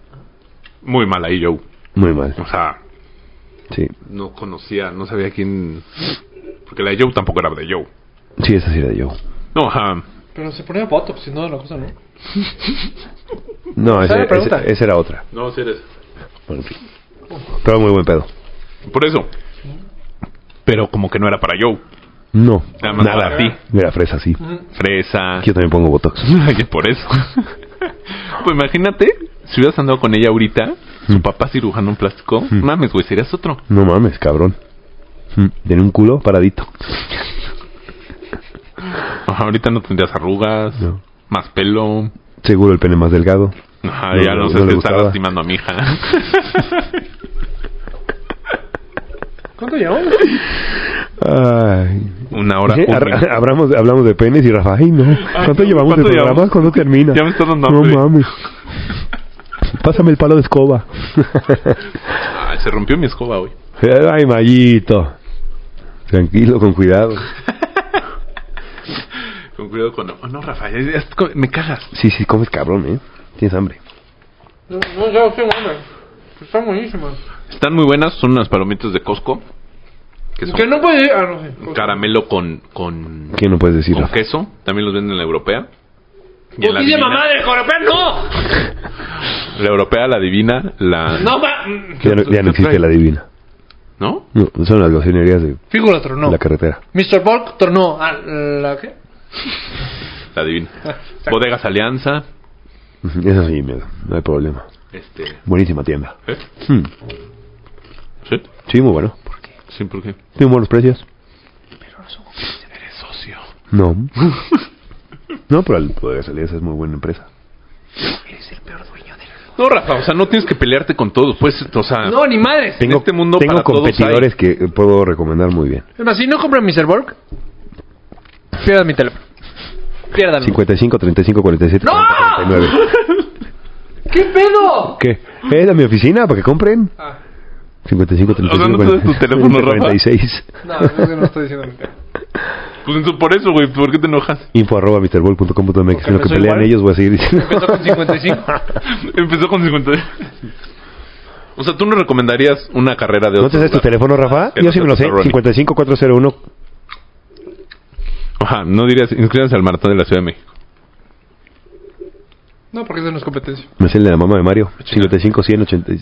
Speaker 2: Muy mal ahí, Joe.
Speaker 4: Muy mal.
Speaker 2: O sea,
Speaker 4: Sí.
Speaker 2: no conocía, no sabía quién. Porque la de Joe tampoco era de Joe.
Speaker 4: Sí, esa sí era Joe.
Speaker 2: No, ajá.
Speaker 3: Pero se ponía botox, si no la cosa, ¿no?
Speaker 4: No,
Speaker 3: Esa
Speaker 4: esa,
Speaker 3: era la pregunta.
Speaker 4: esa- esa era otra.
Speaker 2: No, si eres.
Speaker 4: Bueno, en fin. Pero muy buen pedo.
Speaker 2: Por eso. Pero como que no era para Joe.
Speaker 4: No.
Speaker 2: Nada más para ti.
Speaker 4: Mira, fresa, sí.
Speaker 2: Fresa.
Speaker 4: Yo también pongo botox.
Speaker 2: Que por eso. pues imagínate, si hubieras andado con ella ahorita,
Speaker 4: Mm.
Speaker 2: su papá cirujano en plástico, mames, güey, serías otro.
Speaker 4: No mames, cabrón. Mm, Tiene un culo paradito.
Speaker 2: Ajá, ahorita no tendrías arrugas,
Speaker 4: No.
Speaker 2: más pelo.
Speaker 4: Seguro el pene más delgado.
Speaker 2: Ajá,
Speaker 4: No,
Speaker 2: ya
Speaker 4: no,
Speaker 2: no,
Speaker 4: no
Speaker 2: sé
Speaker 4: le
Speaker 2: si está
Speaker 4: gustaba.
Speaker 2: lastimando a mi hija.
Speaker 3: ¿Cuánto llevamos?
Speaker 4: Ay.
Speaker 2: Una hora.
Speaker 4: Sí,
Speaker 2: un
Speaker 4: ar-
Speaker 2: minuto.
Speaker 4: hablamos, hablamos de penes y Rafa, ay no. ¿Cuánto
Speaker 2: no,
Speaker 4: llevamos
Speaker 2: ¿cuánto
Speaker 4: de programa?
Speaker 2: llevamos?
Speaker 4: ¿Cuándo termina?
Speaker 2: Ya me está dando
Speaker 4: No
Speaker 2: hambre.
Speaker 4: mames. Pásame el palo de escoba.
Speaker 2: Ay, se rompió mi escoba hoy.
Speaker 4: Ay, Mayito. Tranquilo, con cuidado.
Speaker 2: Con cuidado cuando. Oh, no, Rafa, es- es co- me cagas.
Speaker 4: Sí, sí, comes cabrón, ¿eh? Tienes hambre.
Speaker 3: No, no, ya, qué buena. Pues, Están buenísimas.
Speaker 2: Están muy buenas, son unas palomitas de Costco. Que son
Speaker 3: Que no puede. Ah, no sé.
Speaker 2: caramelo con, con,
Speaker 4: ¿Qué no puedes decir,
Speaker 2: con
Speaker 4: Rafa?
Speaker 2: queso. También los venden en la europea. Y en la,
Speaker 3: ¡Justicia,
Speaker 2: divina,
Speaker 3: Pues, mamá del coropel, no!
Speaker 2: la europea, la divina, la.
Speaker 3: No, mm. va.
Speaker 4: Ya no, ya no
Speaker 2: ¿Qué
Speaker 4: existe
Speaker 2: trae?
Speaker 4: la divina.
Speaker 2: ¿no?
Speaker 4: No, son las gasolinerías de
Speaker 3: Fígula tronó.
Speaker 4: la carretera.
Speaker 3: Mr. Borg tornó a la qué?
Speaker 2: La divina.
Speaker 3: Ah, exacto.
Speaker 2: Bodegas Alianza.
Speaker 4: Ujú, Esa sí, me no hay problema.
Speaker 2: Este.
Speaker 4: Buenísima tienda.
Speaker 2: ¿eh?
Speaker 4: Mm,
Speaker 2: ¿Sí?
Speaker 4: Sí, muy bueno.
Speaker 2: Sí, ¿por qué?
Speaker 4: Tiene buenos precios.
Speaker 2: Eres socio.
Speaker 4: No. No, pero el poder salir es muy buena empresa.
Speaker 2: No, Rafa, o sea, no tienes que pelearte con todos. Pues, o sea.
Speaker 3: No, ni madres.
Speaker 2: En este mundo
Speaker 4: tengo
Speaker 2: para todos
Speaker 4: competidores que eh, puedo recomendar muy bien.
Speaker 3: Es más, si no compran Mr. Borg, pierdan mi teléfono. Pierdan.
Speaker 4: 55, 35, 47,
Speaker 3: ¡No!
Speaker 4: 49.
Speaker 3: ¿Qué pedo?
Speaker 4: ¿Qué? ¿Es a mi oficina para que compren?
Speaker 3: Ah,
Speaker 4: 55,
Speaker 2: O
Speaker 4: 35,
Speaker 2: sea, ¿no tienes tu teléfono, Rafa?
Speaker 4: 46.
Speaker 3: no, es que no estoy diciendo mi teléfono.
Speaker 2: Pues entonces, por eso, güey, ¿por qué te enojas?
Speaker 4: Info arroba mrball.com.mx.
Speaker 3: Porque
Speaker 4: En lo
Speaker 3: me
Speaker 4: que
Speaker 3: soy
Speaker 4: pelean
Speaker 3: igual.
Speaker 4: ellos voy a seguir
Speaker 3: Empezó
Speaker 4: diciendo.
Speaker 3: con 55.
Speaker 2: Empezó con 50. O sea, ¿tú no recomendarías una carrera de
Speaker 4: ¿No
Speaker 2: otro
Speaker 4: te sabes tu
Speaker 2: lugar?
Speaker 4: teléfono, Rafa?
Speaker 2: Que
Speaker 4: Yo
Speaker 2: no
Speaker 4: sí me lo
Speaker 2: sea
Speaker 4: sé.
Speaker 2: Ronnie.
Speaker 4: 55, 401.
Speaker 2: Ajá, no dirías, inscríbanse al maratón de la Ciudad de México.
Speaker 3: No, porque eso no es competencia.
Speaker 4: Me sé el de la mamá de Mario. 55, 180.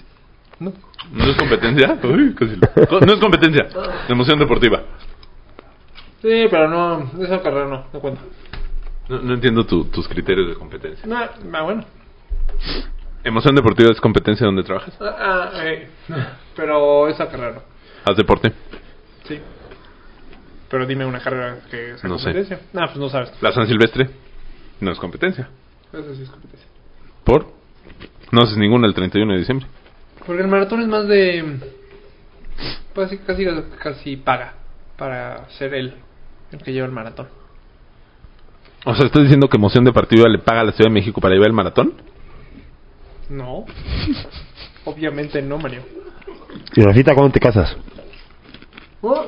Speaker 3: No.
Speaker 2: ¿No es competencia? Uy, casi lo- Co- No es competencia. De emoción deportiva.
Speaker 3: Sí, pero no, esa carrera no, no cuenta.
Speaker 2: No, no entiendo tu- tus criterios de competencia.
Speaker 3: No, ah, bueno.
Speaker 2: Emoción deportiva es competencia donde trabajas.
Speaker 3: Ah, ah, eh. Pero esa carrera no.
Speaker 2: Haz deporte.
Speaker 3: Sí. Pero dime una carrera que sea
Speaker 2: No sé.
Speaker 3: competencia. Ah, pues no sabes.
Speaker 2: La San Silvestre no es competencia.
Speaker 3: Eso sí es competencia.
Speaker 2: ¿Por? No haces ninguna el 31 de diciembre.
Speaker 3: Porque el maratón es más de. Pues sí, casi, casi paga para ser él el que lleva el maratón.
Speaker 2: O sea, ¿estás diciendo que Moción de Partido le paga a la Ciudad de México para llevar el maratón?
Speaker 3: No. Obviamente no, Mario.
Speaker 4: ¿Y Rafita, cuándo te casas?
Speaker 3: Oh,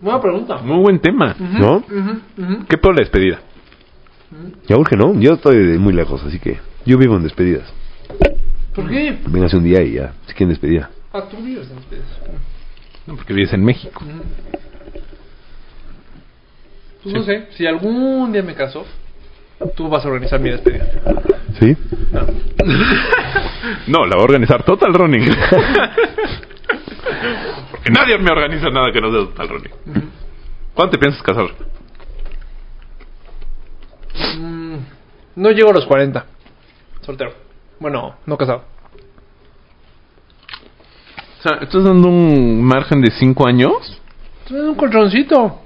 Speaker 3: buena pregunta.
Speaker 2: Muy buen tema.
Speaker 4: ¿No?
Speaker 3: Ujú, ujú.
Speaker 2: ¿Qué por la despedida?
Speaker 4: Ya urge, ¿no? Yo estoy de muy lejos, así que yo vivo en despedidas.
Speaker 3: ¿Por qué? Ah,
Speaker 4: Véngase un día y ya, si quieren despedida.
Speaker 3: A tu vives en ustedes.
Speaker 2: No, porque vives en México.
Speaker 3: Pues no sé, si algún día me caso, tú vas a organizar mi despedida.
Speaker 4: ¿Sí?
Speaker 2: No, la va a organizar Total Running. porque nadie me organiza nada que no sea Total Running. ¿Cuándo te piensas casar?
Speaker 3: Mm, no llego a los 40. Soltero. Bueno, no casado.
Speaker 2: O sea, ¿estás dando un margen de 5 años?
Speaker 3: Es un colchoncito.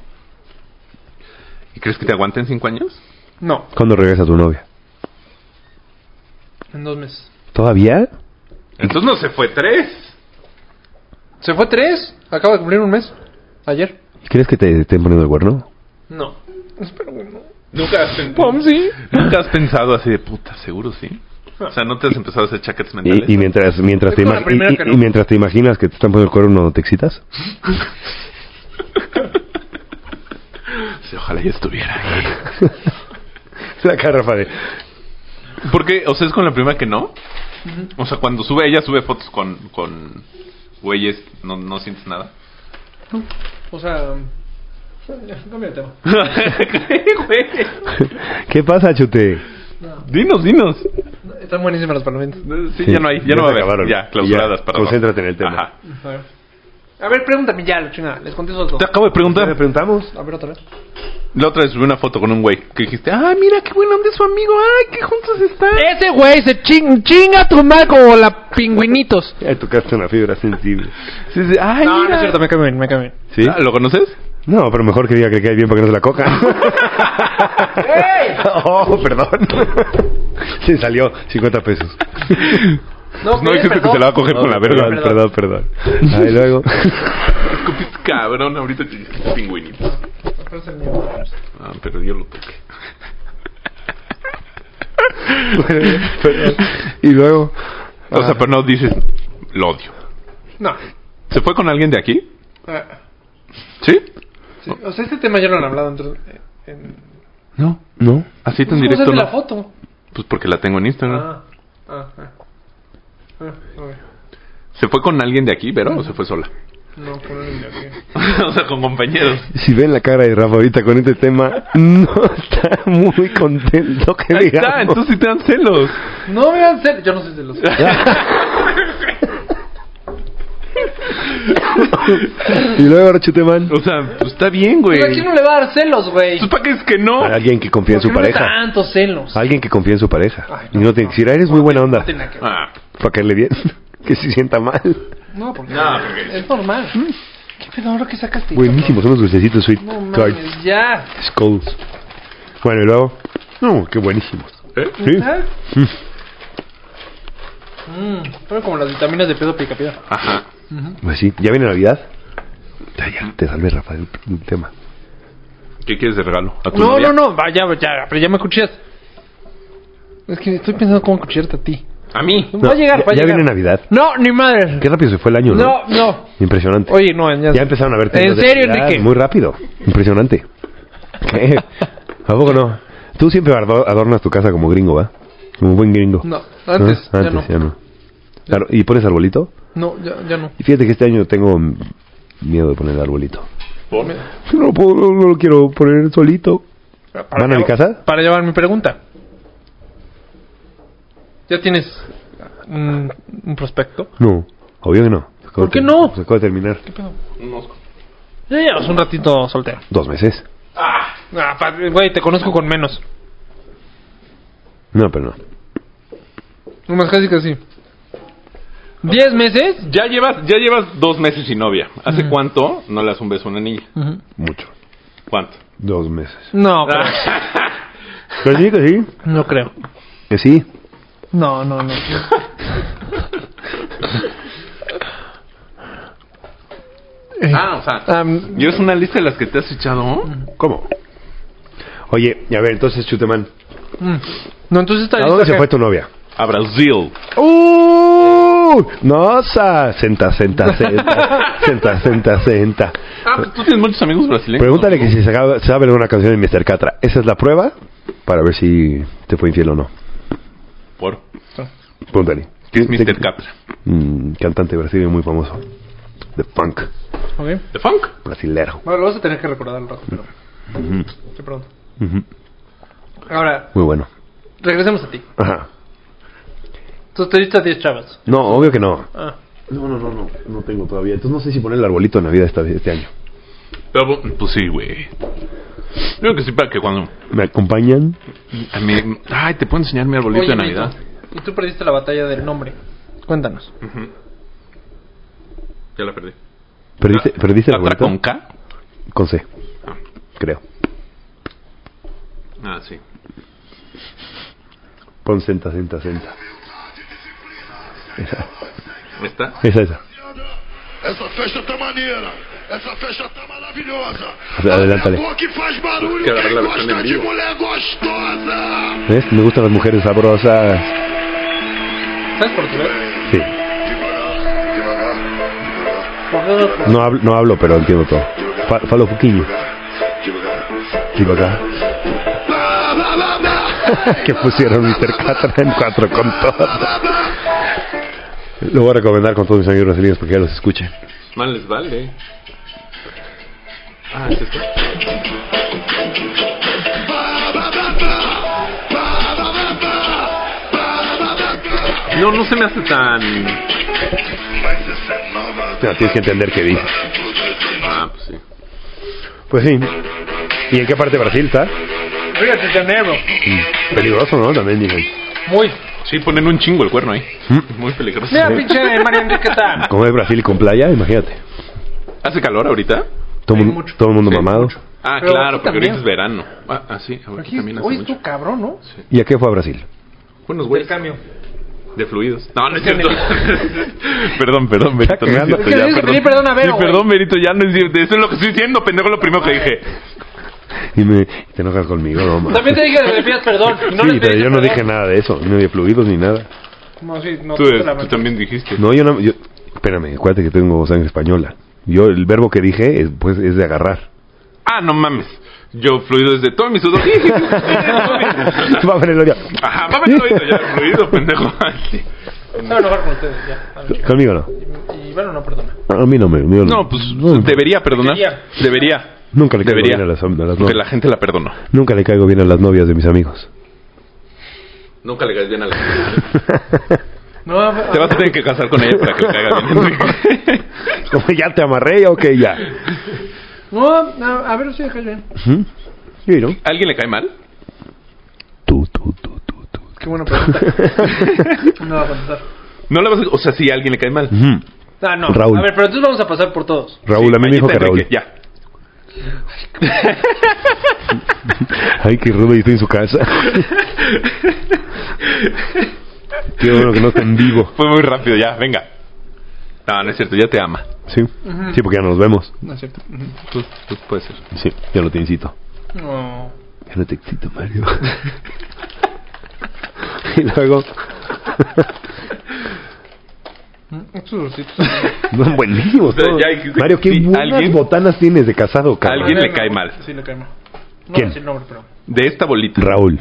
Speaker 2: ¿Y crees que te aguanten 5 años?
Speaker 3: No,
Speaker 4: ¿Cuándo regresa tu novia?
Speaker 3: en dos meses.
Speaker 4: ¿Todavía?
Speaker 2: Entonces no se fue 3.
Speaker 3: ¿Se fue tres? Acaba de cumplir un mes. Ayer.
Speaker 4: ¿Crees que te estén poniendo el cuerno?
Speaker 3: No. Espero que no.
Speaker 2: Nunca has, pen-
Speaker 3: Pom, sí.
Speaker 2: nunca has pensado así de puta, seguro sí. O sea, no te has empezado a hacer chaquetas mentales.
Speaker 4: Y, y mientras, mientras,
Speaker 3: Es
Speaker 4: te
Speaker 3: como la
Speaker 4: imag-
Speaker 3: primera
Speaker 4: y-
Speaker 3: que
Speaker 4: y-
Speaker 3: no.
Speaker 4: y mientras te imaginas que te están poniendo el cuerno, ¿no te excitas?
Speaker 2: Sí, Ojalá yo estuviera ahí.
Speaker 4: La cara, Rafa, de...
Speaker 2: Porque, o sea, es con la primera que no. O sea, cuando sube ella, sube fotos con, con güeyes, no, no sientes nada.
Speaker 3: O sea... ya, Cambia de tema.
Speaker 4: ¿Qué pasa, Chute?
Speaker 2: dinos, dinos.
Speaker 3: Están buenísimas las palomitas.
Speaker 2: Sí,
Speaker 4: Sí,
Speaker 2: ya no hay, ya,
Speaker 4: ya
Speaker 2: no va a
Speaker 4: se
Speaker 2: haber.
Speaker 4: acabaron.
Speaker 2: Ya, clausuradas
Speaker 4: Ya,
Speaker 2: para
Speaker 4: concéntrate en el tema.
Speaker 2: Ajá.
Speaker 3: A ver. A ver, pregúntame ya, la chingada. Les contesto todo.
Speaker 2: Te acabo de preguntar.
Speaker 4: preguntamos?
Speaker 3: A ver, otra vez.
Speaker 2: La otra vez subí una foto con un güey que dijiste, ah, mira qué buen hombre es su amigo, ay, que juntos están.
Speaker 3: Ese güey se ching, chinga tu madre como la pingüinitos.
Speaker 4: Ya tocaste una fibra sensible.
Speaker 2: Sí, sí, ay,
Speaker 3: No,
Speaker 2: mira.
Speaker 3: no es cierto, me cae bien, me cae bien.
Speaker 4: ¿Sí?
Speaker 2: Ah, ¿Lo conoces?
Speaker 4: No, pero mejor que diga que le cae bien para que no se la coca. Oh, perdón. Se salió 50 pesos.
Speaker 2: Pues no
Speaker 3: pide
Speaker 2: dijiste que
Speaker 3: perdón.
Speaker 2: se la va a coger con la verga.
Speaker 4: Perdón, perdón, perdón. Ahí luego.
Speaker 2: Escupiste cabrón ahorita que dijiste pingüinito. Ah, pero yo lo toqué.
Speaker 4: Perdón. Y luego.
Speaker 2: O sea, pero ah. no dices, lo odio.
Speaker 3: No.
Speaker 2: ¿Se fue con alguien de aquí?
Speaker 3: Ah,
Speaker 2: ¿Sí?
Speaker 3: sí. O sea, este tema ya lo han hablado entre... En...
Speaker 2: No.
Speaker 4: ¿No?
Speaker 2: Así tan
Speaker 3: ¿Cómo
Speaker 2: directo
Speaker 3: sale
Speaker 2: no.
Speaker 3: la foto?
Speaker 2: Pues porque la tengo en Instagram.
Speaker 3: Ah, ah, ah. Ah, ok.
Speaker 2: ¿Se fue con alguien de aquí,
Speaker 3: Ah.
Speaker 2: Vero, o se fue sola?
Speaker 3: No, por el de aquí.
Speaker 2: o sea, con compañeros.
Speaker 4: Si ven la cara de Rafa ahorita con este tema, no está muy contento que
Speaker 2: Ahí
Speaker 4: digamos.
Speaker 2: está, entonces sí te dan celos.
Speaker 3: No vean ser. Yo no sé si lo sé.
Speaker 4: Y luego Chuteman.
Speaker 2: O sea, pues está bien, güey.
Speaker 3: Pero ¿A quién no le va a dar celos, güey?
Speaker 2: Pues para qué es que no.
Speaker 4: Alguien que confía en
Speaker 3: ¿Por
Speaker 4: su
Speaker 3: qué no
Speaker 4: pareja.
Speaker 3: tantos celos?
Speaker 4: Alguien que confía en su pareja.
Speaker 3: Ay,
Speaker 4: y
Speaker 3: no,
Speaker 4: no tiene que decir, "Ah, eres muy buena onda.
Speaker 3: No tiene nada que ver.
Speaker 2: Ah,
Speaker 4: Para caerle bien. que se sienta mal.
Speaker 3: No, porque
Speaker 2: No, porque-
Speaker 3: es normal. ¿Qué pedo ahora que sacaste?
Speaker 4: Mm. Buenísimo, son los dulcecitos sweet
Speaker 3: No
Speaker 4: tart
Speaker 3: mames, ya.
Speaker 4: skulls. Bueno, y luego. No, qué buenísimos.
Speaker 2: ¿eh?
Speaker 4: Sí.
Speaker 3: ¿Ah? Mm, son como las vitaminas de pedo pica piedra.
Speaker 2: Ajá.
Speaker 4: Pues sí, ya viene Navidad. Ya, ya, te salvé, Rafa, del del tema.
Speaker 2: ¿Qué quieres de regalo? ¿A tu
Speaker 3: No,
Speaker 2: novia?
Speaker 3: no, no, vaya, ya, pero ya me escuchas. Es que estoy pensando cómo escucharte a ti.
Speaker 2: A mí.
Speaker 3: va a llegar,
Speaker 4: ya,
Speaker 3: va a
Speaker 4: ya
Speaker 3: llegar.
Speaker 4: viene Navidad.
Speaker 3: No, ni madre.
Speaker 4: Qué rápido se fue el año, ¿no?
Speaker 3: No, no.
Speaker 4: Impresionante.
Speaker 3: Oye, no, ya.
Speaker 4: Ya empezaron a ver
Speaker 3: ¿En
Speaker 4: tiendas de
Speaker 3: serio,
Speaker 4: Navidad,
Speaker 3: Enrique?
Speaker 4: Muy rápido. Impresionante. ¿Qué? ¿A poco no? Tú siempre ador- adornas tu casa como gringo, ¿va? Como buen gringo.
Speaker 3: No, antes,
Speaker 4: Ah,
Speaker 3: ya no.
Speaker 4: ya no. Claro, ¿Y pones arbolito?
Speaker 3: No, ya, ya no.
Speaker 4: Y fíjate que este año tengo m- miedo de poner arbolito.
Speaker 2: ¿Por?
Speaker 4: No lo, puedo- no lo quiero poner solito.
Speaker 3: Para
Speaker 4: ¿Van a mi
Speaker 3: llevar-
Speaker 4: casa?
Speaker 3: Para llevar mi pregunta. ¿Ya tienes un, un prospecto?
Speaker 4: No, obvio que no. Se acaba
Speaker 3: ¿Por
Speaker 4: de
Speaker 3: qué
Speaker 4: ter-
Speaker 3: no?
Speaker 4: Se acaba de terminar.
Speaker 3: Ya llevas un ratito soltero.
Speaker 4: Dos meses.
Speaker 3: Ah, pa- güey, te conozco con menos.
Speaker 4: No, pero no.
Speaker 3: Más casi que así. ¿Diez meses?
Speaker 2: Ya llevas, ya llevas dos meses sin novia. ¿Hace cuánto no le das un beso a una niña?
Speaker 4: Mucho.
Speaker 2: ¿Cuánto?
Speaker 4: Dos meses.
Speaker 3: No, creo.
Speaker 2: Ah,
Speaker 4: Pero sí, que sí.
Speaker 3: no creo.
Speaker 4: Que sí.
Speaker 3: No, no, no.
Speaker 2: Ah, o sea, Mm.
Speaker 3: Am-
Speaker 2: ¿y es una lista de las que te has echado?
Speaker 4: ¿Cómo? Oye, y a ver, entonces, Chuteman,
Speaker 3: Mm. No, entonces esta
Speaker 4: ¿a dónde
Speaker 3: lista
Speaker 4: se
Speaker 3: que-
Speaker 4: fue tu novia?
Speaker 2: A Brasil.
Speaker 4: ¡Uh! No, sa- senta, senta, senta, senta, senta, senta.
Speaker 2: Ah, pues tú tienes muchos amigos brasileños.
Speaker 4: Pregúntale
Speaker 2: ¿no?
Speaker 4: que si se sabe sabe alguna canción de Mr. Catra. Esa es la prueba para ver si te fue infiel o no.
Speaker 2: Por...
Speaker 4: Pregúntale.
Speaker 2: ¿Qué es Mr. Catra?
Speaker 4: Mm, cantante brasileño muy famoso. De punk
Speaker 3: Ok.
Speaker 2: ¿The Funk?
Speaker 4: brasilero.
Speaker 3: Bueno, lo vas a tener que recordar al rato, pero. De pronto.
Speaker 4: Ujú.
Speaker 3: Ahora,
Speaker 4: Muy bueno.
Speaker 3: regresemos a ti.
Speaker 4: Ajá.
Speaker 3: Entonces te diste a 10 chavas.
Speaker 4: No, obvio que no.
Speaker 3: Ah.
Speaker 4: No, no, no, no. No tengo todavía. Entonces no sé si poner el arbolito de Navidad esta, este año.
Speaker 2: Pero, pues sí, güey. Yo Creo que sí, para que cuando...
Speaker 4: ¿Me acompañan?
Speaker 2: a mí- Ay, ¿te puedo enseñar mi arbolito de
Speaker 3: Mito,
Speaker 2: Navidad?
Speaker 3: Y tú perdiste la batalla del nombre. Cuéntanos.
Speaker 2: Ya la perdí.
Speaker 4: ¿Perdiste,
Speaker 2: Ah,
Speaker 4: perdiste el
Speaker 2: ¿Catra
Speaker 4: arbolito?
Speaker 2: con K?
Speaker 4: Con C.
Speaker 2: Ah.
Speaker 4: Creo.
Speaker 2: Ah, sí.
Speaker 4: Pon senta, senta, senta.
Speaker 2: ¿Está?
Speaker 4: Esa, esa.
Speaker 1: Essa festa tá maneira. Essa festa tá maravilhosa.
Speaker 4: Adelántale.
Speaker 1: Boa que faz barulho.
Speaker 2: Quero
Speaker 1: Quem
Speaker 2: agarrar a versão
Speaker 1: gosta
Speaker 2: em
Speaker 1: de
Speaker 2: vivo.
Speaker 1: mulher gostosa.
Speaker 4: ¿Ves? Me gustan las mujeres sabrosas.
Speaker 3: ¿Sabes portugués?
Speaker 4: Sí.
Speaker 1: Devagar, devagar,
Speaker 3: Por favor, por-
Speaker 4: No hablo, no hablo pero entiendo todo. Fa- falo poquillo.
Speaker 1: devagar, devagar.
Speaker 4: Sí, acá.
Speaker 1: Blá, blá, blá, blá.
Speaker 4: Que pusieron Mr. Catra en cuatro con todo. Lo voy a recomendar con todos mis amigos brasileños porque ya los escuchen.
Speaker 2: Más les vale. Ah, ¿es esto? No, no se me hace tan...
Speaker 1: Mas essa é nova.
Speaker 4: Pero tienes que entender qué dice.
Speaker 2: Ah, pues sí.
Speaker 4: Pues sí. ¿Y en qué parte de Brasil está? Mm,
Speaker 3: Río de Janeiro.
Speaker 4: Peligroso, ¿no? También dicen.
Speaker 3: Muy.
Speaker 2: Sí, ponen un chingo el cuerno ahí.
Speaker 4: ¿Mm?
Speaker 2: Muy peligroso.
Speaker 3: Mira, pinche María Enriqueta.
Speaker 4: Como es Brasil y con playa, imagínate.
Speaker 2: ¿Hace calor ahorita?
Speaker 4: Todo,
Speaker 3: Hay
Speaker 4: mu-
Speaker 3: mucho.
Speaker 4: todo el mundo
Speaker 2: Sí,
Speaker 4: mamado.
Speaker 2: mucho. Ah,
Speaker 3: Pero
Speaker 2: claro,
Speaker 3: aquí
Speaker 2: porque ahorita
Speaker 3: también.
Speaker 2: es verano. Ah, ah, sí, aquí,
Speaker 3: Aquí,
Speaker 2: también hace
Speaker 3: hoy es
Speaker 2: mucho.
Speaker 3: tu cabrón, ¿no?
Speaker 4: ¿Y a qué fue a Brasil?
Speaker 2: Buenos
Speaker 3: El
Speaker 2: güeyes.
Speaker 3: cambio.
Speaker 2: De fluidos. No, no es cierto.
Speaker 3: Cambio.
Speaker 2: perdón, perdón,
Speaker 4: Está
Speaker 2: Berito. No es
Speaker 4: cagando.
Speaker 2: cierto,
Speaker 3: Es que
Speaker 2: ya,
Speaker 3: tienes que
Speaker 2: perdón.
Speaker 3: pedir perdón a Vero,
Speaker 2: Sí, perdón, Berito, ya no es cierto. Eso es lo que estoy diciendo, pendejo, lo primero que dije.
Speaker 4: Y me te enojas conmigo, no mames.
Speaker 3: También te dije que le pidas perdón. y no
Speaker 4: sí,
Speaker 3: le
Speaker 4: pero
Speaker 3: pediste
Speaker 4: yo no
Speaker 3: perdón.
Speaker 4: dije nada de eso, ni de fluidos ni nada.
Speaker 3: No, sí, no
Speaker 2: Tú, eh,
Speaker 3: tú te la
Speaker 2: tú
Speaker 3: manchaste.
Speaker 2: también dijiste.
Speaker 4: No, yo no. Yo, espérame, acuérdate que tengo sangre española. Yo, el verbo que dije es, pues, es de agarrar.
Speaker 2: Ah, no mames. Yo fluido desde todo mi sudor.
Speaker 4: Va a ver el odio.
Speaker 2: Ajá, va fluido, ya fluido, pues. pendejo. Sí.
Speaker 3: Se va a enojar con ustedes, ya. a ver.
Speaker 4: Conmigo no.
Speaker 3: Y, y bueno, no perdona.
Speaker 4: A mí no me. yo
Speaker 2: No, pues debería perdonar.
Speaker 3: Debería.
Speaker 2: Debería.
Speaker 4: Nunca le caigo
Speaker 2: Debería.
Speaker 4: bien a las, a las
Speaker 2: Porque
Speaker 4: novias.
Speaker 2: la gente la perdona.
Speaker 4: Nunca le caigo bien a las novias de mis amigos.
Speaker 2: Nunca le caes bien a la gente.
Speaker 3: No, a ver,
Speaker 2: Te vas a tener que casar con ella para que le caiga bien, Enrique.
Speaker 4: Como ya te amarré, ok, ya.
Speaker 3: no, a, a ver si deja bien.
Speaker 4: Ujú. Sí, ¿no?
Speaker 2: ¿Alguien le cae mal?
Speaker 4: Tú, tú, tú, tú, tú.
Speaker 3: Qué buena pregunta. No va a contestar.
Speaker 2: No le vas a... O sea, si a alguien le cae mal.
Speaker 4: Ujú.
Speaker 3: Ah, no.
Speaker 4: Raúl.
Speaker 3: A ver, pero entonces vamos a pasar por todos.
Speaker 4: Raúl, a mí me dijo que
Speaker 2: Fallece
Speaker 4: Raúl.
Speaker 2: Enrique, Ya.
Speaker 4: Ay, qué rudo, y estoy en su casa. Qué bueno que no está en vivo.
Speaker 2: Fue muy rápido, ya, venga. No, no es cierto, ya te ama.
Speaker 4: Sí, sí, porque ya nos vemos.
Speaker 3: No es cierto.
Speaker 2: Pues, pues puede ser.
Speaker 4: Sí, ya no te incito.
Speaker 3: No.
Speaker 4: Ya no te excito, Mario. y luego,
Speaker 3: Mm. Estos dulcitos.
Speaker 4: no, buenísimos.
Speaker 2: Pero
Speaker 4: todos.
Speaker 2: ya dijiste
Speaker 4: Mario,
Speaker 2: que
Speaker 4: qué
Speaker 2: sí,
Speaker 4: buenas
Speaker 2: alguien-
Speaker 4: botanas tienes de casado, cabrón.
Speaker 2: Alguien
Speaker 3: Ah,
Speaker 2: le
Speaker 3: no,
Speaker 2: cae
Speaker 3: no,
Speaker 2: mal.
Speaker 3: Sí, le cae mal. No
Speaker 4: ¿Quién?
Speaker 3: voy a decir el nombre, pero.
Speaker 2: De esta bolita.
Speaker 4: Raúl.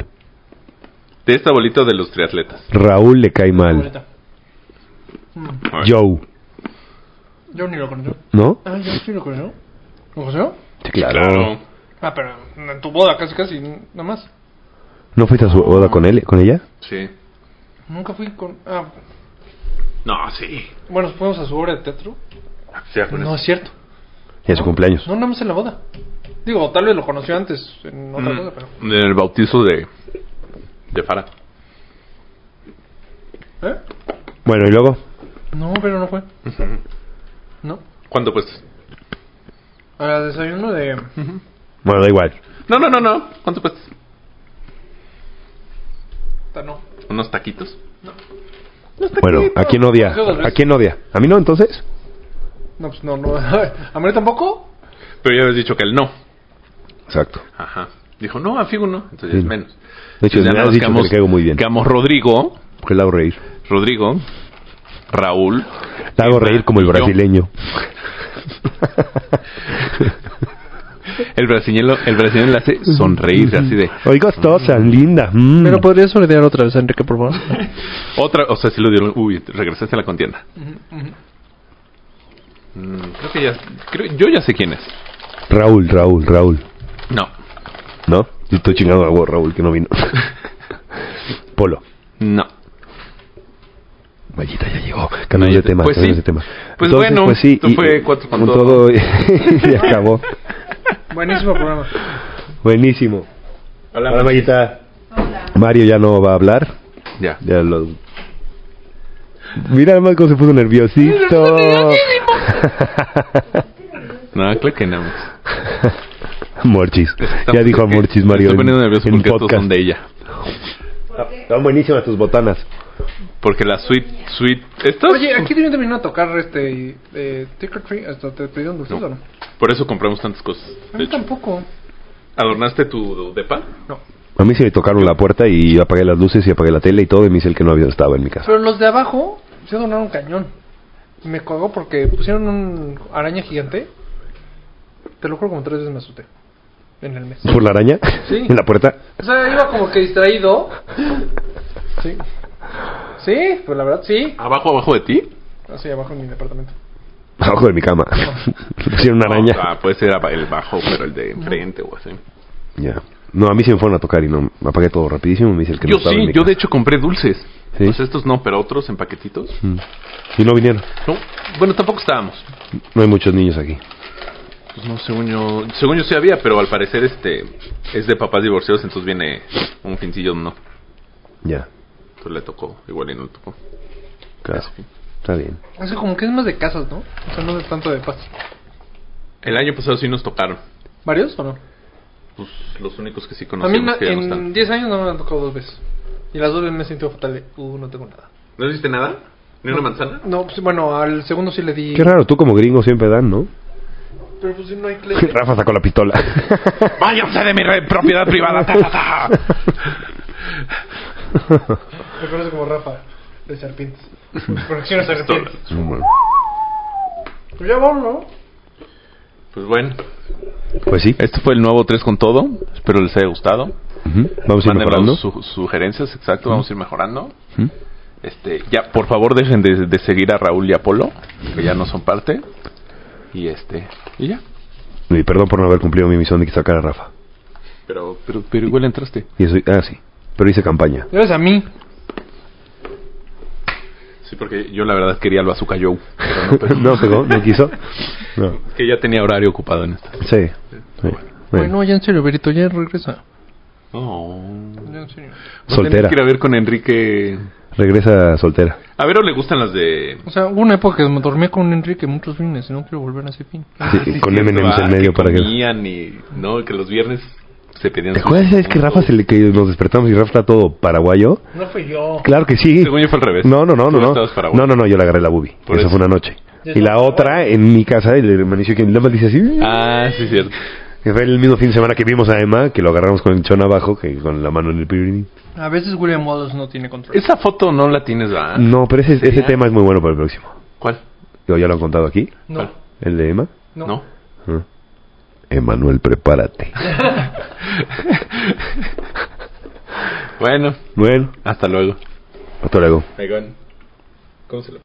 Speaker 2: De esta bolita de los triatletas.
Speaker 4: Raúl le cae mal.
Speaker 3: Ahorita. Mm,
Speaker 4: Joe,
Speaker 3: Yo ni lo conozco.
Speaker 4: ¿no?
Speaker 3: Ah, yo sí lo conozco. ¿Lo conozco?
Speaker 4: Sí,
Speaker 3: Ah, pero en tu boda casi casi, n- nada más.
Speaker 4: ¿No fuiste a su boda con él, con ella?
Speaker 2: Sí.
Speaker 3: Nunca fui con. Ah,
Speaker 2: No, sí.
Speaker 3: bueno, fuimos a su obra de teatro.
Speaker 2: Ya con
Speaker 3: No
Speaker 2: eso.
Speaker 3: es cierto.
Speaker 4: En su cumpleaños.
Speaker 3: No, nada más en la boda. Digo, tal vez lo conoció antes en otra cosa, pero.
Speaker 2: Mm, En el bautizo de. de Farah.
Speaker 3: ¿Eh?
Speaker 4: Bueno, y luego,
Speaker 3: No, pero no fue. No.
Speaker 2: ¿Cuánto pues?
Speaker 3: Al desayuno de.
Speaker 4: bueno, da igual.
Speaker 2: No, no, no, no. ¿Cuánto pues?
Speaker 3: Ah, No.
Speaker 2: ¿Unos taquitos?
Speaker 4: Bueno, ¿a quién odia? ¿A quién odia? ¿A mí no, entonces?
Speaker 3: No, pues no, no. ¿A Mario tampoco?
Speaker 2: Pero ya habías dicho que él no.
Speaker 4: Exacto.
Speaker 2: Ajá. Dijo, no, a Figu no. Entonces ya es
Speaker 4: Sí.
Speaker 2: menos.
Speaker 4: De hecho,
Speaker 2: Entonces, ya
Speaker 4: me
Speaker 2: nada
Speaker 4: has
Speaker 2: más
Speaker 4: dicho que
Speaker 2: quedamos-
Speaker 4: le caigo muy bien.
Speaker 2: quedamos Rodrigo,
Speaker 4: Porque la hago reír.
Speaker 2: Rodrigo, Raúl.
Speaker 4: La hago reír como el
Speaker 2: Yo.
Speaker 4: brasileño.
Speaker 2: El brasileño, el brasileño le hace sonreír así de...
Speaker 4: Oye, gostosa, linda. mm.
Speaker 6: Pero podrías ordenar otra vez, Enrique, por favor.
Speaker 2: Otra, o sea, sí lo dieron... Uy, regresaste a la contienda. Mm, creo que ya... creo- yo ya sé quién es. pues,
Speaker 4: Raúl, Raúl, Raúl.
Speaker 2: No.
Speaker 4: ¿No? Yo estoy chingando a vos, Raúl, que no vino. Polo.
Speaker 2: No.
Speaker 4: Vallita ya llegó. Cambiando de
Speaker 2: Vallita.
Speaker 4: tema.
Speaker 2: Pues
Speaker 4: cambiando
Speaker 2: sí.
Speaker 4: de tema.
Speaker 2: Pues bueno, esto fue Cuatro con
Speaker 4: con
Speaker 2: Todo.
Speaker 4: todo. y acabó.
Speaker 3: Buenísimo programa.
Speaker 4: Buenísimo.
Speaker 2: Hola,
Speaker 4: Hola, Vallita. Mario ya no va a hablar.
Speaker 2: Ya.
Speaker 4: Ya lo... Mira además cómo se puso nerviosito.
Speaker 2: No, claro que no.
Speaker 4: Morchis.
Speaker 2: Está-
Speaker 4: Ya dijo a
Speaker 2: que-
Speaker 4: Morchis,
Speaker 2: me
Speaker 4: Mario.
Speaker 2: Estoy
Speaker 4: en-
Speaker 2: poniendo nervioso
Speaker 4: en
Speaker 2: porque estos
Speaker 4: podcast.
Speaker 2: son de ella.
Speaker 4: Están buenísimas tus botanas.
Speaker 2: Porque la suite, suite... Estos...
Speaker 3: Oye, aquí deben también a tocar este. Eh, Trick or Treat. Hasta te pidieron dulces,
Speaker 2: No.
Speaker 3: ¿o no?
Speaker 2: Por eso compramos tantas cosas.
Speaker 3: A
Speaker 2: De
Speaker 3: mí
Speaker 2: hecho.
Speaker 3: tampoco.
Speaker 2: ¿Adornaste tu depa?
Speaker 3: No.
Speaker 4: A mí se me tocaron la puerta y yo apagué las luces y apagué la tele y todo. Y me dice el que no había estado en mi casa.
Speaker 3: Pero los de abajo se donaron cañón. Me cagó porque pusieron un araña gigante. Te lo juro, como tres veces me asusté. En el mes.
Speaker 4: ¿Por la araña?
Speaker 3: Sí.
Speaker 4: ¿En la puerta?
Speaker 3: O sea, iba como que distraído. Sí. Sí, pues la verdad sí.
Speaker 2: ¿Abajo, abajo de ti?
Speaker 3: Así abajo en mi departamento.
Speaker 4: Abajo de mi cama. Pusieron una araña.
Speaker 2: Ah, puede ser aba- el bajo, pero el de enfrente o así.
Speaker 4: Ya. No, a mí se me fueron a tocar y no. me Apagué todo rapidísimo. Me dice el que no
Speaker 2: Yo
Speaker 4: estaba en
Speaker 2: sí,
Speaker 4: mi
Speaker 2: yo de
Speaker 4: casa.
Speaker 2: hecho compré dulces.
Speaker 4: Sí.
Speaker 2: Pues estos no, pero otros en paquetitos.
Speaker 4: Mm. Y no vinieron.
Speaker 2: No, bueno, tampoco estábamos.
Speaker 4: No hay muchos niños aquí.
Speaker 2: Pues no, según yo, según yo sí había, pero al parecer este es de papás divorciados, entonces viene un fincillo, no.
Speaker 4: Ya.
Speaker 2: Entonces le tocó, igual y no le tocó.
Speaker 4: Claro.
Speaker 2: Ese fin.
Speaker 4: Está bien.
Speaker 3: Es que como que es más de casas, ¿no? O sea, no es tanto de paz.
Speaker 2: El año pasado sí nos tocaron.
Speaker 3: ¿Varios o no?
Speaker 2: Pues los únicos que sí
Speaker 3: a mí
Speaker 2: conocimos
Speaker 3: na-
Speaker 2: que ya no
Speaker 3: en
Speaker 2: están.
Speaker 3: 10 años no me han tocado dos veces. Y las dos veces me he sentido fatal. de, Uh, no tengo nada.
Speaker 2: ¿No hiciste nada? ¿Ni una manzana?
Speaker 3: No, pues, bueno, al segundo sí le di.
Speaker 4: Qué raro, tú como gringo siempre dan, ¿no?
Speaker 3: Pero pues si no hay clase.
Speaker 4: Rafa sacó la pistola.
Speaker 2: ¡Váyanse de mi re- propiedad privada! ta, ta, ta!
Speaker 3: Me conoce como Rafa de Serpientes. Correcciones Serpientes.
Speaker 4: No, bueno.
Speaker 3: Pues ya vamos, ¿no?
Speaker 2: Pues bueno,
Speaker 4: Pues sí.
Speaker 2: este fue el nuevo 3 con todo. Espero les haya gustado. Pues
Speaker 4: Ujú. Vamos a ir mejorando.
Speaker 2: Mándenos su- sugerencias, exacto, vamos a ir mejorando.
Speaker 4: Ujú.
Speaker 2: Este, ya, por favor, dejen de, de seguir a Raúl y Apolo, que ya no son parte. Y este, y ya.
Speaker 4: Y perdón por no haber cumplido mi misión de que sacar a Rafa.
Speaker 2: Pero, pero, pero igual entraste.
Speaker 4: Y eso, ah, sí. Pero hice campaña.
Speaker 3: Gracias a mí.
Speaker 2: Sí, porque yo la verdad quería al Bazooka Joe. Pero no, pero-
Speaker 4: no pegó, no quiso. No.
Speaker 2: que ya tenía horario ocupado en esto.
Speaker 4: Sí. Sí. Bueno,
Speaker 6: Bueno, ya en serio, Berito, ya regresa.
Speaker 2: Oh.
Speaker 3: Ya, en serio.
Speaker 2: Pues
Speaker 4: Soltera.
Speaker 2: Quiero ver con Enrique.
Speaker 4: Regresa soltera.
Speaker 2: A Vero le gustan las de.
Speaker 6: O sea, hubo una época que me dormí con Enrique muchos fines y no quiero volver a ese fin.
Speaker 4: Sí, con
Speaker 2: cierto,
Speaker 4: M&M's en
Speaker 2: ah, que
Speaker 4: medio para que-
Speaker 2: comían y, no, que los viernes se pedían.
Speaker 4: ¿Te acuerdas esa vez que Rafa se le que nos despertamos y Rafa está todo paraguayo?
Speaker 3: No fui yo.
Speaker 4: Claro que sí.
Speaker 2: Según yo fue al revés.
Speaker 4: No, no, no,
Speaker 2: Tú
Speaker 4: no, no.
Speaker 2: estabas para
Speaker 4: No, no, no, yo le agarré la bubi.
Speaker 2: Por
Speaker 4: Esa
Speaker 2: eso.
Speaker 4: fue una noche.
Speaker 3: Ya
Speaker 4: Y la
Speaker 3: estaba
Speaker 4: otra en mi casa, el hermanillo que nada más dice así.
Speaker 2: Ah, sí, cierto.
Speaker 4: Que fue el mismo fin de semana que vimos a Emma, que lo agarramos con el chón abajo, que con la mano en el pirín.
Speaker 3: A veces William Wallace no tiene control.
Speaker 2: Esa foto no la tienes, ¿verdad?
Speaker 4: No, pero ese, ese
Speaker 2: ¿Sería?
Speaker 4: tema es muy bueno para el próximo.
Speaker 2: ¿Cuál?
Speaker 4: Yo ya lo han contado aquí,
Speaker 3: No,
Speaker 4: el de Emma.
Speaker 3: no.
Speaker 2: No.
Speaker 4: Ah. Emanuel, prepárate.
Speaker 2: Bueno,
Speaker 4: bueno,
Speaker 2: hasta luego.
Speaker 4: hasta luego.
Speaker 2: Ahí van. ¿Cómo se lo